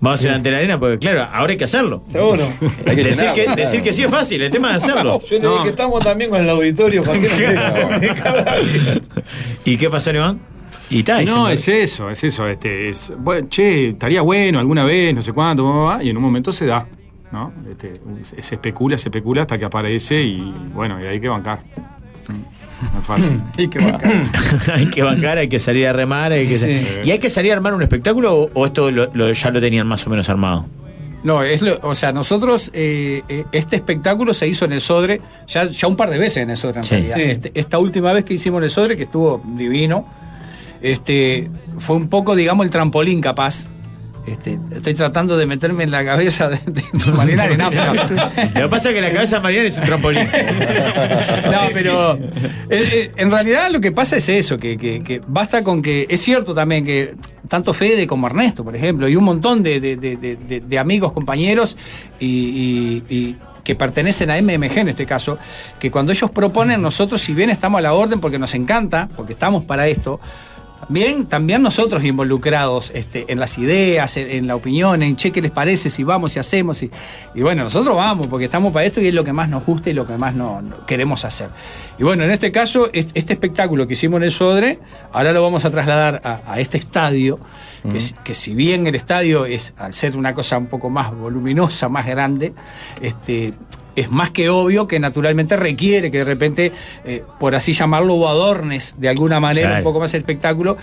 Speaker 8: vamos a ir ante la arena, porque claro, ahora hay que hacerlo.
Speaker 20: Seguro. Hay que
Speaker 8: decir,
Speaker 20: llenarlo,
Speaker 8: que,
Speaker 20: claro.
Speaker 8: decir que sí es fácil, el tema es hacerlo.
Speaker 20: Yo le dije, estamos también con el auditorio. ¿para qué nos dejan?
Speaker 8: ¿Y qué pasó, Iván? Y tal,
Speaker 18: no, es eso, es eso. Este, es, bueno, che, estaría bueno alguna vez, no sé cuánto, bla, bla, bla, y en un momento se da. ¿no? Este, se, se especula, se especula hasta que aparece y bueno, y hay que bancar. Mm, No es fácil.
Speaker 8: hay que bancar. hay que bancar, hay que salir a remar. Hay que sa-
Speaker 18: Sí.
Speaker 8: ¿Y hay que salir a armar un espectáculo o, o esto lo- lo- ya lo tenían más o menos armado?
Speaker 21: No, es lo- o sea, nosotros, eh, eh, este espectáculo se hizo en el Sodre, ya, ya un par de veces en el Sodre en
Speaker 8: Sí.
Speaker 21: realidad.
Speaker 8: Sí.
Speaker 21: Este- esta última vez que hicimos en el Sodre, que estuvo divino, este, fue un poco, digamos, el trampolín capaz. Este, estoy tratando de meterme en la cabeza de, de- de Marinari, no, pero-
Speaker 8: Lo que pasa es que la cabeza de Marinari es un trampolín.
Speaker 21: no, pero eh, eh, en realidad lo que pasa es eso, que, que- que basta con que, es cierto también que tanto Fede como Ernesto, por ejemplo, y un montón de, de- de- de- de- de amigos, compañeros y, y- y que pertenecen a MMG en este caso, que cuando ellos proponen, nosotros si bien estamos a la orden porque nos encanta, porque estamos para esto, Bien, también nosotros involucrados este, en las ideas, en, en la opinión, en che, ¿qué les parece? Si vamos, si hacemos. Y, y bueno, nosotros vamos, porque estamos para esto y es lo que más nos gusta y lo que más no, no queremos hacer. Y bueno, en este caso, es- este espectáculo que hicimos en el Sodre, ahora lo vamos a trasladar a, a este estadio, que, si- que si bien el estadio es, al ser una cosa un poco más voluminosa, más grande, este, es más que obvio que naturalmente requiere que de repente, eh, por así llamarlo, o adornes de alguna manera
Speaker 8: Claro.
Speaker 21: un poco más el espectáculo.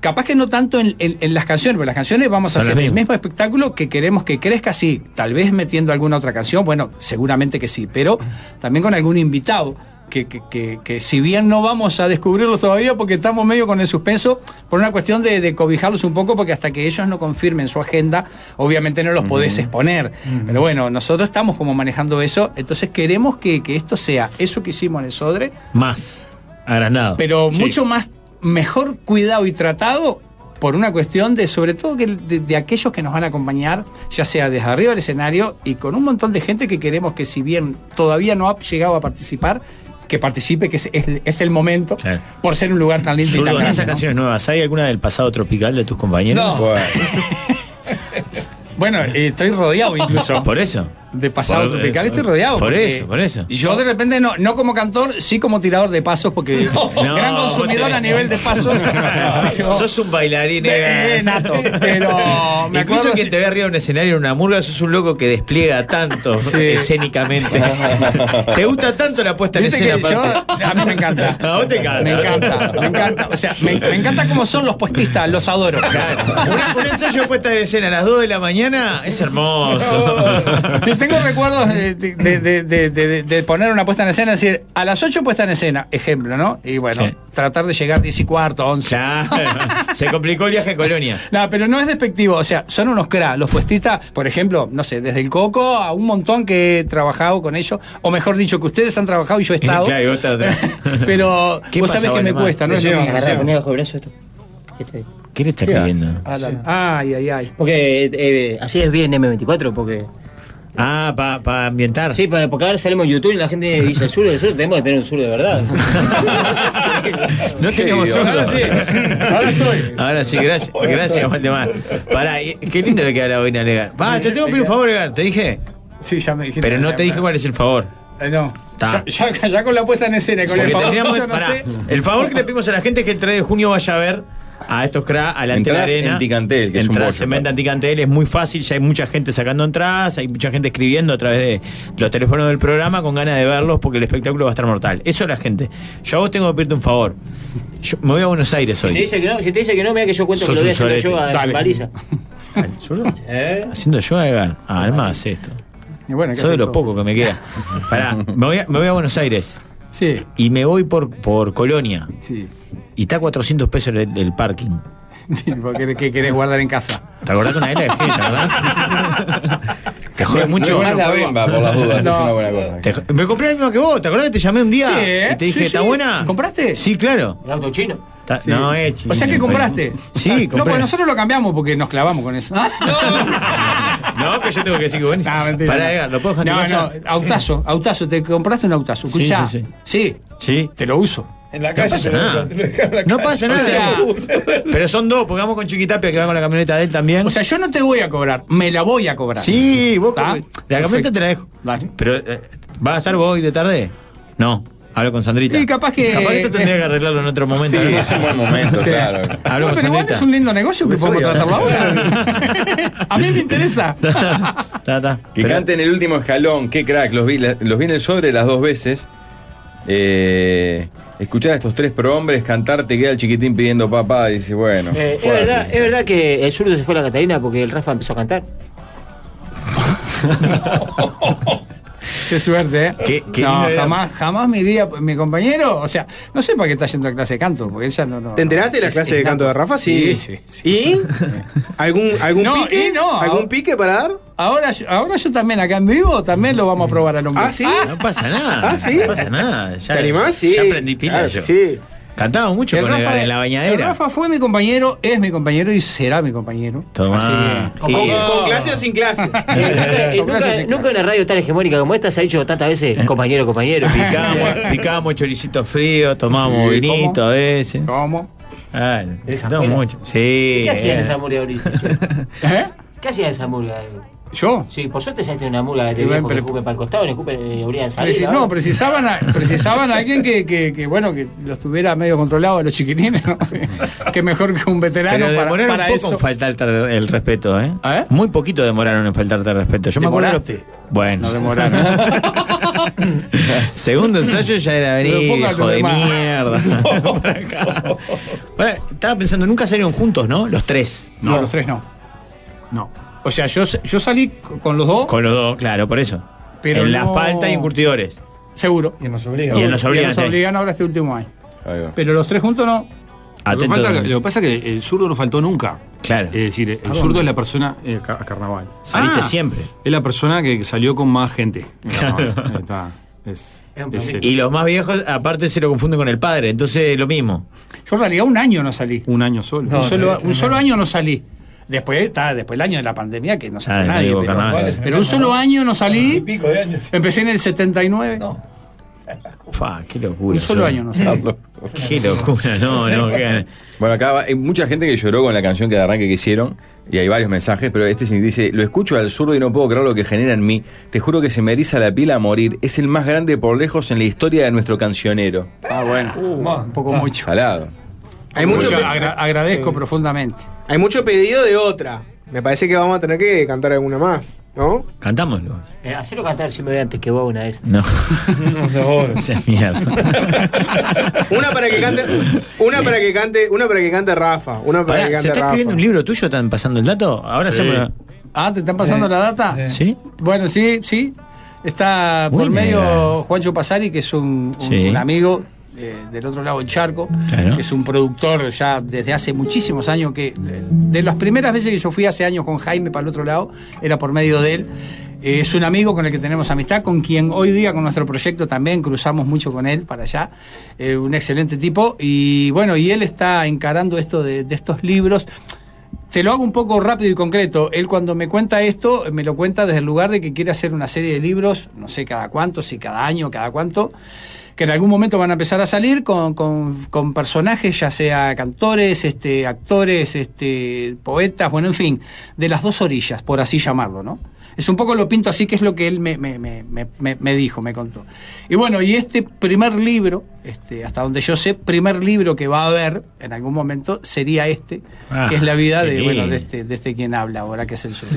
Speaker 21: Capaz que no tanto en, en- en las canciones, pero las canciones vamos a
Speaker 8: Son
Speaker 21: hacer
Speaker 8: las
Speaker 21: el
Speaker 8: mismas.
Speaker 21: mismo espectáculo que queremos que crezca, sí, tal vez metiendo alguna otra canción, bueno, seguramente que sí, pero también con algún invitado. Que, que- que- que si bien no vamos a descubrirlos todavía porque estamos medio con el suspenso, por una cuestión de, de cobijarlos un poco, porque hasta que ellos no confirmen su agenda, obviamente no los podés exponer. Pero bueno, nosotros estamos como manejando eso, entonces queremos que, que esto sea eso que hicimos en el Sodre,
Speaker 8: Más. Agrandado.
Speaker 21: pero
Speaker 8: Sí.
Speaker 21: mucho más mejor cuidado y tratado por una cuestión de sobre todo que de, de aquellos que nos van a acompañar, ya sea desde arriba del escenario y con un montón de gente que queremos que si bien todavía no ha llegado a participar, que participe, que es, es- es el momento, por ser un lugar tan lindo y
Speaker 8: Zurdo,
Speaker 21: tan
Speaker 8: en
Speaker 21: grande.
Speaker 8: esas
Speaker 21: ¿no?
Speaker 8: canciones nuevas, ¿hay alguna del pasado tropical de tus compañeros?
Speaker 21: No. Bueno, eh, estoy rodeado incluso.
Speaker 8: Por eso.
Speaker 21: De pasado
Speaker 8: Por-
Speaker 21: tropical
Speaker 8: eh,
Speaker 21: estoy rodeado.
Speaker 8: Por
Speaker 21: porque
Speaker 8: eso, por eso.
Speaker 21: Yo de repente no, no como cantor, sí como tirador de pasos, porque gran
Speaker 8: vos
Speaker 21: consumidor
Speaker 8: te-
Speaker 21: a nivel de pasos.
Speaker 8: Sos un bailarín.
Speaker 21: De-
Speaker 8: eh.
Speaker 21: nato, pero me
Speaker 8: Incluso
Speaker 21: acuerdo
Speaker 8: que te ve arriba de un escenario en una murga, sos un loco que despliega tanto escénicamente. te gusta tanto la puesta en
Speaker 21: Viste
Speaker 8: escena.
Speaker 21: que yo-
Speaker 8: aparte.
Speaker 21: a mí me encanta.
Speaker 8: A vos te encanta.
Speaker 21: Me encanta, me encanta. O sea, me, me encanta cómo son los puestistas, los adoro.
Speaker 8: Una- un ensayo de puesta en escena a las 2 de la mañana es hermoso.
Speaker 21: Sí, tengo recuerdos eh, de, de- de- de- de- de poner una puesta en escena, es decir, a las 8 puesta en escena, ejemplo, ¿no? Y bueno, tratar de llegar 10 y cuarto, 11.
Speaker 8: Se complicó el viaje a Colonia.
Speaker 21: No, pero no es despectivo, o sea, son unos cra, los puestistas, por ejemplo, no sé, desde el Coco a un montón que he trabajado con ellos, o mejor dicho, que ustedes han trabajado y yo he estado.
Speaker 8: Claro, y vos estás-
Speaker 21: pero
Speaker 8: ¿Qué
Speaker 21: vos
Speaker 8: pasa,
Speaker 21: sabés que me
Speaker 8: Valdemar?
Speaker 21: cuesta, ¿no?
Speaker 8: Te
Speaker 21: Es lo
Speaker 8: llevan,
Speaker 21: mismo.
Speaker 8: agarrá, poné
Speaker 14: bajo el brazo esto. Este.
Speaker 8: ¿Qué le estás pidiendo?
Speaker 21: Ay, ay, ay.
Speaker 14: Porque eh, eh, así es bien M24, porque.
Speaker 8: Ah, para ambientar.
Speaker 14: Sí, para, porque ahora salimos en YouTube y la gente dice el sur del sur, tenemos que tener un sur de verdad.
Speaker 8: No tenemos
Speaker 14: idiota.
Speaker 8: zurdo.
Speaker 14: Ahora sí,
Speaker 8: ahora estoy. Ahora sí, gracias, gracias, Valdemar. Pará, y- qué lindo le queda la boina a Legar. Va, te tengo que pedir un favor, Legar, ¿te dije?
Speaker 21: Sí, ya me dijiste.
Speaker 8: Pero no te dije cuál es el favor.
Speaker 21: Eh, no.
Speaker 8: Ta.
Speaker 21: Ya, ya- ya con la puesta en escena, y con
Speaker 8: Porque
Speaker 21: el famoso,
Speaker 8: tendríamos-
Speaker 21: no
Speaker 8: pará,
Speaker 21: sé.
Speaker 8: El favor que le pedimos a la gente es que el 3 de junio vaya a ver a estos cra a la
Speaker 6: Entrás
Speaker 8: Antel arena.
Speaker 6: en Ticantel, que es un
Speaker 8: Entrás
Speaker 6: bollo,
Speaker 8: en venta en Ticantel, es muy fácil, ya hay mucha gente sacando entradas, hay mucha gente escribiendo a través de los teléfonos del programa con ganas de verlos porque el espectáculo va a estar mortal. Eso es la gente. Yo a vos tengo que pedirte un favor. Yo me voy a Buenos Aires
Speaker 14: Si te
Speaker 8: hoy.
Speaker 14: dice que no, si te dice que no, mira que yo cuento que
Speaker 8: Sos
Speaker 14: lo voy
Speaker 8: un
Speaker 14: haciendo
Speaker 8: sorete.
Speaker 14: yo a
Speaker 8: Dale.
Speaker 14: Baliza.
Speaker 8: ¿Eh? Haciendo yoga, Edgar. Ah, además esto.
Speaker 21: Y bueno, ¿qué
Speaker 8: Soy de
Speaker 21: haces
Speaker 8: los
Speaker 21: tú?
Speaker 8: pocos que me queda. Pará, me voy a, me voy a Buenos Aires.
Speaker 21: Sí.
Speaker 8: Y me voy por, por Colonia.
Speaker 21: Sí.
Speaker 8: Y está a 400 pesos el, el parking.
Speaker 21: Porque que querés guardar en casa.
Speaker 8: ¿Te acordás que una era de gente, verdad? Te jode
Speaker 21: No,
Speaker 8: mucho.
Speaker 21: no es más la
Speaker 6: bemba, por las dudas, es una buena cosa.
Speaker 8: Te jo- me compré la misma que vos. ¿Te acordás que te llamé un día?
Speaker 21: Sí, ¿eh?
Speaker 8: Y te dije,
Speaker 21: Sí,
Speaker 8: ¿está
Speaker 21: sí.
Speaker 8: buena?
Speaker 21: ¿Compraste?
Speaker 8: Sí, claro.
Speaker 14: El auto chino.
Speaker 8: Ta-
Speaker 21: Sí.
Speaker 8: No, eh,
Speaker 21: O sea que
Speaker 8: chino,
Speaker 21: compraste.
Speaker 8: Sí,
Speaker 21: No,
Speaker 8: compré.
Speaker 21: pues nosotros lo cambiamos porque nos clavamos con eso.
Speaker 8: No, que yo tengo que decir que buenísimo.
Speaker 21: Ah, mentira.
Speaker 8: Pará, Edgar, ¿lo puedo dejar en
Speaker 21: No,
Speaker 8: tu
Speaker 21: no,
Speaker 8: casa?
Speaker 21: autazo, autazo, te compraste un autazo.
Speaker 8: Sí,
Speaker 21: Escuchá.
Speaker 8: sí,
Speaker 21: Sí, sí. Te lo uso.
Speaker 20: En la
Speaker 8: calle pasa te lo- nada. te No pasa nada. pero son dos, porque vamos con Chiquitapia que va con la camioneta de él también.
Speaker 21: O sea, yo no te voy a cobrar, me la voy a cobrar.
Speaker 8: Sí, vos
Speaker 21: ¿Está?
Speaker 8: La camioneta te la dejo. Pero, eh, ¿va a estar vos hoy de tarde? No. Hablo con Sandrita.
Speaker 21: Y capaz que-
Speaker 8: Capaz que esto tendría que arreglarlo en otro momento.
Speaker 6: Sí,
Speaker 8: ¿no?
Speaker 6: es un buen momento,
Speaker 8: Sí.
Speaker 6: claro.
Speaker 8: Hablo
Speaker 21: Bueno,
Speaker 8: con
Speaker 21: pero igual
Speaker 8: Sandrita.
Speaker 21: es un lindo negocio que
Speaker 6: Pues
Speaker 21: podemos
Speaker 6: obvio.
Speaker 21: tratarlo ahora. a mí me interesa.
Speaker 6: Que canten el último escalón, qué crack. Los vi, los vi en el sobre las dos veces. Eh, escuchar a estos tres prohombres cantar te queda el chiquitín pidiendo papá. Dice, bueno.
Speaker 14: Eh, es,
Speaker 6: fuerte.
Speaker 14: verdad, es verdad que el zurdo se fue a la Catalina porque el Rafa empezó a cantar.
Speaker 21: Qué suerte, ¿eh?
Speaker 14: qué
Speaker 21: no,
Speaker 14: lindo era.
Speaker 21: jamás, jamás me iría. Mi compañero, o sea, no sé para qué está yendo a clase de canto, porque ella no. no
Speaker 7: ¿Te enteraste de la
Speaker 21: es-
Speaker 7: clase
Speaker 21: es
Speaker 7: de canto de Rafa? Sí.
Speaker 21: Sí,
Speaker 7: ¿Y? ¿Algún, algún
Speaker 21: No,
Speaker 7: pique?
Speaker 21: y no.
Speaker 7: ¿Algún pique para dar?
Speaker 21: Ahora, yo- ahora yo también, acá en vivo, también lo vamos a probar al hombre.
Speaker 7: Ah, ¿sí?
Speaker 8: No pasa nada.
Speaker 7: Ah, ¿sí?
Speaker 8: No pasa nada. Ya-
Speaker 7: ¿Te animás? Sí.
Speaker 8: Ya aprendí pila
Speaker 7: Claro
Speaker 8: yo.
Speaker 7: que sí.
Speaker 8: Cantaba mucho
Speaker 21: El
Speaker 8: con
Speaker 21: Rafa-
Speaker 8: Edgar en la
Speaker 21: el
Speaker 8: bañadera.
Speaker 21: Rafa fue mi compañero, es mi compañero y será mi compañero.
Speaker 8: Tomá.
Speaker 7: ¿Con, con- con clase o sin clase?
Speaker 14: Eh,
Speaker 21: Con clases
Speaker 14: nunca,
Speaker 21: sin
Speaker 14: nunca
Speaker 21: clases.
Speaker 14: una radio tan hegemónica como esta se ha dicho tantas veces, compañero, compañero.
Speaker 8: Picábamos, picábamos choricitos fríos, tomábamos
Speaker 14: Sí,
Speaker 8: vinito a veces.
Speaker 21: ¿Cómo?
Speaker 8: Ah, no,
Speaker 10: Japela.
Speaker 8: mucho. Sí.
Speaker 10: ¿Qué hacía en
Speaker 8: eh.
Speaker 10: esa murga, Mauricio? ¿Qué hacía en esa murga?
Speaker 21: ¿Yo?
Speaker 10: Sí, por suerte ya tiene una murga que te
Speaker 21: Y
Speaker 10: viejo
Speaker 21: bueno,
Speaker 10: que
Speaker 21: pero-
Speaker 10: escupe para el costado, le escupe eh, habría de
Speaker 21: Preci-
Speaker 10: salir.
Speaker 21: no, precisaban a, precisaban a alguien que, que- que, bueno, que los tuviera medio controlado a los chiquilines, ¿no? Que mejor que un veterano
Speaker 8: Pero
Speaker 21: para,
Speaker 8: demoraron
Speaker 21: para
Speaker 8: un poco
Speaker 21: eso.
Speaker 8: en faltarte el respeto, ¿eh? Muy poquito demoraron en faltarte el respeto. Yo me
Speaker 21: Demoraste.
Speaker 8: acuerdo. Bueno.
Speaker 21: No demoraron.
Speaker 8: Segundo ensayo ya era venir,
Speaker 21: pongan
Speaker 8: hijo
Speaker 21: los
Speaker 8: de
Speaker 21: demás.
Speaker 8: mierda. Para acá. Pará, estaba pensando, nunca salieron juntos, ¿no? Los tres.
Speaker 21: No, los tres no.
Speaker 18: No.
Speaker 21: O sea, yo, yo salí con los dos.
Speaker 8: Con los dos, claro, por eso.
Speaker 21: Pero
Speaker 8: en
Speaker 21: no-
Speaker 8: la falta y en curtidores.
Speaker 21: Seguro. Y nos
Speaker 8: obligan. Y nos obligan, sí.
Speaker 21: ahora este último año. Pero los tres juntos no.
Speaker 18: Lo que,
Speaker 21: Atento.
Speaker 18: falta- lo que pasa es que el zurdo no faltó nunca.
Speaker 8: Claro. Ah,
Speaker 18: Es decir, el
Speaker 21: dónde?
Speaker 18: zurdo es la persona. eh, ca- a carnaval. Ah,
Speaker 21: Saliste
Speaker 8: siempre.
Speaker 18: Es la persona que salió con más gente. en carnaval.
Speaker 8: Claro.
Speaker 18: Está, es-
Speaker 21: Es un
Speaker 18: es
Speaker 21: problema.
Speaker 18: él.
Speaker 8: Y los más viejos, aparte, se lo confunden con el padre. Entonces, lo mismo.
Speaker 21: Yo en realidad un año no salí.
Speaker 18: Un año solo.
Speaker 21: un solo, un solo año no salí. Después está después el año de la pandemia que no salió
Speaker 8: Ah, no
Speaker 21: nadie.
Speaker 8: digo
Speaker 21: Pero,
Speaker 8: carnaval.
Speaker 21: pero un solo año no salí. Empecé en el 79.
Speaker 8: Fa, qué locura.
Speaker 21: Un solo año, no sé.
Speaker 8: Qué locura, no, no. qué-
Speaker 6: Bueno, acá va- hay mucha gente que lloró con la canción que de arranque que hicieron y hay varios mensajes, pero este sí dice, lo escucho al zurdo y no puedo creer lo que genera en mí. Te juro que se me eriza la piel a morir. Es el más grande por lejos en la historia de nuestro cancionero.
Speaker 21: Ah, bueno. un poco mucho.
Speaker 6: Salado.
Speaker 7: Hay mucho
Speaker 21: Yo
Speaker 7: pe-
Speaker 21: agra- agradezco profundamente.
Speaker 7: Hay mucho pedido de otra. Me parece que vamos a tener que cantar alguna más, ¿no?
Speaker 8: Cantámoslo.
Speaker 10: Eh, hacelo cantar si me voy antes que vos una vez.
Speaker 8: No.
Speaker 10: No,
Speaker 8: Esa mierda.
Speaker 7: Una para que cante, una para que cante, una para que cante Rafa, una para
Speaker 8: Pará,
Speaker 7: que
Speaker 8: ¿se
Speaker 7: cante
Speaker 8: está
Speaker 7: Rafa.
Speaker 8: escribiendo un libro tuyo? ¿Están pasando el dato? Ahora
Speaker 21: Sí.
Speaker 8: hacemos. la-
Speaker 21: Ah, ¿te están pasando la data?
Speaker 8: Sí.
Speaker 21: Bueno, sí, sí. Está por
Speaker 8: Buena.
Speaker 21: medio Juancho Pasari, que es un, un-
Speaker 8: Sí.
Speaker 21: un amigo eh, del otro lado del charco,
Speaker 8: Claro.
Speaker 21: que es un productor ya desde hace muchísimos años, que eh, de las primeras veces que yo fui hace años con Jaime para el otro lado, era por medio de él. Eh, es un amigo con el que tenemos amistad, con quien hoy día con nuestro proyecto también cruzamos mucho con él para allá. Eh, un excelente tipo. Y bueno, y él está encarando esto de- de estos libros. Te lo hago un poco rápido y concreto. Él cuando me cuenta esto, me lo cuenta desde el lugar de que quiere hacer una serie de libros, no sé cada cuánto, si cada año, cada cuánto, que en algún momento van a empezar a salir con, con- con personajes, ya sea cantores, este, actores, este, poetas, bueno, en fin, de las dos orillas, por así llamarlo, ¿no? Es un poco lo pinto así, que es lo que él me, me- me- me- me- me dijo, me contó. Y bueno, y este primer libro, este, hasta donde yo sé, primer libro que va a haber en algún momento sería este,
Speaker 8: Ah,
Speaker 21: que es la vida
Speaker 8: qué
Speaker 21: de, bueno,
Speaker 8: lindo.
Speaker 21: de, este, de este quien habla ahora, que es el sur.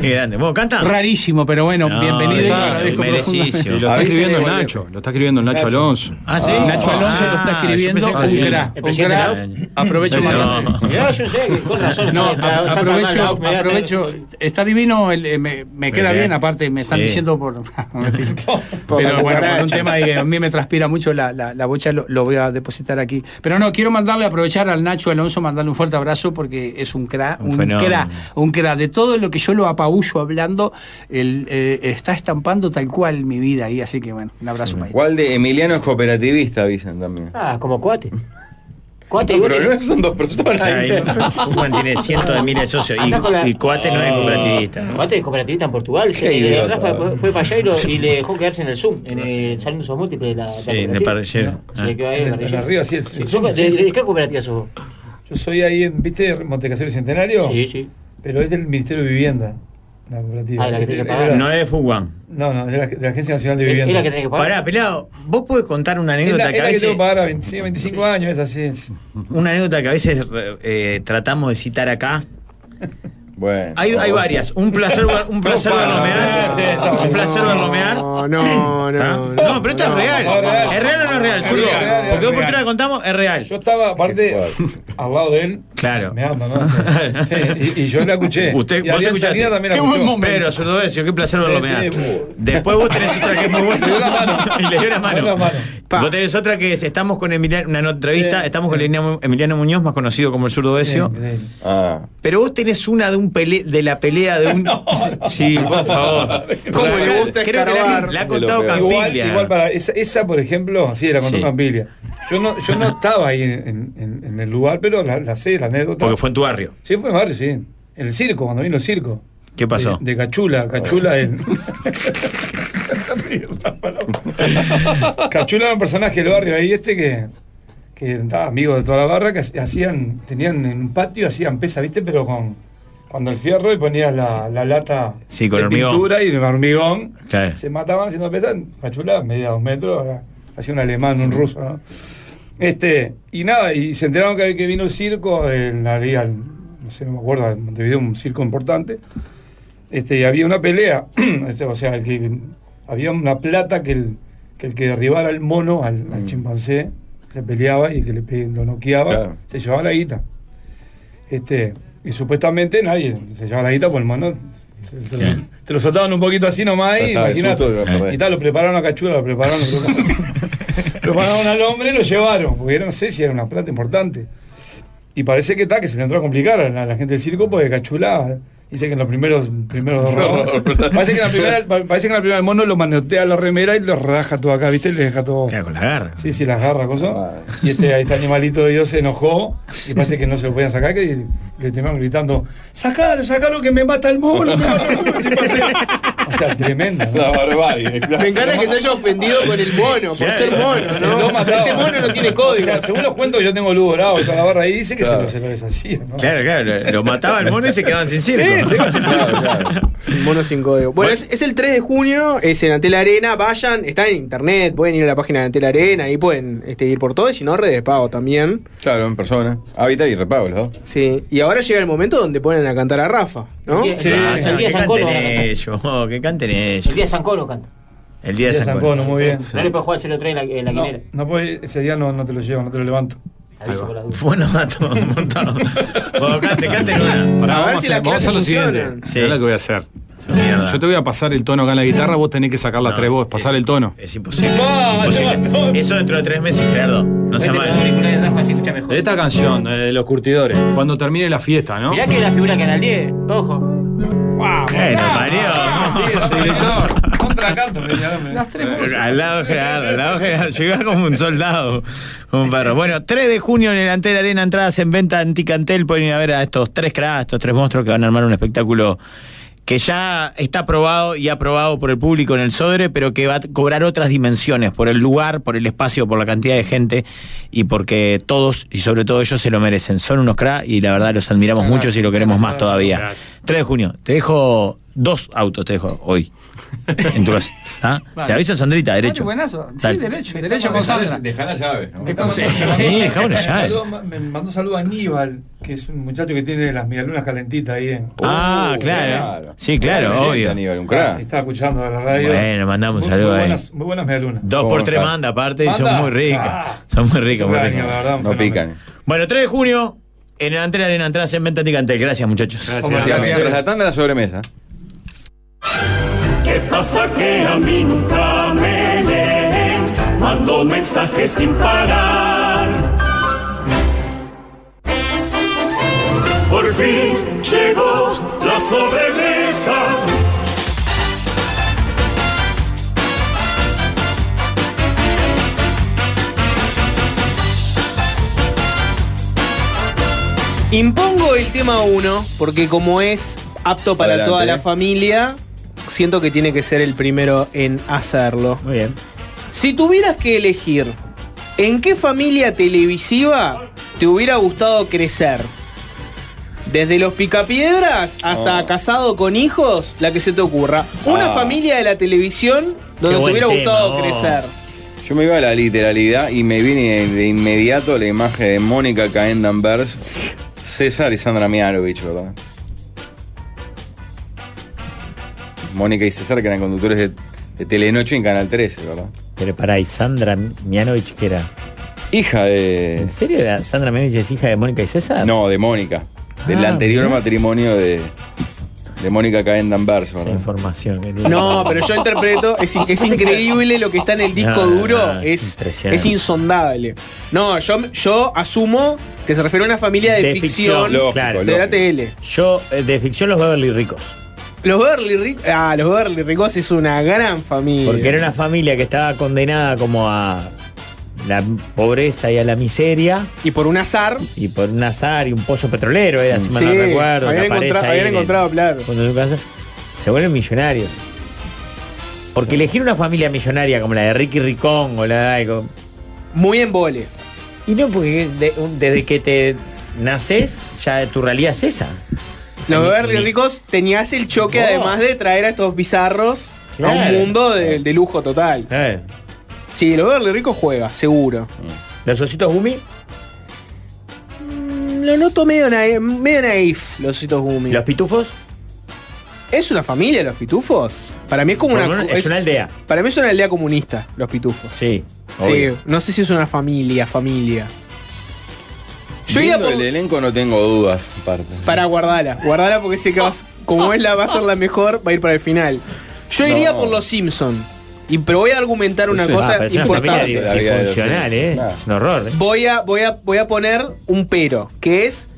Speaker 8: Qué grande. ¿Vos canta?
Speaker 21: Rarísimo, pero bueno,
Speaker 8: No,
Speaker 21: bienvenido. y lo
Speaker 8: claro,
Speaker 21: agradezco
Speaker 8: merecidísimo.
Speaker 21: profundamente.
Speaker 18: Y lo está
Speaker 8: Avisen
Speaker 18: escribiendo
Speaker 8: de
Speaker 18: el
Speaker 8: golpe.
Speaker 18: Nacho, lo está escribiendo el Nacho,
Speaker 8: Nacho.
Speaker 18: Alonso.
Speaker 8: Ah, sí.
Speaker 21: Nacho Alonso lo está
Speaker 8: Ah,
Speaker 21: escribiendo
Speaker 8: yo pensé que
Speaker 21: un
Speaker 8: era
Speaker 21: cra.
Speaker 8: el
Speaker 21: Un
Speaker 8: presidente
Speaker 21: cra.
Speaker 8: Lauf.
Speaker 21: Aprovecho
Speaker 8: Ese
Speaker 21: para-
Speaker 8: no.
Speaker 10: yo sé, con razón.
Speaker 21: No,
Speaker 10: está- está
Speaker 21: a-
Speaker 10: tan mal,
Speaker 21: aprovecho,
Speaker 10: me da-
Speaker 21: aprovecho. Está divino, el- eh, me, me queda
Speaker 8: bien.
Speaker 21: bien, aparte me están
Speaker 8: Sí.
Speaker 21: diciendo por...
Speaker 8: Por la
Speaker 21: Pero bueno,
Speaker 8: cucaracha.
Speaker 21: por un tema que a mí me transpira mucho la, la- la bocha, lo, lo voy a depositar aquí. Pero no, quiero mandarle, aprovechar al Nacho Alonso, mandarle un fuerte abrazo porque es un cra,
Speaker 8: Un
Speaker 21: un,
Speaker 8: fenómeno.
Speaker 21: cra, un cra. De todo lo que yo lo apabullo hablando, él eh, está estampando tal cual mi vida ahí, así que bueno, un abrazo para él.
Speaker 6: ¿Cuál de Emiliano es cooperativista, dicen también?
Speaker 10: Ah, como cuate. Cuate y
Speaker 6: No, pero
Speaker 10: Uri.
Speaker 6: no son dos personas.
Speaker 8: Ahí, Guzmán tiene cientos de miles de socios.
Speaker 10: Andá con la-
Speaker 8: Y, y Cuate no es cooperativista. ¿no?
Speaker 10: Cuate es cooperativista en Portugal.
Speaker 8: Qué
Speaker 10: sí,
Speaker 8: idiota.
Speaker 10: Rafa fue- fue para allá y, lo- y le dejó quedarse en el Zoom, en el salón de usos múltiples de la.
Speaker 8: Sí,
Speaker 10: la
Speaker 8: en el
Speaker 10: cooperativa.
Speaker 8: parrillero.
Speaker 10: Se le quedó ahí en el
Speaker 20: En el- en
Speaker 10: parrillero.
Speaker 20: arriba, sí, el-
Speaker 10: Sí, ¿sos- de- de- ¿Qué cooperativa sos vos?
Speaker 20: Yo soy ahí en, ¿viste? Montecasero Centenario.
Speaker 10: Sí, sí.
Speaker 20: Pero es del Ministerio de Vivienda, la cooperativa.
Speaker 10: Ah, la que tenés que
Speaker 20: Es de-
Speaker 10: pagar.
Speaker 8: No es de Fuguan.
Speaker 20: No, no, es de la, de la Agencia Nacional de Vivienda.
Speaker 8: Pará, pelado, vos podés contar una
Speaker 20: Es
Speaker 8: anécdota
Speaker 20: la,
Speaker 8: que
Speaker 20: es
Speaker 8: a
Speaker 20: la que tengo
Speaker 8: veces.
Speaker 20: que pagar a 25, 25 años, es así. es.
Speaker 8: Una anécdota que a veces re- eh, tratamos de citar acá.
Speaker 6: Bueno.
Speaker 8: Hay, hay varias. Un placer, un placer barlomear. Un placer barlomear.
Speaker 7: No, no, no.
Speaker 8: No, pero esto es real.
Speaker 20: no, real.
Speaker 8: ¿Es real o no es real?
Speaker 20: Es
Speaker 8: Zurdo?
Speaker 20: real, es
Speaker 8: Porque vos por
Speaker 20: real.
Speaker 8: la contamos, es real.
Speaker 20: Yo estaba, aparte, al lado de él.
Speaker 8: Claro.
Speaker 20: Me ama, ¿no? Sí, y, y yo la escuché.
Speaker 8: Usted,
Speaker 20: y
Speaker 8: vos
Speaker 20: Adrián
Speaker 8: escuchaste.
Speaker 20: Salinas también la escuchó.
Speaker 8: Pero, Zurdo Decio, qué placer
Speaker 20: Sí,
Speaker 8: barlomear.
Speaker 20: sí, uh.
Speaker 8: Después vos tenés otra que es muy buena.
Speaker 20: Le dio la mano.
Speaker 8: y le dio la mano.
Speaker 20: Le dio la mano.
Speaker 8: Vos tenés otra que es, estamos con Emiliano, una entrevista,
Speaker 20: Sí,
Speaker 8: estamos con Emiliano, Emiliano Muñoz, más conocido como el zurdo Decio.
Speaker 7: Ah.
Speaker 8: Pero vos tenés una de un pele- de la pelea de un. Sí, por favor.
Speaker 20: ¿Cómo
Speaker 8: Porque
Speaker 20: le
Speaker 8: acá
Speaker 20: gusta
Speaker 8: Creo que la,
Speaker 20: escarbar?
Speaker 8: la ha contado Campiglia.
Speaker 20: Igual, igual para esa, esa, por ejemplo, sí, la contó
Speaker 8: Sí.
Speaker 20: Campiglia. Yo no, yo no estaba ahí en, en- en el lugar, pero la, la sé, la anécdota.
Speaker 8: Porque fue en tu barrio.
Speaker 20: Sí, fue en barrio, sí. En el circo, cuando vino el circo.
Speaker 8: ¿Qué pasó?
Speaker 20: De, de Cachula, Cachula en. Cachula era un personaje del barrio ahí, este que. que estaban amigos de toda la barra, que hacían, tenían en un patio, hacían pesa, ¿viste? Pero con, cuando el fierro y ponías la, la lata
Speaker 13: Sí, con
Speaker 20: de
Speaker 13: hormigón.
Speaker 20: pintura y el hormigón,
Speaker 13: Claro.
Speaker 20: se mataban haciendo pesas, cachula, media dos metros, hacía un alemán, un ruso, ¿no? Este, y nada, y se enteraron que, que vino el circo, en la liga, no sé, no me acuerdo, en Montevideo, un circo importante, este, y había una pelea, este, o sea, el que, había una plata que el que, el que derribara al mono, al, al chimpancé, se peleaba y el que le pe- lo noqueaba,
Speaker 6: Claro.
Speaker 20: se llevaba la guita. Este, y supuestamente nadie se llevaba la guita por el mono. se- se lo- te lo soltaban un poquito así nomás y,
Speaker 6: Ya está, el
Speaker 20: imagínate,
Speaker 6: susto que va a perder.
Speaker 20: y tal, lo prepararon a cachula, lo prepararon, lo prepararon, Lo prepararon al hombre y lo llevaron, porque era- no sé si era una plata importante. Y parece que está, que se le entró a complicar a la, a la gente del circo porque cachula. Dice que en los primeros, primeros dos rounds- Parece que en la primera, pa- parece que en la primera el mono lo manotea la remera y lo raja todo acá, ¿viste? Le deja todo.
Speaker 13: con las garras.
Speaker 20: Sí, sí, las garras, cosa. Y este, este animalito de Dios se enojó y parece que no se lo podían sacar que le terminaron gritando: ¡Sacalo, sacalo que me mata el mono! me mata el mono". Y pasé- O sea, tremendo. ¿no?
Speaker 6: La barbarie. claro.
Speaker 7: Me encanta que se haya ofendido con el mono, por ser mono,
Speaker 20: Se
Speaker 7: ¿no?
Speaker 20: lo mataba.
Speaker 7: Este mono no tiene código.
Speaker 20: O sea, según los cuentos que yo tengo Lugo Bravo y toda la barra ahí, dice que se
Speaker 13: Claro.
Speaker 20: lo- se lo deshacía, ¿no?
Speaker 13: Claro, claro, lo, lo mataba el mono y se quedaban sin circo.
Speaker 7: Sí, se quedaban sin circo.
Speaker 13: mono
Speaker 7: sin código. Bueno, es, es el 3 de junio, es en Antel Arena, vayan, está en internet, pueden ir a la página de Antel Arena, ahí pueden este, ir por todo, y si no, redes de pago también.
Speaker 6: Claro, en persona. Hábitat y repago, los dos.
Speaker 7: Sí, y ahora llega el momento donde ponen a cantar a Rafa, ¿no?
Speaker 13: Sí, Ah, no, que canten ellos, oh, que canten ellos.
Speaker 14: El día de San Colo canta.
Speaker 13: El día de San Cono.
Speaker 20: muy bien.
Speaker 14: No le puedo jugar, se lo trae en la, en la
Speaker 20: No,
Speaker 14: quinera.
Speaker 20: no puede- ese día no, no te lo llevo, no te lo levanto.
Speaker 14: Aviso por las dudas.
Speaker 13: Bueno, mato, montado. Bueno, cante, cante una.
Speaker 18: Pará, vamos,
Speaker 13: las
Speaker 18: a, vamos a hacer lo
Speaker 13: clases
Speaker 18: siguiente.
Speaker 13: funcionan.
Speaker 18: Mirá lo que voy a hacer. Yo te voy a pasar el tono acá en la guitarra, vos tenés que sacar las tres voces, pasar el tono.
Speaker 13: Es imposible. imposible. Eso dentro de tres meses, Gerardo. No sea mal.
Speaker 18: Esta canción, eh, Los Curtidores, cuando termine la fiesta, ¿no?
Speaker 14: Mirá que la figura Canal 10, ojo.
Speaker 13: Bueno,
Speaker 18: director. Contra canto,
Speaker 20: Las tres
Speaker 13: Al lado de Gerardo, al lado de Gerardo. Llegaba como un soldado, como un perro. Bueno, 3 de junio en el Antel Arena, entradas en venta anticantel. Pueden ir a ver a estos tres cracks, estos tres monstruos que van a armar un espectáculo que ya está aprobado y aprobado por el público en el Sodre, pero que va a cobrar otras dimensiones por el lugar, por el espacio, por la cantidad de gente y porque todos y sobre todo ellos se lo merecen. Son unos cracks y la verdad los admiramos mucho y lo queremos más todavía. 3 de junio, te dejo dos autos, te dejo hoy en tu casa. ¿Ah?
Speaker 21: Vale.
Speaker 13: Le aviso a Sandrita, derecho.
Speaker 21: Vale, buenazo. Sí,
Speaker 13: Dale.
Speaker 21: derecho, derecho con Sandra.
Speaker 6: Dejá la llave. ¿no?
Speaker 21: Entonces-
Speaker 13: Sí, dejá una llave. Oh.
Speaker 20: Saludo- Me mandó un saludo a Aníbal, que es un muchacho que tiene las medialunas calentitas ahí en.
Speaker 13: Ah,
Speaker 20: Uh,
Speaker 13: claro. Sí, claro,
Speaker 20: Una leyenda,
Speaker 13: obvio.
Speaker 6: Oh, Aníbal, un crack.
Speaker 20: Está escuchando a la radio.
Speaker 13: Bueno, mandamos un
Speaker 20: Muy-
Speaker 13: saludo
Speaker 20: muy
Speaker 13: ahí.
Speaker 20: buenas- Muy buenas medialunas.
Speaker 13: Dos por tres manda aparte y son
Speaker 20: Manda.
Speaker 13: muy ricas.
Speaker 20: Ah.
Speaker 13: son muy ricas,
Speaker 20: Son
Speaker 13: muy
Speaker 20: crack,
Speaker 13: ricas.
Speaker 20: la verdad, un No fenómeno. pican.
Speaker 13: Bueno, 3 de junio, en el Antel Arena, entradas en venta anticantel. Gracias, muchachos.
Speaker 6: Gracias. Mientras la tanda la sobremesa.
Speaker 2: ¿Qué pasa que a mí nunca me leen? Mando mensajes sin parar. Por fin llegó la sobremesa.
Speaker 7: Impongo el tema 1, porque como es apto para
Speaker 6: Adelante.
Speaker 7: toda la familia, siento que tiene que ser el primero en hacerlo.
Speaker 13: Muy bien.
Speaker 7: Si tuvieras que elegir en qué familia televisiva te hubiera gustado crecer, desde los picapiedras hasta
Speaker 6: Oh.
Speaker 7: casado con hijos, la que se te ocurra. Una
Speaker 6: Ah.
Speaker 7: familia de la televisión
Speaker 6: Qué
Speaker 7: donde te
Speaker 6: buen
Speaker 7: hubiera
Speaker 6: tema,
Speaker 7: gustado
Speaker 6: oh.
Speaker 7: crecer.
Speaker 6: Yo me iba a la literalidad y me viene de inmediato la imagen de Mónica Caendan Burst, César y Sandra Mianovich, ¿verdad? Mónica y César que eran conductores de, de Telenoche en Canal 13, ¿verdad?
Speaker 8: Pero pará, y Sandra Mianovich, ¿qué era?
Speaker 6: Hija de.
Speaker 8: ¿En serio era Sandra Mianovich es hija de Mónica y César?
Speaker 6: No, de Mónica. Del
Speaker 8: Ah,
Speaker 6: anterior
Speaker 8: mirá.
Speaker 6: matrimonio de, de Mónica Caendan Burst, ¿verdad?
Speaker 8: Información. que-
Speaker 7: No, pero yo interpreto, es, in- es increíble lo que está en el disco
Speaker 8: No, no,
Speaker 7: duro,
Speaker 8: no, es
Speaker 7: es,
Speaker 8: impresionante.
Speaker 7: es insondable. No, yo, yo asumo que se refiere a una familia de, ficción,
Speaker 8: claro.
Speaker 7: de la tele.
Speaker 8: Yo, eh, de ficción, los Beverly Ricos.
Speaker 7: Los Berly Ricos, ah, los Berly Ricos es una gran familia.
Speaker 8: Porque era una familia que estaba condenada como a la pobreza y a la miseria.
Speaker 7: Y por un azar.
Speaker 8: Y por un azar y un pozo petrolero, era, si mal no
Speaker 7: Sí,
Speaker 8: recuerdo. que
Speaker 7: habían
Speaker 8: aparece
Speaker 7: encontrado-
Speaker 8: ahí en
Speaker 7: habían
Speaker 8: el-
Speaker 7: encontrado plata.
Speaker 8: fondo de su casa. Se vuelven millonarios. Porque elegir una familia millonaria como la de Ricky Ricón o la de algo,
Speaker 7: Muy en vole.
Speaker 8: Y no, porque de- un- desde que te naces, ya tu realidad es esa.
Speaker 7: Los
Speaker 8: Ni-
Speaker 7: Beverly
Speaker 8: ni-
Speaker 7: Ricos tenías el choque,
Speaker 8: No.
Speaker 7: además de traer a estos bizarros a
Speaker 8: Claro.
Speaker 7: un mundo de, de lujo total.
Speaker 8: Eh.
Speaker 7: Sí, los Beverly Ricos juega, seguro.
Speaker 8: ¿Los ositos Gumi?
Speaker 7: Mm, Lo noto medio, na- medio naif, los ositos Gumi. ¿Los
Speaker 8: pitufos?
Speaker 7: ¿Es una familia los pitufos? Para mí es como
Speaker 8: Por
Speaker 7: una.
Speaker 8: lo menos es una aldea.
Speaker 7: Para mí es una aldea comunista, los pitufos.
Speaker 8: Sí.
Speaker 7: Sí,
Speaker 6: obvio.
Speaker 7: no sé si es una familia, familia. Yo iría
Speaker 6: Viendo
Speaker 7: por-
Speaker 6: el elenco no tengo dudas, aparte.
Speaker 7: Para guardarla, guardarla porque sé que vas- como es la va a ser la mejor, va a ir para el final. Yo iría
Speaker 6: No.
Speaker 7: por los Simpson. Y, pero voy a argumentar una
Speaker 8: Eso es- Ah,
Speaker 7: cosa
Speaker 8: pero es una
Speaker 7: importante.
Speaker 8: familia dif- disfuncional, ¿eh? Es un horror. ¿eh?
Speaker 7: Voy a, voy, a, voy a poner un pero, que es,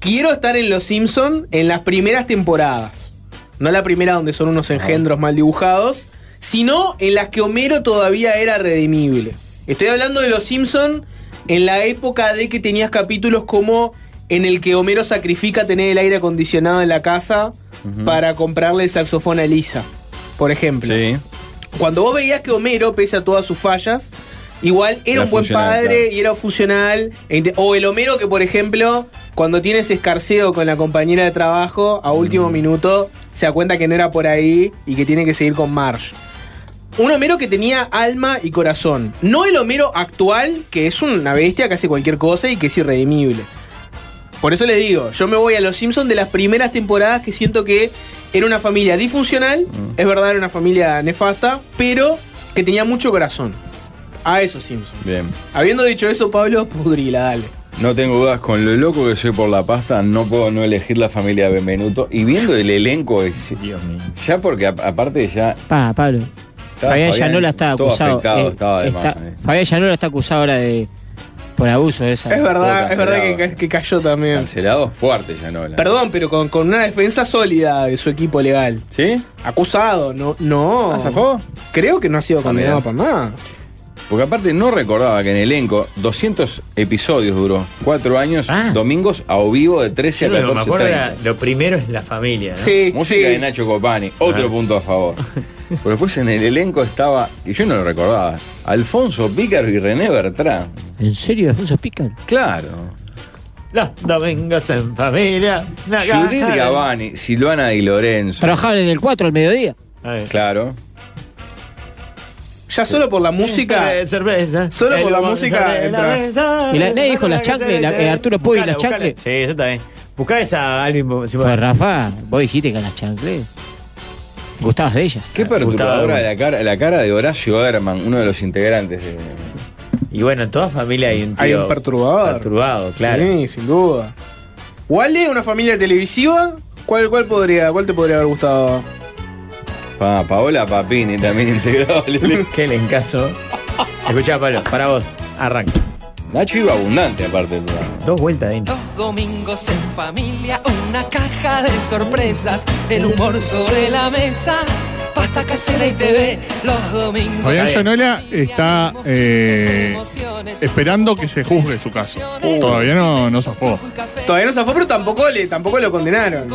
Speaker 7: quiero estar en Los Simpson en las primeras temporadas. No la primera donde son unos engendros mal dibujados, sino en las que Homero todavía era redimible. Estoy hablando de Los Simpson en la época de que tenías capítulos como en el que Homero sacrifica tener el aire acondicionado en la casa para comprarle el saxofón a Lisa, por ejemplo. Cuando vos veías que Homero, pese a todas sus fallas, igual era
Speaker 6: Era
Speaker 7: un buen
Speaker 6: funcional,
Speaker 7: padre
Speaker 6: claro.
Speaker 7: y era funcional. e inte- O el Homero que, por ejemplo, cuando tienes escarceo con la compañera de trabajo, a
Speaker 6: Mm.
Speaker 7: último minuto se da cuenta que no era por ahí y que tiene que seguir con Marge. Un Homero que tenía alma y corazón. No el Homero actual, que es una bestia que hace cualquier cosa y que es irredimible. Por eso les digo, yo me voy a Los Simpsons de las primeras temporadas que siento que era una familia disfuncional,
Speaker 6: Mm.
Speaker 7: es verdad, era una familia nefasta, pero que tenía mucho corazón. A esos Simpsons.
Speaker 6: Bien.
Speaker 7: Habiendo dicho eso, Pablo, pudrila, dale.
Speaker 6: No tengo dudas, con lo loco que soy por la pasta, no puedo no elegir la familia Benvenuto. Y viendo el elenco, es- ya porque a- aparte ya
Speaker 10: Pa, Pablo.
Speaker 6: Estaba
Speaker 10: Fabián
Speaker 6: Fabián
Speaker 10: Llanola está
Speaker 6: todo
Speaker 10: acusado.
Speaker 6: afectado, estaba de
Speaker 10: está-
Speaker 6: más, eh.
Speaker 10: Fabián Llanola está acusado ahora de. por abuso de esa.
Speaker 7: Es verdad, es verdad que,
Speaker 10: que
Speaker 7: ca- que cayó también.
Speaker 6: cancelado fuerte ya no. la-
Speaker 7: Perdón, pero con, con una defensa sólida de su equipo legal.
Speaker 6: ¿Sí?
Speaker 7: Acusado, no. no.
Speaker 6: ¿Ah, zafó?
Speaker 7: Creo que no ha sido condenado
Speaker 6: mirá.
Speaker 7: por nada.
Speaker 6: Porque aparte no recordaba que en elenco 200 episodios duró, cuatro años, domingos a o vivo de 13
Speaker 8: Yo
Speaker 6: a
Speaker 8: lo que me
Speaker 6: 14.
Speaker 8: acuerdo era, lo primero es la familia. ¿no?
Speaker 6: Música de Nacho Copani, otro punto a favor. Pero después en el elenco estaba, y yo no lo recordaba, Alfonso Pícaro y René Bertrán.
Speaker 10: ¿En serio, Alfonso Pícaro?
Speaker 6: Claro.
Speaker 8: Los domingos en familia. la
Speaker 6: Judith
Speaker 8: casa de-
Speaker 6: Gavani, Silvana Di Lorenzo.
Speaker 10: Trabajaban en el 4 al mediodía.
Speaker 6: Claro.
Speaker 7: Ya solo por la música. Solo
Speaker 8: El
Speaker 7: por la
Speaker 8: humo que sale
Speaker 7: música
Speaker 8: de la
Speaker 7: entras.
Speaker 8: mesa.
Speaker 10: Y la- nadie dijo las chancles, la- eh, Arturo Puy,
Speaker 8: Buscala,
Speaker 10: las
Speaker 8: buscala.
Speaker 10: chancles.
Speaker 8: Sí, eso también. Buscá esa álbum. Si
Speaker 10: Pues Rafa, vos dijiste que a las chancles. Gustabas de ella.
Speaker 6: Qué perturbadora la cara, la cara de Horacio Herman, uno de los integrantes. De...
Speaker 8: Y bueno, en toda familia hay un tío.
Speaker 7: Hay un perturbador.
Speaker 8: Perturbado, claro.
Speaker 7: Sí, sin duda. ¿Wally, una familia televisiva? ¿Cuál, cuál, podría, ¿Cuál te podría haber gustado?
Speaker 6: Pa- Paola Papini también integrado.
Speaker 8: Qué le encaso. Escuchá, Pablo, para vos, arranca.
Speaker 6: Nacho iba abundante aparte del programa.
Speaker 8: Dos vueltas, Dani.
Speaker 5: Domingos en familia, una caja de sorpresas, el humor sobre la mesa, pasta casera y TV, los domingos.
Speaker 9: Fabián Llanola está eh, esperando que se juzgue su caso.
Speaker 7: Uh.
Speaker 9: Todavía no, no zafó.
Speaker 7: Todavía no zafó, pero tampoco, le, tampoco lo condenaron.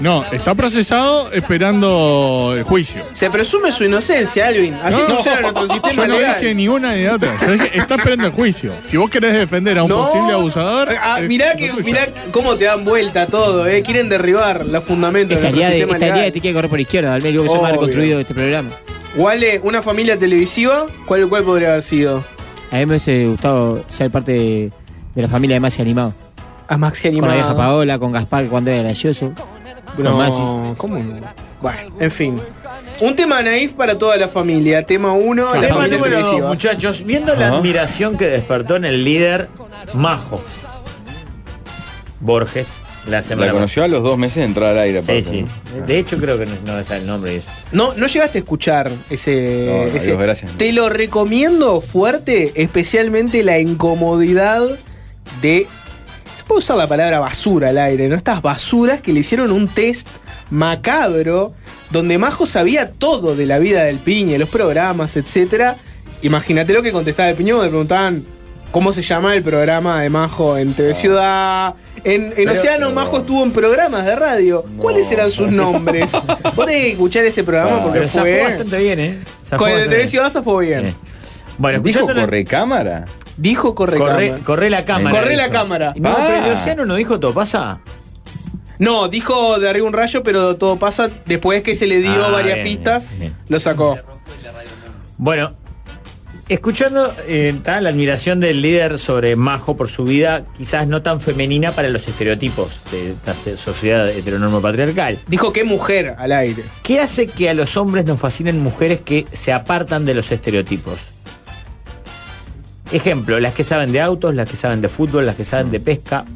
Speaker 9: No, está procesado esperando el juicio.
Speaker 7: Se presume su inocencia, Alvin. Así
Speaker 9: No,
Speaker 7: funciona nuestro sistema
Speaker 9: Yo no
Speaker 7: legal.
Speaker 9: dije ni una ni la otra. Yo dije, está esperando el juicio. Si vos querés defender a un
Speaker 7: No.
Speaker 9: posible abusador.
Speaker 7: Ah,
Speaker 9: eh,
Speaker 7: mirá, que, mirá cómo te dan vuelta todo, ¿eh? Quieren derribar los fundamentos de
Speaker 10: Esta
Speaker 7: nuestro
Speaker 10: idea, de,
Speaker 7: sistema
Speaker 10: esta idea
Speaker 7: legal.
Speaker 10: te quiere correr por izquierda, al menos que se mal
Speaker 7: Obvio.
Speaker 10: construido este programa.
Speaker 7: Wale, una familia televisiva, ¿cuál, cuál podría haber sido?
Speaker 10: A mí me hubiese gustado eh, ser parte de, de la familia de Masi Animado.
Speaker 7: A Maxi
Speaker 10: Con la
Speaker 7: Animado.
Speaker 10: vieja Paola, con Gaspar cuando era gracioso. Con
Speaker 7: No,
Speaker 10: Masi.
Speaker 7: ¿cómo no? Bueno, en fin. Un tema naif para toda la familia. Tema 1, la
Speaker 8: Tema
Speaker 7: familia
Speaker 8: número dos,
Speaker 7: televisiva.
Speaker 8: muchachos. Viendo la
Speaker 7: Ajá.
Speaker 8: admiración que despertó en el líder Majo Borges la semana
Speaker 6: La conoció a los dos meses de entrar al aire.
Speaker 8: pasada.
Speaker 6: aparte,
Speaker 8: Sí, sí.
Speaker 6: ¿no?
Speaker 8: De hecho, creo que no, no es el nombre. Es.
Speaker 7: No, no llegaste a escuchar ese.
Speaker 8: No, no,
Speaker 7: ese-
Speaker 8: Dios, gracias.
Speaker 7: Te lo recomiendo fuerte, especialmente la incomodidad de. Se puede usar la palabra basura al aire, ¿no? Estas basuras que le hicieron un test macabro donde Majo sabía todo de la vida del piñe, los programas, etc. Imagínate lo que contestaba el piño, le preguntaban. ¿Cómo se llama el programa de Majo en TV Ciudad? En, en
Speaker 6: Pero-
Speaker 7: Océano, Majo estuvo en programas de radio. ¿Cuáles eran sus nombres? Vos tenés que escuchar ese programa
Speaker 6: Ah,
Speaker 7: porque
Speaker 6: pero
Speaker 8: Zafó
Speaker 7: fue.
Speaker 8: bastante bien, ¿eh? Zafó
Speaker 7: Con el de
Speaker 8: bastante
Speaker 7: TV Ciudad fue bien.
Speaker 8: Bueno,
Speaker 6: ¿Dijo
Speaker 8: escuchando la-
Speaker 6: correcámara?
Speaker 7: Dijo corre
Speaker 8: Corre,
Speaker 7: cámara.
Speaker 8: corre la cámara.
Speaker 7: Corre la
Speaker 8: dijo.
Speaker 7: cámara.
Speaker 8: No,
Speaker 7: Ah.
Speaker 8: pero Luciano no dijo Topasa.
Speaker 7: No, dijo de arriba un rayo, pero todo pasa después que se le dio
Speaker 8: Ah,
Speaker 7: varias
Speaker 8: bien,
Speaker 7: pistas, lo sacó.
Speaker 8: Bueno, escuchando eh, ta, la admiración del líder sobre Majo por su vida, quizás no tan femenina para los estereotipos de la se- sociedad heteronormo patriarcal.
Speaker 7: Dijo que mujer al aire.
Speaker 8: ¿Qué hace que a los hombres nos fascinen mujeres que se apartan de los estereotipos? Ejemplo, las que saben de autos, las que saben de fútbol, las que saben de pesca.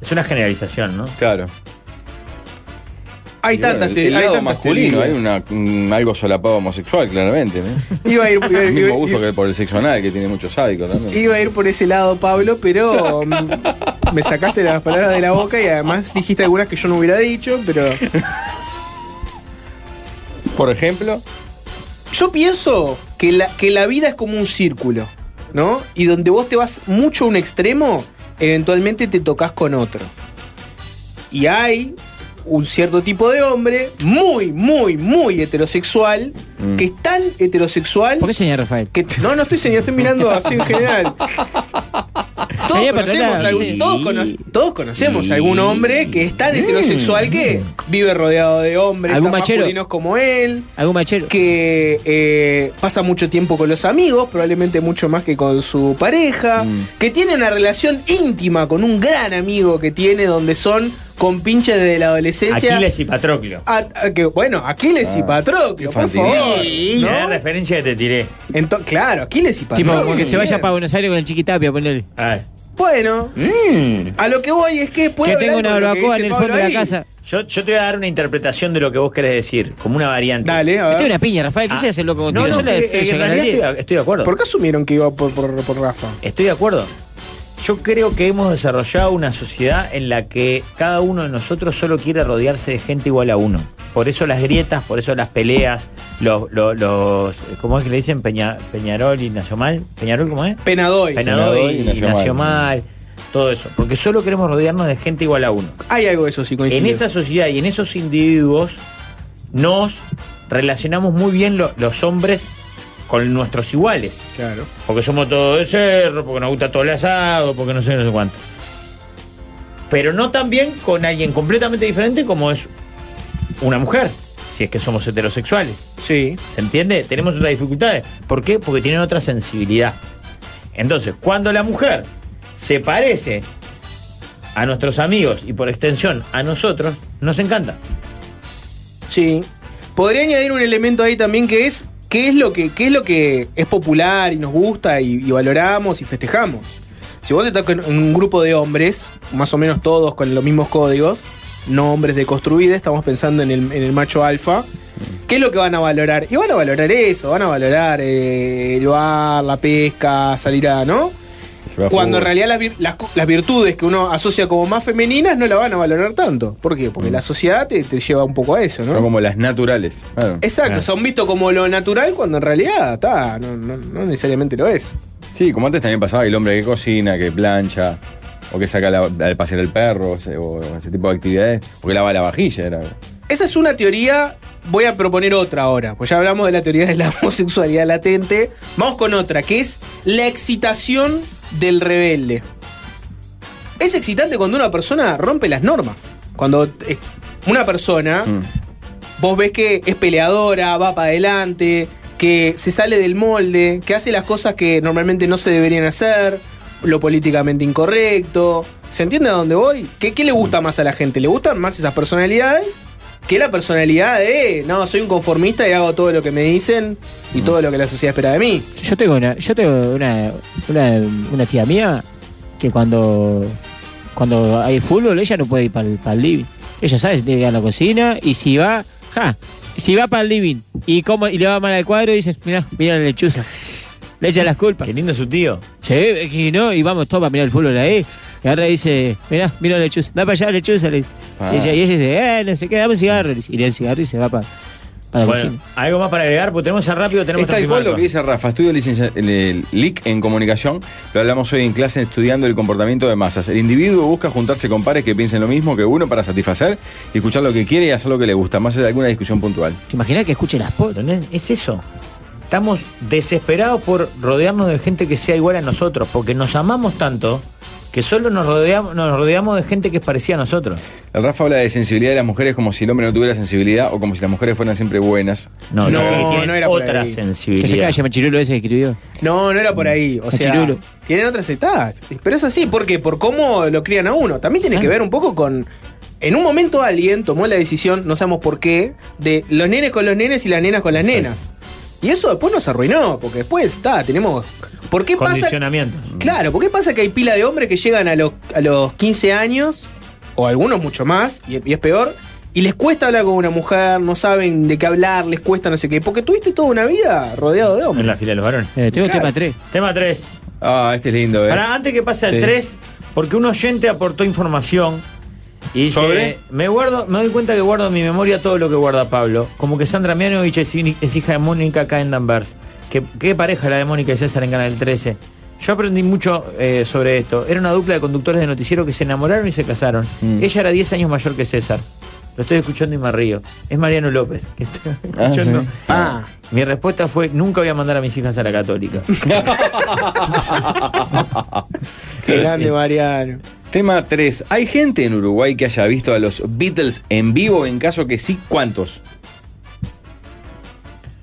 Speaker 8: Es una generalización, ¿no?
Speaker 6: Claro.
Speaker 7: Hay
Speaker 6: Y bueno,
Speaker 7: tantas
Speaker 6: el-
Speaker 7: te-
Speaker 6: el
Speaker 7: hay
Speaker 6: lado
Speaker 7: tantas
Speaker 6: masculino, hay
Speaker 7: teorías.
Speaker 6: una, un- algo solapado homosexual, claramente. ¿no?
Speaker 7: Iba a ir, iba a
Speaker 6: El
Speaker 7: ir-
Speaker 6: mismo
Speaker 7: iba-
Speaker 6: gusto que por el sexo anal, que tiene muchos sádicos también.
Speaker 7: iba a ir por ese lado, Pablo, pero mm, me sacaste las palabras de la boca y además dijiste algunas que yo no hubiera dicho, pero.
Speaker 6: Por ejemplo.
Speaker 7: Yo pienso que la, que la vida es como un círculo, ¿no? Y donde vos te vas mucho a un extremo, eventualmente te tocas con otro. Y hay un cierto tipo de hombre muy, muy, muy heterosexual, que es tan heterosexual... ¿Por qué
Speaker 10: señor Rafael?
Speaker 7: Que, no, no estoy señalando, estoy mirando así en general. Todos
Speaker 10: Sería
Speaker 7: conocemos,
Speaker 10: perdonable.
Speaker 7: algún- todos cono- todos conocemos algún hombre que es tan heterosexual que vive rodeado de hombres
Speaker 10: ¿Algún
Speaker 7: tan
Speaker 10: machero?
Speaker 7: masculinos como él.
Speaker 10: ¿Algún machero?
Speaker 7: Que eh, pasa mucho tiempo con los amigos, probablemente mucho más que con su pareja.
Speaker 8: Mm.
Speaker 7: Que tiene una relación íntima con un gran amigo que tiene, donde son compinches desde la adolescencia.
Speaker 8: Aquiles y Patroclo.
Speaker 7: A- a- que, bueno, Aquiles y
Speaker 8: Ah,
Speaker 7: Patroclo, por favor.
Speaker 8: Mirá la referencia que te tiré.
Speaker 7: Ento- claro, Aquiles y Patroclo.
Speaker 10: Tipo, como que se vaya
Speaker 7: bien.
Speaker 10: para Buenos Aires con el chiquitapia, ponele.
Speaker 7: Bueno, a lo que voy es que puede
Speaker 10: Que tengo
Speaker 7: Mm. hablar
Speaker 10: una
Speaker 7: con lo que
Speaker 10: barbacoa
Speaker 7: dice
Speaker 10: en el fondo
Speaker 7: Pablo
Speaker 10: de la
Speaker 7: ahí.
Speaker 10: casa.
Speaker 8: Yo, yo te voy a dar una interpretación de lo que vos querés decir, como una variante. Dale,
Speaker 7: a ver. Metí una
Speaker 10: piña, Rafael,
Speaker 7: ¿qué se hace loco
Speaker 8: No,
Speaker 7: contigo?
Speaker 8: no,
Speaker 7: Yo la
Speaker 8: que-
Speaker 7: defiendo,
Speaker 8: que en
Speaker 7: yo la
Speaker 8: realidad
Speaker 7: defiendo.
Speaker 8: estoy, estoy de acuerdo.
Speaker 7: ¿Por qué asumieron que iba por, por, por Rafa?
Speaker 8: Estoy de acuerdo. Yo creo que hemos desarrollado una sociedad en la que cada uno de nosotros solo quiere rodearse de gente igual a uno. Por eso las grietas, por eso las peleas, los, los, los- ¿cómo es que le dicen? Peña- Peñarol y Nacional. ¿Peñarol cómo es? Penadoy,
Speaker 7: Penadoy. Penadoy y
Speaker 8: y
Speaker 7: Nacional.
Speaker 8: Nacional. Todo eso. Porque solo queremos rodearnos de gente igual a uno.
Speaker 7: Hay algo de eso, sí, coincido.
Speaker 8: En esa sociedad y en esos individuos nos relacionamos muy bien lo- los hombres con nuestros iguales.
Speaker 7: Claro.
Speaker 8: Porque somos todos de cerro, porque nos gusta todo el asado, porque no sé, no sé cuánto. Pero no tan bien con alguien completamente diferente como es una mujer, si es que somos heterosexuales.
Speaker 7: Sí.
Speaker 8: ¿Se entiende? Tenemos otras dificultades. ¿Por qué? Porque tienen otra sensibilidad. Entonces, cuando la mujer se parece a nuestros amigos y por extensión a nosotros, nos encanta.
Speaker 7: Sí. Podría añadir un elemento ahí también que es qué es lo que, qué es lo que es popular y nos gusta y, y valoramos y festejamos. Si vos estás con un grupo de hombres, más o menos todos con los mismos códigos, no hombres deconstruidos, estamos pensando en el, en el macho alfa, ¿qué es lo que van a valorar? Y van a valorar eso, van a valorar eh, el bar, la pesca, salir a, ¿no?
Speaker 6: va a
Speaker 7: Cuando
Speaker 6: fútbol.
Speaker 7: en realidad las, vir- las co- las virtudes que uno asocia como más femeninas no la van a valorar tanto. ¿Por qué? Porque la sociedad te, te lleva un poco a eso, ¿no?
Speaker 6: Mm. Son como las naturales. claro.
Speaker 7: Exacto, son vistos como lo natural cuando en realidad ta, no, no- no necesariamente lo es.
Speaker 6: Sí, como antes también pasaba el hombre que cocina, que plancha, o que saca la- al pasear el perro, o ese, o ese tipo de actividades, o que lava la vajilla. Era.
Speaker 7: Esa es una teoría, voy a proponer otra ahora, pues ya hablamos de la teoría de la homosexualidad latente. Vamos con otra, que es la excitación del rebelde. Es excitante cuando una persona rompe las normas. Cuando eh, una persona,
Speaker 6: Mm.
Speaker 7: vos ves que es peleadora, va para adelante, que se sale del molde, que hace las cosas que normalmente no se deberían hacer, lo políticamente incorrecto. ¿Se entiende a dónde voy? ¿Qué, qué le gusta más a la gente? ¿Le gustan más esas personalidades? Que la personalidad de, no, soy un conformista y hago todo lo que me dicen y todo lo que la sociedad espera de mí.
Speaker 10: Yo tengo una, yo tengo una, una, una tía mía que cuando, cuando hay fútbol ella no puede ir para el, living. Ella sabe si tiene que ir a la cocina y si va, ja, si va para el living y como y le va mal al cuadro, dice, mirá, mira la lechuza. Le echa las culpas. Qué
Speaker 8: lindo su tío.
Speaker 10: Sí, es que no, y vamos todos para mirar el fútbol ahí. Y ahora dice, mirá, mira la lechuza, da para allá la lechuza, le dice.
Speaker 8: Ah.
Speaker 10: Y, ella, y ella dice, eh, no sé qué, dame un cigarro. le dice. Y le da el cigarro y se va para, para la
Speaker 8: Bueno,
Speaker 10: cocina.
Speaker 8: algo más para agregar, porque tenemos a rápido, tenemos
Speaker 6: Es tal cual
Speaker 8: Tranquimarco.
Speaker 6: lo que dice Rafa, estudio licencia- el- el LIC en comunicación, lo hablamos hoy en clase estudiando el comportamiento de masas. El individuo busca juntarse con pares que piensen lo mismo que uno para satisfacer y escuchar lo que quiere y hacer lo que le gusta, más allá de alguna discusión puntual.
Speaker 10: ¿Te imaginas que escuche las podcasts?
Speaker 8: ¿Es eso? estamos desesperados por rodearnos de gente que sea igual a nosotros, porque nos amamos tanto que solo nos rodeamos, nos rodeamos de gente que es parecida a nosotros.
Speaker 6: El Rafa habla de sensibilidad de las mujeres como si el hombre no tuviera sensibilidad o como si las mujeres fueran siempre buenas.
Speaker 8: No, no, no,
Speaker 7: tienen no era por otra ahí.
Speaker 8: sensibilidad.
Speaker 10: Que se calle Machirulo ese que escribió.
Speaker 7: No, no era por ahí. O sea,
Speaker 10: Machirulo.
Speaker 7: tienen otras etapas. Pero es así, ¿por qué? Por cómo lo crían a uno. También tiene que ver un poco con. En un momento alguien tomó la decisión, no sabemos por qué, de los nenes con los nenes y las nenas con las nenas. Y eso después nos arruinó, porque después está, tenemos. ¿Por qué pasa?
Speaker 8: Condicionamientos.
Speaker 7: Claro, ¿por qué pasa que hay pila de hombres que llegan a los, a los 15 años, o algunos mucho más, y, y es peor, y les cuesta hablar con una mujer, no saben de qué hablar, les cuesta no sé qué, porque tuviste toda una vida rodeado de
Speaker 8: En
Speaker 7: hombres.
Speaker 8: la fila de los varones.
Speaker 10: Eh, tengo
Speaker 7: Claro.
Speaker 10: tema 3.
Speaker 8: Tema 3.
Speaker 6: Ah, este es lindo, ¿eh?
Speaker 8: Para, antes que pase al
Speaker 6: Sí.
Speaker 8: 3, porque un oyente aportó información y dice,
Speaker 6: ¿Sobre?
Speaker 8: me guardo, me doy cuenta que guardo en mi memoria todo lo que guarda Pablo. Como que Sandra Mianovich es, hi- es hija de Mónica acá en Danvers. Que, qué pareja la de Mónica y César en Canal 13. Yo aprendí mucho eh, sobre esto. Era una dupla de conductores de noticiero que se enamoraron y se casaron.
Speaker 6: Mm.
Speaker 8: Ella era 10 años mayor que César. Lo estoy escuchando y me río. Es Mariano López. que estoy
Speaker 6: Ah, sí.
Speaker 8: escuchando. Mi respuesta fue, nunca voy a mandar a mis hijas a la católica.
Speaker 7: Qué grande, Mariano.
Speaker 6: Tema 3. ¿Hay gente en Uruguay que haya visto a los Beatles en vivo? En caso que sí, ¿cuántos?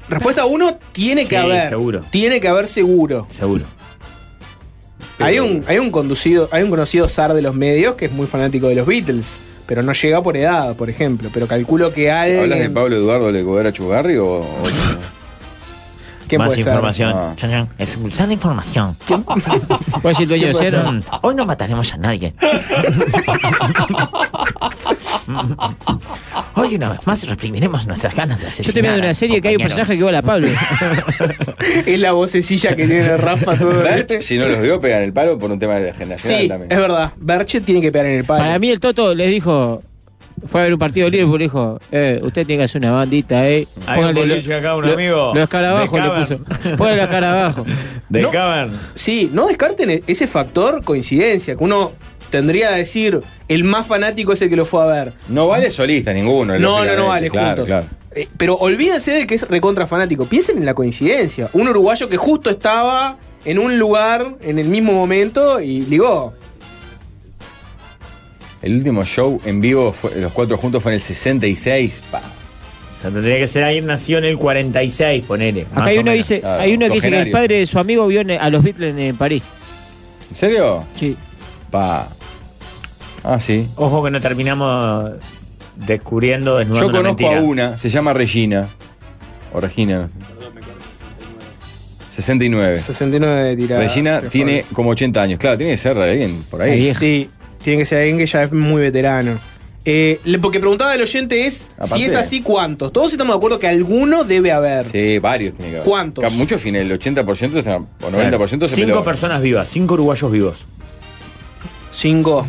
Speaker 7: Respuesta 1, tiene
Speaker 8: Sí,
Speaker 7: que haber.
Speaker 8: seguro.
Speaker 7: Tiene que haber seguro.
Speaker 8: Seguro.
Speaker 7: Hay un, hay un conducido, hay un conocido zar de los medios que es muy fanático de los Beatles, pero no llega por edad, por ejemplo. Pero calculo que alguien.
Speaker 6: ¿Hablas de Pablo Eduardo Lecodera Chugarri o.? o-
Speaker 7: ¿Quién
Speaker 8: Más
Speaker 7: puede ser?
Speaker 8: información.
Speaker 6: Ah.
Speaker 8: Chan, chan. Expulsando información. Pues
Speaker 10: Voy a decir dueño de
Speaker 8: ¿Qué
Speaker 10: cero.
Speaker 8: pasa? Hoy no mataremos a nadie. Hoy una vez más reprimiremos nuestras ganas de
Speaker 10: Yo
Speaker 8: asesinar.
Speaker 10: te veo de
Speaker 8: a
Speaker 10: una serie que hay un
Speaker 8: compañeros.
Speaker 10: personaje que igual a Pablo.
Speaker 7: es la vocecilla que tiene Rafa todo el
Speaker 6: Berch, si no los vio, pegan el palo por un tema de generacional
Speaker 7: Sí,
Speaker 6: también.
Speaker 7: es verdad. Berche tiene que pegar en el palo.
Speaker 10: Para mí el Toto les dijo, fue a ver un partido de Liverpool, le dijo, eh, usted tiene que hacer una bandita, eh.
Speaker 8: Hay un
Speaker 10: lo-
Speaker 8: boliche acá, un
Speaker 10: lo-
Speaker 8: amigo.
Speaker 10: Los carabajos
Speaker 8: de
Speaker 10: le
Speaker 8: Cavern.
Speaker 10: puso. Póngale los carabajos.
Speaker 8: De
Speaker 7: No.
Speaker 8: Cavern.
Speaker 7: Sí, no descarten e- ese factor coincidencia, que uno tendría que decir el más fanático es el que lo fue a ver.
Speaker 6: No vale solista ninguno.
Speaker 7: No, no,
Speaker 6: lógicamente.
Speaker 7: no vale,
Speaker 6: Claro,
Speaker 7: juntos.
Speaker 6: claro.
Speaker 7: Eh, pero olvídense del que es recontra fanático. Piensen en la coincidencia. Un uruguayo que justo estaba en un lugar en el mismo momento y ligó.
Speaker 6: El último show en vivo, fue- los cuatro juntos, fue en el 66. Pa.
Speaker 8: O sea, tendría que ser alguien nació en el 46, ponele. más
Speaker 10: Acá hay
Speaker 8: o
Speaker 10: uno,
Speaker 8: menos.
Speaker 10: dice,
Speaker 6: Claro,
Speaker 10: hay uno que dice que el
Speaker 6: octogenario.
Speaker 10: padre de su amigo vio en- a los Beatles en París.
Speaker 6: ¿En serio?
Speaker 10: Sí.
Speaker 6: Pa. Ah, sí.
Speaker 8: Ojo que no terminamos descubriendo, desnudando
Speaker 6: Yo
Speaker 8: una
Speaker 6: conozco
Speaker 8: mentira.
Speaker 6: a una, se llama Regina. O Regina. 69.
Speaker 7: 69 de tirada.
Speaker 6: Regina
Speaker 7: Por
Speaker 6: tiene como 80 años. Claro, tiene que ser alguien por
Speaker 7: favor.
Speaker 6: ahí.
Speaker 7: Sí, tiene que ser alguien que ya es muy veterano. Eh, le- porque preguntaba al oyente es si
Speaker 6: Aparte-
Speaker 7: es así, ¿cuántos? Todos estamos de acuerdo que alguno debe haber.
Speaker 6: Sí, varios tiene que haber.
Speaker 7: ¿Cuántos?
Speaker 6: Ca- Muchos fines, el 80% está- o 90% se
Speaker 8: Cinco
Speaker 6: peló.
Speaker 8: personas vivas, cinco uruguayos vivos.
Speaker 7: Cinco.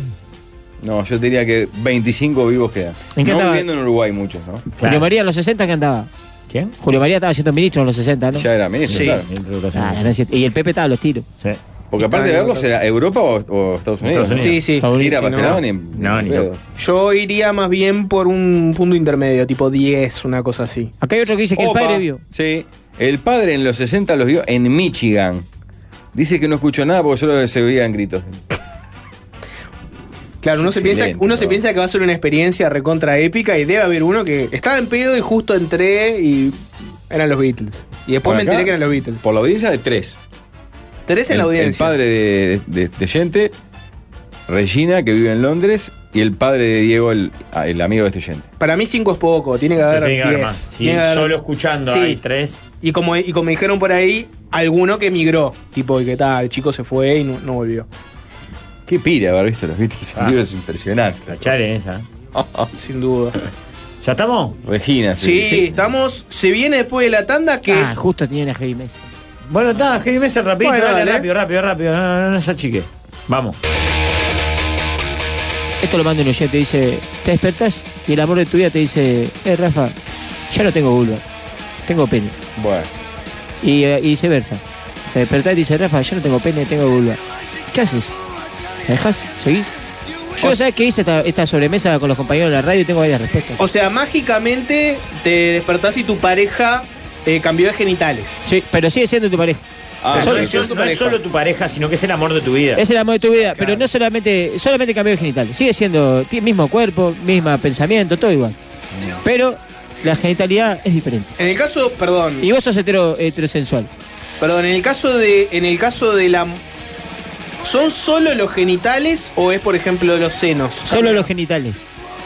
Speaker 6: No, yo diría que 25 vivos quedan.
Speaker 10: Me
Speaker 6: No
Speaker 10: encanta-
Speaker 6: viviendo en Uruguay muchos, ¿no?
Speaker 10: Julio María en los 60 que andaba.
Speaker 8: ¿Quién?
Speaker 10: Julio María estaba siendo ministro en los 60, ¿no?
Speaker 6: Ya era ministro,
Speaker 7: Sí.
Speaker 6: claro.
Speaker 8: Entre
Speaker 10: Ah,
Speaker 8: educación.
Speaker 10: eran siete. y el Pepe estaba a los tiros.
Speaker 8: Sí.
Speaker 6: Porque aparte de verlos, ¿era Europa o, o Estados Unidos?
Speaker 8: Estados
Speaker 7: Sí,
Speaker 8: Unidos.
Speaker 7: sí.
Speaker 10: Unidos.
Speaker 6: Gira
Speaker 7: Sí, no.
Speaker 6: Pastrana ni-
Speaker 8: No, ni
Speaker 6: pedo.
Speaker 7: Yo iría más bien por un punto intermedio, tipo 10, una cosa así.
Speaker 10: Acá hay otro que dice que
Speaker 6: Opa.
Speaker 10: el padre vio.
Speaker 6: Sí. El padre en los 60 los vio en Michigan. Dice que no escuchó nada porque solo se oían gritos.
Speaker 7: Claro, uno, se piensa,
Speaker 6: Excelente,
Speaker 7: uno se
Speaker 6: ¿verdad?
Speaker 7: piensa que va a ser una experiencia recontra épica y debe haber uno que estaba en pedo y justo entré y eran los Beatles. Y después
Speaker 6: Por
Speaker 7: me
Speaker 6: acá,
Speaker 7: enteré que eran los Beatles.
Speaker 6: Por la audiencia de tres.
Speaker 7: Tres en la
Speaker 6: El-
Speaker 7: audiencia.
Speaker 6: El padre de, de, de gente, Regina, que vive en Londres, y el padre de Diego, el, ah, el amigo de este gente.
Speaker 7: Para mí cinco es poco, tiene que haber
Speaker 8: Tiene que haber
Speaker 7: 10.
Speaker 8: más. Si
Speaker 7: Tiene que haber-
Speaker 8: solo escuchando
Speaker 7: Sí.
Speaker 8: hay tres.
Speaker 7: Y como, y como dijeron por ahí, alguno que emigró. Tipo, y que tal, el chico se fue y no, no volvió.
Speaker 6: Qué pira haber visto los Beatles en
Speaker 8: Ah.
Speaker 6: vivo, es impresionante.
Speaker 8: Cachar en esa.
Speaker 7: Sin duda.
Speaker 8: ¿Ya estamos?
Speaker 6: Regina,
Speaker 7: Sí, estamos. Se viene después de la tanda que.
Speaker 10: Ah, justo tenía una heavy mesa.
Speaker 8: Bueno, está, Heavy Mesa, rapidito,
Speaker 7: Bueno,
Speaker 8: dale,
Speaker 7: dale.
Speaker 8: rápido, rápido, rápido. No, no, no, no se achique. Vamos.
Speaker 10: Esto lo manda un oyente, dice, te despertás y el amor de tu vida te dice, eh, Rafa, ya no tengo vulva, tengo pene.
Speaker 6: Bueno,
Speaker 10: Y, eh, y viceversa. Te despertás y te dice, Rafa, ya no tengo pene, tengo vulva. ¿Qué haces? ¿La dejás? ¿Seguís? Yo, ¿sabes qué hice esta, esta sobremesa con los compañeros de la radio y tengo varias respuestas?
Speaker 7: O sea, mágicamente te despertás y tu pareja eh, cambió de genitales.
Speaker 10: Sí, pero sigue siendo tu pareja.
Speaker 7: Ah,
Speaker 8: Pero
Speaker 7: sí,
Speaker 8: solo-
Speaker 7: sí.
Speaker 8: no es solo tu pareja, sino que es el amor de tu vida.
Speaker 10: Es el amor de tu vida, pero no solamente, solamente cambió de genital. Sigue siendo ti- mismo cuerpo, mismo pensamiento, todo igual. Pero la genitalidad es diferente.
Speaker 7: En el caso, perdón.
Speaker 10: Y vos sos hetero- heterosensual.
Speaker 7: Perdón, en el caso de. En el caso de la. ¿Son solo los genitales o es, por ejemplo, los senos?
Speaker 10: Solo los genitales.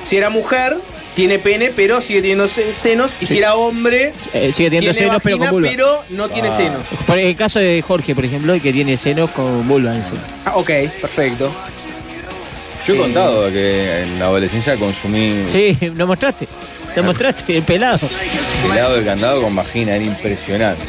Speaker 7: Si era mujer, tiene pene, pero sigue teniendo se- senos. Y si era hombre,
Speaker 10: Eh, sigue teniendo
Speaker 7: tiene
Speaker 10: senos, pero
Speaker 7: vagina,
Speaker 10: con vulva.
Speaker 7: pero no tiene
Speaker 10: Ah.
Speaker 7: senos.
Speaker 10: Por el caso de Jorge, por ejemplo, que tiene senos con vulva encima.
Speaker 7: Ah, ok, perfecto.
Speaker 6: Yo he contado que en la adolescencia consumí
Speaker 10: Sí, nos mostraste. Te mostraste, el pelado.
Speaker 6: helado de candado con vagina, era impresionante.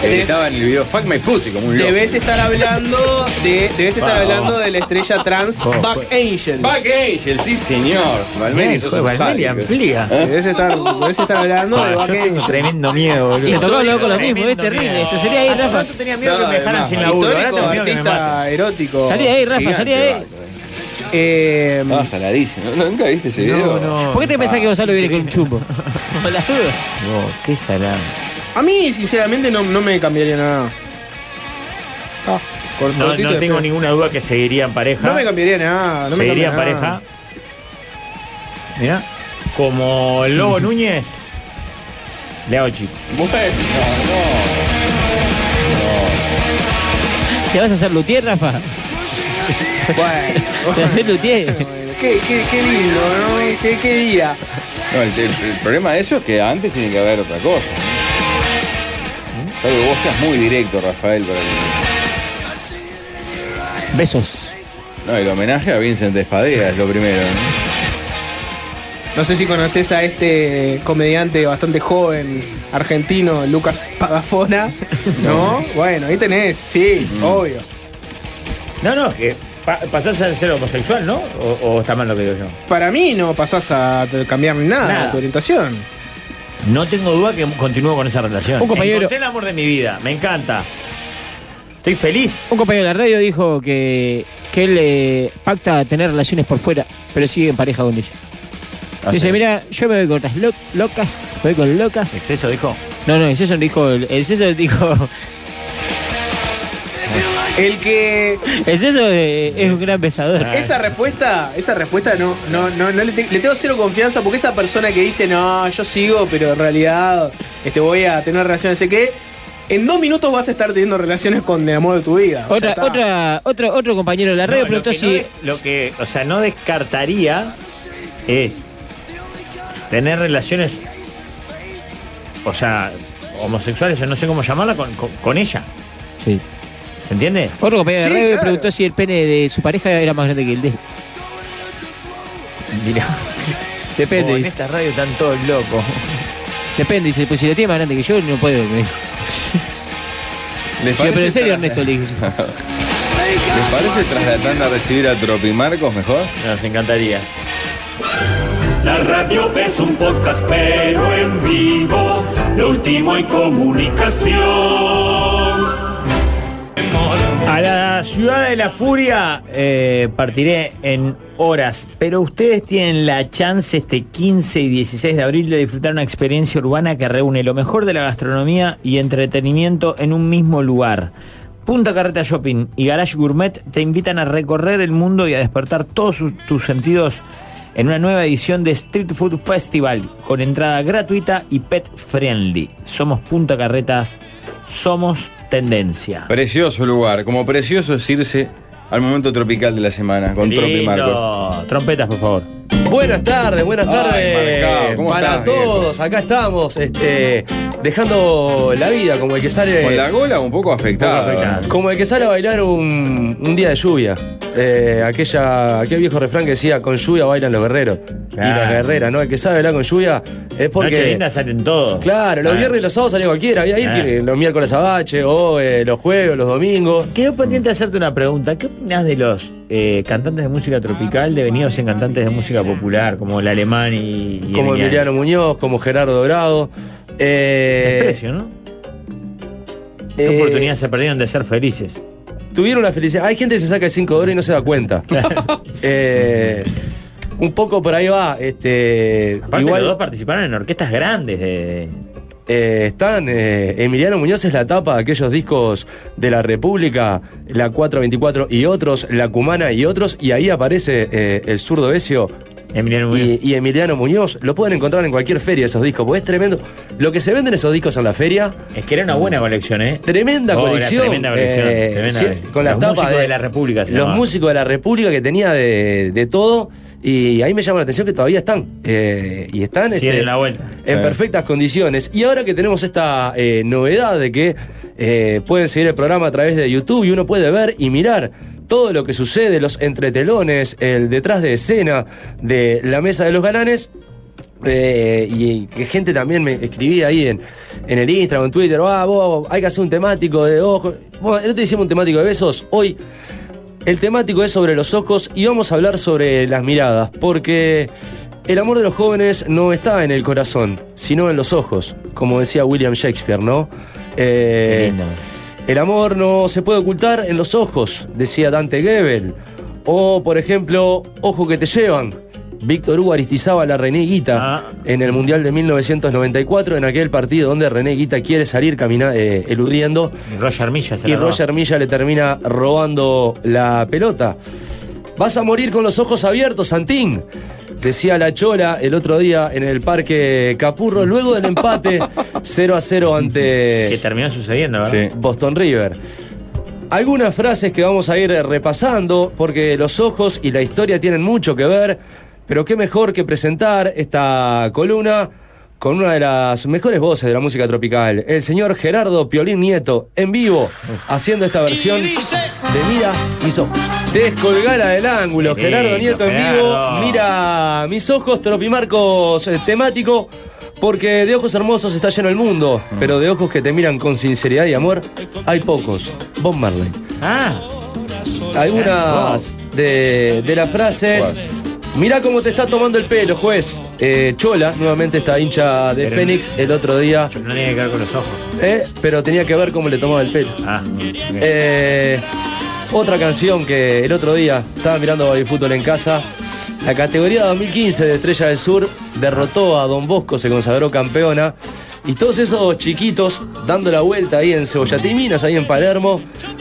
Speaker 6: Se gritaba en el video, fuck my pussy, como un loco.
Speaker 7: Debes estar hablando de, debes estar
Speaker 6: Vamos.
Speaker 7: hablando de la estrella trans
Speaker 6: Oh,
Speaker 7: Back
Speaker 10: pues.
Speaker 7: Angel.
Speaker 6: Back Angel, sí señor. Valmeri, sos un
Speaker 8: Valmeri
Speaker 6: sádico.
Speaker 8: amplía.
Speaker 7: Debes estar, debes estar hablando de
Speaker 8: Ah,
Speaker 7: Back
Speaker 8: ¿Eh? yo tengo
Speaker 7: Angel.
Speaker 8: tremendo miedo, boludo.
Speaker 10: Y a todos los locos lo mismo, es
Speaker 8: Tremendo
Speaker 10: terrible.
Speaker 8: miedo.
Speaker 10: Esto sería ahí,
Speaker 8: Hace
Speaker 10: Rafa.
Speaker 8: rato tenía miedo que me dejaran sin laburo. Ahora
Speaker 7: Histórico,
Speaker 8: tengo miedo que me maten.
Speaker 7: artista erótico.
Speaker 10: Salí de ahí, Rafa, salí de ahí.
Speaker 7: Eh,
Speaker 6: Estaba saladísimo. ¿No- ¿Nunca viste ese video?
Speaker 10: ¿Por qué te pensás que Gonzalo viene con un chumbo? Con las dudas.
Speaker 13: No, qué salado.
Speaker 7: A mí, sinceramente, no, no me cambiaría nada. Ah, cort-
Speaker 8: No,
Speaker 7: cortito
Speaker 8: no
Speaker 7: de
Speaker 8: tengo
Speaker 7: pelo.
Speaker 8: ninguna duda que seguirían pareja.
Speaker 7: No me cambiaría nada. No me
Speaker 8: seguirían
Speaker 7: cambiaría
Speaker 8: pareja.
Speaker 7: nada.
Speaker 8: Mirá. Como el Lobo Núñez. Le hago chico.
Speaker 10: ¿Te vas a hacer luthier, Rafa?
Speaker 7: Bueno.
Speaker 10: ¿Te vas a hacer luthier?
Speaker 7: Qué, qué, qué lindo, ¿no? Este, Qué, qué día.
Speaker 6: No, el, el- el problema de eso es que antes tiene que haber otra cosa. Claro, vos seas muy directo, Rafael, para que-
Speaker 10: Besos.
Speaker 6: No, el homenaje a Vincent Espadea es lo primero. ¿no?
Speaker 7: No sé si conoces a este comediante bastante joven argentino, Lucas Padafona. ¿No? Bueno, ahí tenés, sí, obvio.
Speaker 8: Mm. No, no, que pa- pasás a ser homosexual, ¿no? O, o está mal lo que digo yo.
Speaker 7: Para mí no pasás a t- cambiar nada,
Speaker 8: Nada.
Speaker 7: tu orientación.
Speaker 8: No tengo duda que continúo con esa relación.
Speaker 10: Un compañero-
Speaker 8: Encontré el amor de mi vida. Me encanta. Estoy feliz.
Speaker 10: Un compañero de la radio dijo que, que él eh, pacta tener relaciones por fuera, pero sigue en pareja con ella.
Speaker 8: Ah,
Speaker 10: Dice, mira, yo me voy con otras lo- locas, me voy con locas.
Speaker 8: ¿Exceso dijo?
Speaker 10: No, no, el César dijo, el César dijo,
Speaker 7: El que.
Speaker 10: el César eh, es un gran besador.
Speaker 7: Esa respuesta, esa respuesta no, no, no, no le, te- le tengo cero confianza porque esa persona que dice, no, yo sigo, pero en realidad este, voy a tener relaciones, sé qué, en dos minutos vas a estar teniendo relaciones con el amor de tu vida. O
Speaker 10: Otra,
Speaker 7: sea, está-
Speaker 10: otra, otro, otro compañero de la
Speaker 8: No,
Speaker 10: radio
Speaker 8: lo
Speaker 10: preguntó
Speaker 8: que no
Speaker 10: si...
Speaker 8: de- lo que, o sea, no descartaría es tener relaciones, o sea, homosexuales, o no sé cómo llamarla, con, con- con ella.
Speaker 10: Sí.
Speaker 8: ¿Se entiende?
Speaker 10: Otro compañero de
Speaker 7: Sí,
Speaker 10: la radio
Speaker 7: claro.
Speaker 10: preguntó si el pene de su pareja era más grande que el de él.
Speaker 8: Mirá.
Speaker 10: Depende,
Speaker 8: Oh, en
Speaker 10: dice.
Speaker 8: esta radio están todos locos.
Speaker 10: Depende, dice, pues si lo tiene más grande que yo, no puedo. me dijo.
Speaker 6: ¿Les
Speaker 10: Yo, pero en serio,
Speaker 6: tras-
Speaker 10: Ernesto, le dije.
Speaker 6: ¿Les parece tras la tanda recibir a Tropimarcos mejor?
Speaker 8: Nos encantaría.
Speaker 2: La radio es un podcast, pero en vivo, lo último en comunicación.
Speaker 8: A la ciudad de la furia eh, partiré en horas, pero ustedes tienen la chance este 15 y 16 de abril de disfrutar una experiencia urbana que reúne lo mejor de la gastronomía y entretenimiento en un mismo lugar. Punta Carreta Shopping y Garage Gourmet te invitan a recorrer el mundo y a despertar todos sus- tus sentidos en una nueva edición de Street Food Festival con entrada gratuita y pet friendly. Somos Punta Carretas, somos tendencia.
Speaker 6: Precioso lugar, como precioso es irse al momento tropical de la semana con
Speaker 8: Lindo.
Speaker 6: Tropimarcos.
Speaker 8: Trompetas, por favor.
Speaker 22: Buenas tardes, buenas
Speaker 6: Ay,
Speaker 22: tardes
Speaker 6: Marcao, ¿cómo
Speaker 22: para
Speaker 6: estás, viejo?
Speaker 22: todos. Acá estamos, este, dejando la vida como el que sale.
Speaker 6: Con la gola un poco afectada.
Speaker 22: Como el que sale a bailar un, un día de lluvia. Eh, aquella, aquel viejo refrán que decía, con lluvia bailan los guerreros. Y
Speaker 8: Claro.
Speaker 22: las guerreras, ¿no? El que sabe bailar con lluvia es porque.
Speaker 8: Noche linda salen todos.
Speaker 22: Claro, los
Speaker 8: Ah.
Speaker 22: viernes y los sábados salía cualquiera, había ir
Speaker 8: Ah.
Speaker 22: que los miércoles abache, o eh, los jueves, los domingos.
Speaker 8: Quedó pendiente de hacerte una pregunta. ¿Qué opinas de los eh, cantantes de música tropical devenidos en cantantes de música popular, como el alemán y, y
Speaker 22: como
Speaker 8: el
Speaker 22: Emiliano Muñoz, como Gerardo Dorado. Eh,
Speaker 8: Desprecio, ¿no? ¿Qué
Speaker 22: eh,
Speaker 8: oportunidades se perdieron de ser felices?
Speaker 22: tuvieron la felicidad. Hay gente que se saca 5 dólares y no se da cuenta. Eh, un poco por ahí va. Este,
Speaker 8: Aparte,
Speaker 22: igual,
Speaker 8: los dos participaron en orquestas grandes de.
Speaker 22: eh, están. eh, Emiliano Muñoz es la tapa de aquellos discos de la República, la 424 y otros, la Cumana y otros, y ahí aparece eh, el zurdo Ezio. Y, y Emiliano Muñoz, lo pueden encontrar en cualquier feria esos discos, porque es tremendo. Lo que se venden esos discos en la feria.
Speaker 8: Es que era una buena colección, ¿eh?
Speaker 22: Tremenda
Speaker 8: Oh, era
Speaker 22: colección.
Speaker 8: tremenda colección,
Speaker 22: eh,
Speaker 8: tremenda
Speaker 22: sí,
Speaker 8: colección.
Speaker 22: Con las
Speaker 8: Los
Speaker 22: tapas
Speaker 8: músicos de la República se
Speaker 22: Los
Speaker 8: llamaba.
Speaker 22: músicos de la República que tenía de, de todo. Y ahí me llama la atención que todavía están. eh, y están
Speaker 8: Sí,
Speaker 22: este,
Speaker 8: de la vuelta.
Speaker 22: en
Speaker 8: Sí.
Speaker 22: perfectas condiciones. Y ahora que tenemos esta eh, novedad de que eh, pueden seguir el programa a través de YouTube y uno puede ver y mirar todo lo que sucede, los entretelones, el detrás de escena de la mesa de los galanes. Eh, y que gente también me escribía ahí en, en el Instagram, en Twitter, ah, vos, hay que hacer un temático de ojos. Bueno, no te hicimos un temático de besos, hoy el temático es sobre los ojos y vamos a hablar sobre las miradas, porque el amor de los jóvenes no está en el corazón, sino en los ojos, como decía William Shakespeare, ¿no? Eh, El amor no se puede ocultar en los ojos, decía Dante Gebel. O, por ejemplo, Ojo que te llevan. Víctor Hugo Aristizaba la René Guita
Speaker 8: Ah.
Speaker 22: en el Mundial de 1994, en aquel partido donde René Guita quiere salir camina- eh, eludiendo
Speaker 8: Roger Milla se
Speaker 22: y
Speaker 8: la daba.
Speaker 22: Roger Milla le termina robando la pelota. Vas a morir con los ojos abiertos, Santín. Decía la Chola el otro día en el Parque Capurro, luego del empate 0 a 0 ante. Que
Speaker 8: terminó sucediendo,
Speaker 22: ¿verdad? Boston River. Algunas frases que vamos a ir eh, repasando, porque los ojos y la historia tienen mucho que ver, pero qué mejor que presentar esta columna con una de las mejores voces de la música tropical, el señor Gerardo Piolín Nieto, en vivo, haciendo esta versión de Mira mis ojos. Descolgala del ángulo,
Speaker 3: Qué
Speaker 22: Gerardo
Speaker 3: lindo,
Speaker 22: Nieto en
Speaker 3: Gerardo.
Speaker 22: vivo, mira mis ojos, Tropimarcos eh, temático. Porque de ojos hermosos está lleno el mundo,
Speaker 3: Mm.
Speaker 22: pero de ojos que te miran con sinceridad y amor hay pocos. Bob Marley.
Speaker 8: Ah.
Speaker 22: Algunas de, de las frases. Mirá cómo te está tomando el pelo, juez. Eh, Chola, nuevamente esta hincha de
Speaker 8: Pero-
Speaker 22: Fénix, el otro día.
Speaker 8: No tiene que ver con los ojos. Ah,
Speaker 22: Eh, pero tenía que ver cómo le tomaba el pelo. Eh, otra canción que el otro día estaba mirando Baby Fútbol en casa. La categoría 2015 de Estrella del Sur derrotó a Don Bosco, se consagró campeona. Y todos esos chiquitos dando la vuelta ahí en Cebollatín Minas, ahí en Palermo,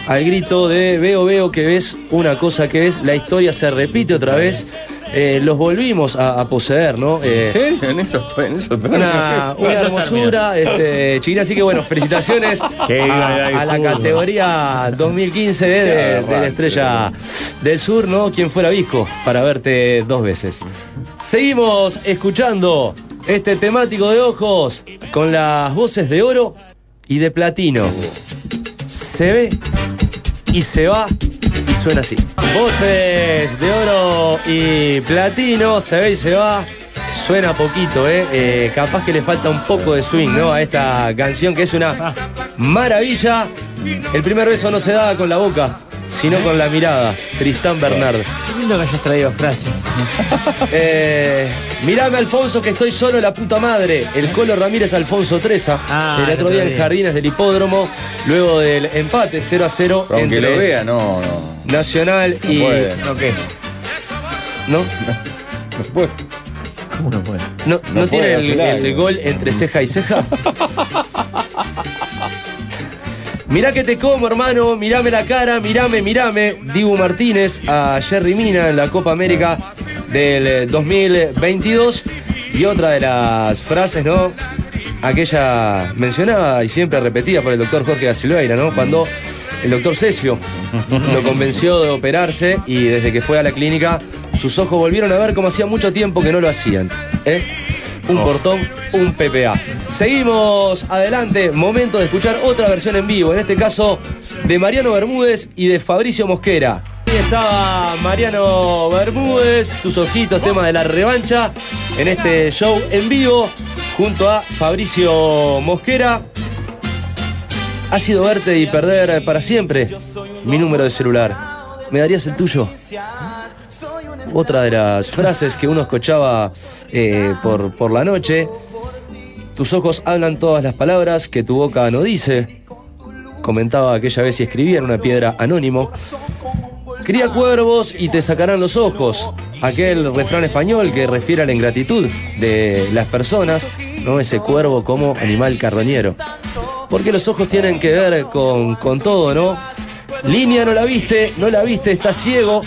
Speaker 22: al grito de veo, veo que ves una cosa que es, la historia se repite otra vez. Eh, los volvimos a, a poseer, ¿no? Eh,
Speaker 6: ¿En serio? En esos, en esos
Speaker 22: una, una hermosura, este, chiquita. Así que bueno, felicitaciones a,
Speaker 6: Qué gala de
Speaker 22: a la
Speaker 6: fútbol.
Speaker 22: categoría 2015 de, de- de la estrella del sur, ¿no? ¿Quién fuera Visco para verte dos veces? Seguimos escuchando este temático de ojos con las voces de oro y de platino. Se ve y se va y suena así. Voces de oro y platino, se ve y se va. Suena poquito, ¿eh? Eh, Capaz que le falta un poco de swing, ¿no? A esta canción que es una maravilla. El primer beso no se da con la boca, sino con la mirada. Tristán Bernard.
Speaker 13: Qué lindo que hayas traído frases.
Speaker 22: Eh, mirame, Alfonso, que estoy solo, la puta madre. El Colo Ramírez Alfonso Treza. Ah, el otro día en Jardines del Hipódromo, luego del empate 0 a 0
Speaker 6: Pero aunque
Speaker 22: entre
Speaker 6: lo vea, no, no.
Speaker 22: Nacional
Speaker 6: No
Speaker 22: y.
Speaker 6: puede.
Speaker 22: ¿No qué? ¿No?
Speaker 6: No puede.
Speaker 13: ¿Cómo no puede?
Speaker 22: ¿No,
Speaker 6: No
Speaker 22: no tiene
Speaker 6: puede
Speaker 22: el,
Speaker 6: hacer
Speaker 22: el
Speaker 6: algo.
Speaker 22: gol entre ceja y ceja? Mirá que te como, hermano. Mirame la cara, mirame, mirame. Dibu Martínez a Jerry Mina en la Copa América del eh, 2022. Y otra de las frases, ¿no? Aquella mencionada y siempre repetida por el doctor Jorge da Silveira, ¿no? Cuando el doctor Cesio lo convenció de operarse y desde que fue a la clínica, sus ojos volvieron a ver como hacía mucho tiempo que no lo hacían. ¿eh? Un portón, un PPA. Seguimos adelante, momento de escuchar otra versión en vivo, en este caso de Mariano Bermúdez y de Fabricio Mosquera. Ahí estaba Mariano Bermúdez, tus ojitos, tema de la revancha, en este show en vivo, junto a Fabricio Mosquera. Ha sido verte y perder para siempre mi número de celular. ¿Me darías el tuyo? Otra de las frases que uno escuchaba eh, por, por la noche. Tus ojos hablan todas las palabras que tu boca no dice. Comentaba aquella vez y escribía en una piedra anónimo. Cría cuervos y te sacarán los ojos. Aquel refrán español que refiere a la ingratitud de las personas ¿no? Ese cuervo como animal carroñero. Porque los ojos tienen que ver con, con todo, ¿no? Línea no la viste, no la viste, está ciego.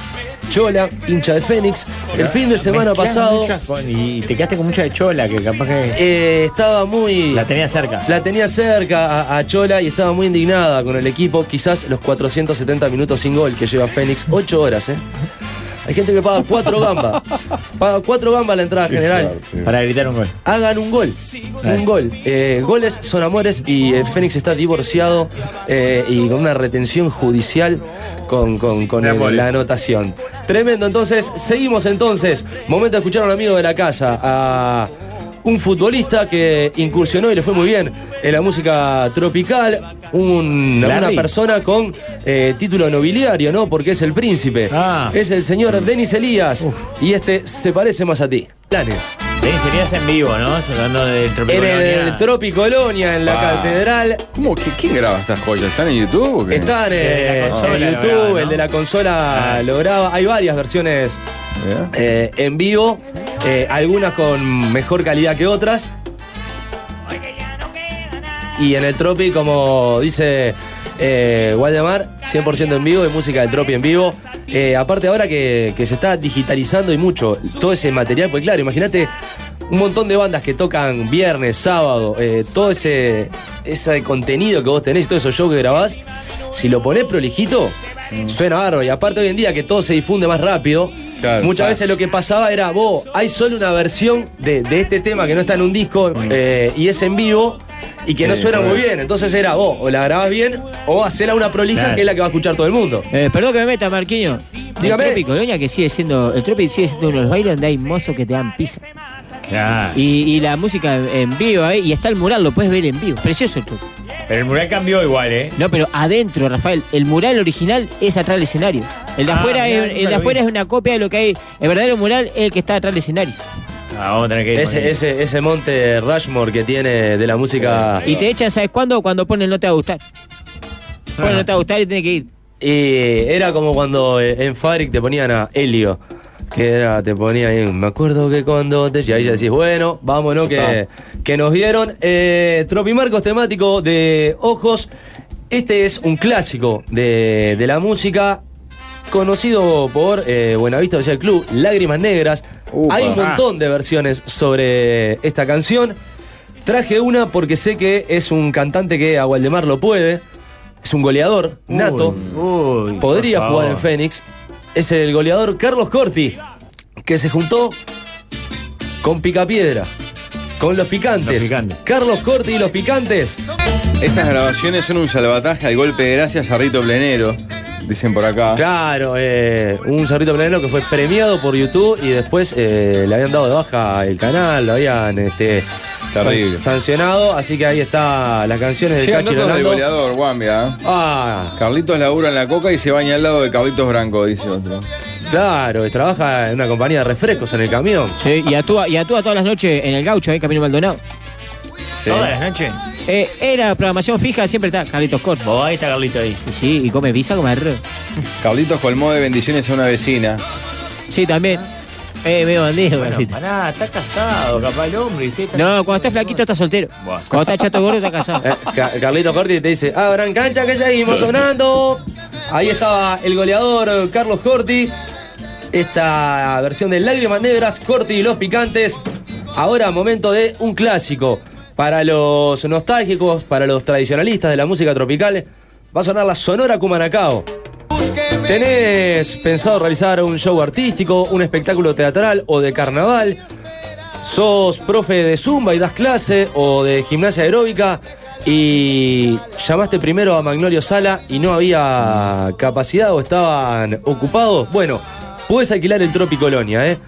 Speaker 22: Chola, hincha de Fénix. El fin de semana
Speaker 8: Mezclás
Speaker 22: pasado.
Speaker 8: muchas con- y te quedaste con mucha de chola, que capaz que.
Speaker 22: Eh, estaba muy. La
Speaker 8: tenía cerca.
Speaker 22: La tenía cerca a, a Chola y estaba muy indignada con el equipo. Quizás los 470 minutos sin gol que lleva Fénix. 8 horas, ¿eh? Hay gente que paga 4 gambas. Paga 4 gambas la entrada general.
Speaker 8: Para gritar un gol.
Speaker 22: Hagan un gol. Un gol. Eh, goles son amores y eh, Fénix está divorciado eh, y con una retención judicial con, con- con
Speaker 6: De
Speaker 22: el-
Speaker 6: amores.
Speaker 22: la anotación. Tremendo. Entonces, seguimos entonces. Momento de escuchar a un amigo de la casa, a un futbolista que incursionó y le fue muy bien en la música tropical. Un- una
Speaker 6: Larry.
Speaker 22: persona con eh, título nobiliario, ¿no? Porque es el príncipe.
Speaker 6: Ah.
Speaker 22: Es el señor
Speaker 6: Mm.
Speaker 22: Denis Elías. Y este se parece más a ti. Planes.
Speaker 8: Ahí serías en vivo, ¿no? Hablando del
Speaker 22: En
Speaker 8: Tropicolonia.
Speaker 22: el Tropicolonia, en la
Speaker 8: Ah.
Speaker 22: catedral.
Speaker 6: ¿Cómo? que- ¿Quién graba estas joyas? ¿Están en YouTube? o qué?
Speaker 22: Están eh, en YouTube, el de la consola
Speaker 6: Ah.
Speaker 22: lo graba. Hay varias versiones eh, en vivo, eh, algunas con mejor calidad que otras. Y en el Tropi, como dice eh, Waldemar, 100% en vivo, de música del Tropi en vivo. Eh, aparte ahora que, que se está digitalizando y mucho todo ese material, pues claro, imagínate un montón de bandas que tocan viernes, sábado, eh, todo ese, ese contenido que vos tenés, todo esos shows que grabás, si lo ponés prolijito, suena bárbaro. Y aparte hoy en día que todo se difunde más rápido, muchas
Speaker 6: claro.
Speaker 22: veces lo que pasaba era, vos, hay solo una versión de, de este tema que no está en un disco eh, y es en vivo y que no
Speaker 6: Sí,
Speaker 22: suena
Speaker 6: claro.
Speaker 22: muy bien. Entonces era, vos, o la grabás bien o hacela una prolija
Speaker 10: Claro.
Speaker 22: que es la que va a escuchar todo el mundo.
Speaker 10: Eh, perdón que me meta, Marquiño.
Speaker 22: Dígame.
Speaker 10: El Tropi Colonia que sigue siendo. El Tropi sigue siendo uno de los bailes donde hay mozos que te dan pizza.
Speaker 8: Claro.
Speaker 10: Y, y la música en vivo ahí. Y está el mural, lo puedes ver en vivo. Precioso el Tropi.
Speaker 8: Pero el mural cambió igual, ¿eh?
Speaker 10: No, pero adentro, Rafael, el mural original es atrás del escenario. El de
Speaker 8: Ah,
Speaker 10: afuera,
Speaker 8: mirá,
Speaker 10: es, el
Speaker 8: nunca
Speaker 10: de
Speaker 8: lo
Speaker 10: afuera
Speaker 8: vi.
Speaker 10: es una copia de lo que hay. El verdadero mural es el que está atrás del escenario.
Speaker 8: Ah, vamos a tener que ir. con
Speaker 22: Ese,
Speaker 8: él.
Speaker 22: ese, ese monte Rushmore que tiene de la música.
Speaker 10: Y te echan, ¿sabes cuándo? Cuando ponen no te va a gustar. Ponen no te va a gustar y tiene que ir.
Speaker 22: Y era como cuando eh, en Fabric te ponían a Helio. Que era, te ponían ahí, me acuerdo que cuando te y ahí ya decís, bueno, vámonos que, que nos vieron. Eh, Tropimarcos temático de ojos. Este es un clásico de, de la música, conocido por eh, Buenavista Social Club, Lágrimas Negras. Hay un
Speaker 6: Ajá.
Speaker 22: montón de versiones sobre esta canción. Traje una porque sé que es un cantante que a Waldemar lo puede. Es un goleador nato. Podría
Speaker 6: por
Speaker 22: jugar en
Speaker 6: favor.
Speaker 22: Fénix. Es el goleador Carlos Corti, que se juntó con Picapiedra, con los picantes. Carlos Corti y los picantes.
Speaker 6: Esas grabaciones son un salvataje al golpe de gracias a Rito Plenero, dicen por acá.
Speaker 22: Claro, eh, un zorrito planero que fue premiado por YouTube y después eh, le habían dado de baja el canal, lo habían este, san-
Speaker 6: Terrible.
Speaker 22: sancionado. Así que ahí está las canciones del
Speaker 6: Llegan
Speaker 22: Cachi
Speaker 6: datos del
Speaker 22: Rolando.
Speaker 6: goleador, Guambia. ¿eh?
Speaker 22: Ah.
Speaker 6: Carlitos labura en la coca y se baña al lado de Carlitos Branco, dice otro.
Speaker 22: Claro, y trabaja en una compañía de refrescos en el camión.
Speaker 10: Sí, y actúa, y actúa todas las noches en el gaucho, ahí Camino Maldonado.
Speaker 8: Todas las noches.
Speaker 10: Eh, era programación fija, siempre está Carlitos Corti.
Speaker 8: Oh, ahí está Carlito ahí.
Speaker 10: Sí, y come pizza como arroz.
Speaker 6: Carlitos colmó de bendiciones a una vecina.
Speaker 10: Sí, también. Eh, medio bandido, Carlitos.
Speaker 8: Ah. Pará, está casado, capaz el hombre. y usted está-
Speaker 10: No, cuando está flaquito está soltero. Cuando está chato gordo está casado.
Speaker 22: Eh, Ca- Carlito Corti te dice, abran cancha que seguimos sonando. Ahí estaba el goleador eh, Carlos Corti. Esta versión de Lágrimas Negras, Corti y los Picantes. Ahora momento de un clásico. Para los nostálgicos, para los tradicionalistas de la música tropical, va a sonar la Sonora Cumanacao. ¿Tenés pensado realizar un show artístico, un espectáculo teatral o de carnaval? ¿Sos profe de zumba y das clase o de gimnasia aeróbica? Y llamaste primero a Magnolio Sala y no había capacidad o estaban ocupados. Bueno, puedes alquilar el Tropi Colonia, ¿eh?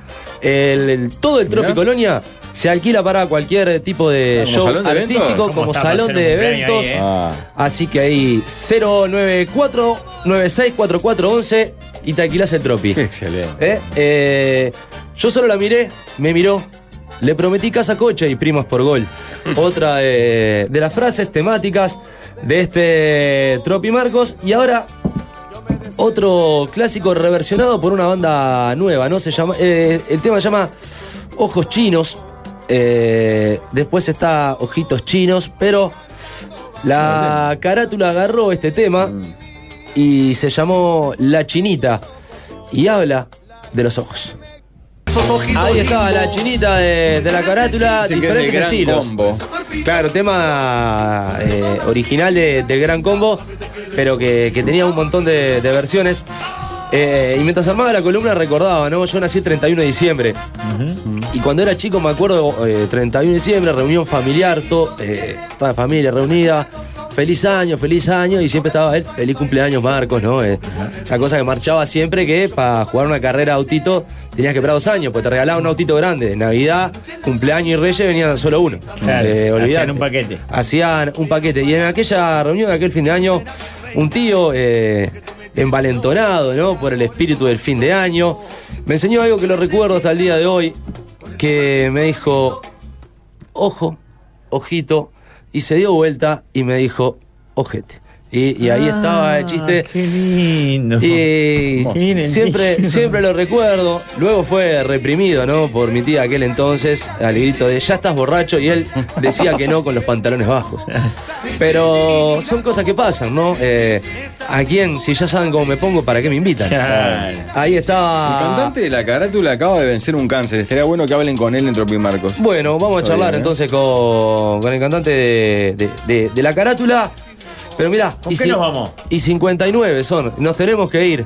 Speaker 22: El, el- todo el Tropi Colonia se alquila para cualquier tipo de
Speaker 6: Ah, ¿como
Speaker 22: show
Speaker 6: salón de eventos?
Speaker 22: artístico,
Speaker 6: ¿Cómo
Speaker 22: como
Speaker 6: está para
Speaker 22: salón
Speaker 6: hacer un
Speaker 22: de
Speaker 6: cumpleaños ahí,
Speaker 22: eventos.
Speaker 6: eh? Ah.
Speaker 22: Así que ahí 094 964411 y te alquilás el tropi. Excelente. yo solo la miré, me miró. Le prometí casa, coche y primas por gol. Otra eh, de, de las frases temáticas de este Tropi Marcos. Y ahora, otro clásico reversionado por una banda nueva, ¿no? Se llama, eh, el tema se llama Ojos Chinos. Eh, después está Ojitos Chinos, pero la carátula agarró este tema y se llamó La Chinita y habla de los ojos. Ahí estaba la chinita de, de la carátula,
Speaker 6: Dicen que es
Speaker 22: diferentes
Speaker 6: del Gran
Speaker 22: estilos.
Speaker 6: Combo.
Speaker 22: Claro, tema eh, original de- del Gran Combo, pero que, que tenía un montón de, de versiones. Eh, y mientras armaba la columna recordaba, ¿no? Yo nací el 31 de diciembre. Y cuando era chico me acuerdo, eh, 31 de diciembre, reunión familiar, to- eh, toda la familia reunida. Feliz año, feliz año, y siempre estaba él, feliz cumpleaños Marcos, ¿no? Eh, esa cosa que marchaba siempre que para jugar una carrera de autito tenías que esperar dos años, pues te regalaban un autito grande. Navidad, cumpleaños y Reyes venían solo uno.
Speaker 8: Claro,
Speaker 22: Eh,
Speaker 8: hacían
Speaker 22: olvidate
Speaker 8: un paquete.
Speaker 22: hacían un paquete. Y en aquella reunión de aquel fin de año, un tío eh, envalentonado ¿no? por el espíritu del fin de año, me enseñó algo que lo recuerdo hasta el día de hoy, que me dijo, ojo, ojito, y se dio vuelta y me dijo, ojete. Y, y ahí
Speaker 8: Ah,
Speaker 22: estaba el chiste.
Speaker 8: Qué lindo.
Speaker 22: Y
Speaker 8: Miren,
Speaker 22: siempre,
Speaker 8: lindo.
Speaker 22: siempre lo recuerdo. Luego fue reprimido, ¿no? Por mi tía aquel entonces, al grito de ya estás borracho, y él decía que no con los pantalones bajos. Pero son cosas que pasan, ¿no? Eh, ¿A quién? Si ya saben cómo me pongo, ¿para qué me invitan?
Speaker 6: Claro.
Speaker 22: Ahí estaba.
Speaker 6: El cantante de la carátula acaba de vencer un cáncer. Estaría bueno que hablen con él dentro de Marcos.
Speaker 22: Bueno, vamos a
Speaker 6: Está
Speaker 22: charlar
Speaker 6: bien, ¿eh?
Speaker 22: entonces con, con el cantante de, de- de- de la carátula. Pero mirá,
Speaker 8: ¿Con qué
Speaker 22: cin-
Speaker 8: nos vamos?
Speaker 22: y 59 son, nos tenemos que ir.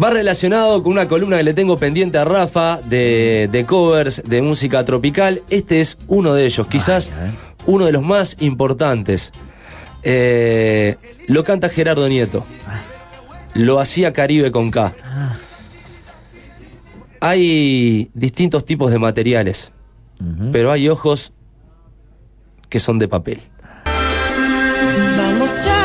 Speaker 22: Va relacionado con una columna que le tengo pendiente a Rafa de, de covers de música tropical. Este es uno de ellos, quizás uno de los más importantes. Eh, lo canta Gerardo Nieto.
Speaker 8: Ah.
Speaker 22: Lo hacía Caribe con K. Hay distintos tipos de materiales, pero hay ojos que son de papel.
Speaker 19: Vamos ya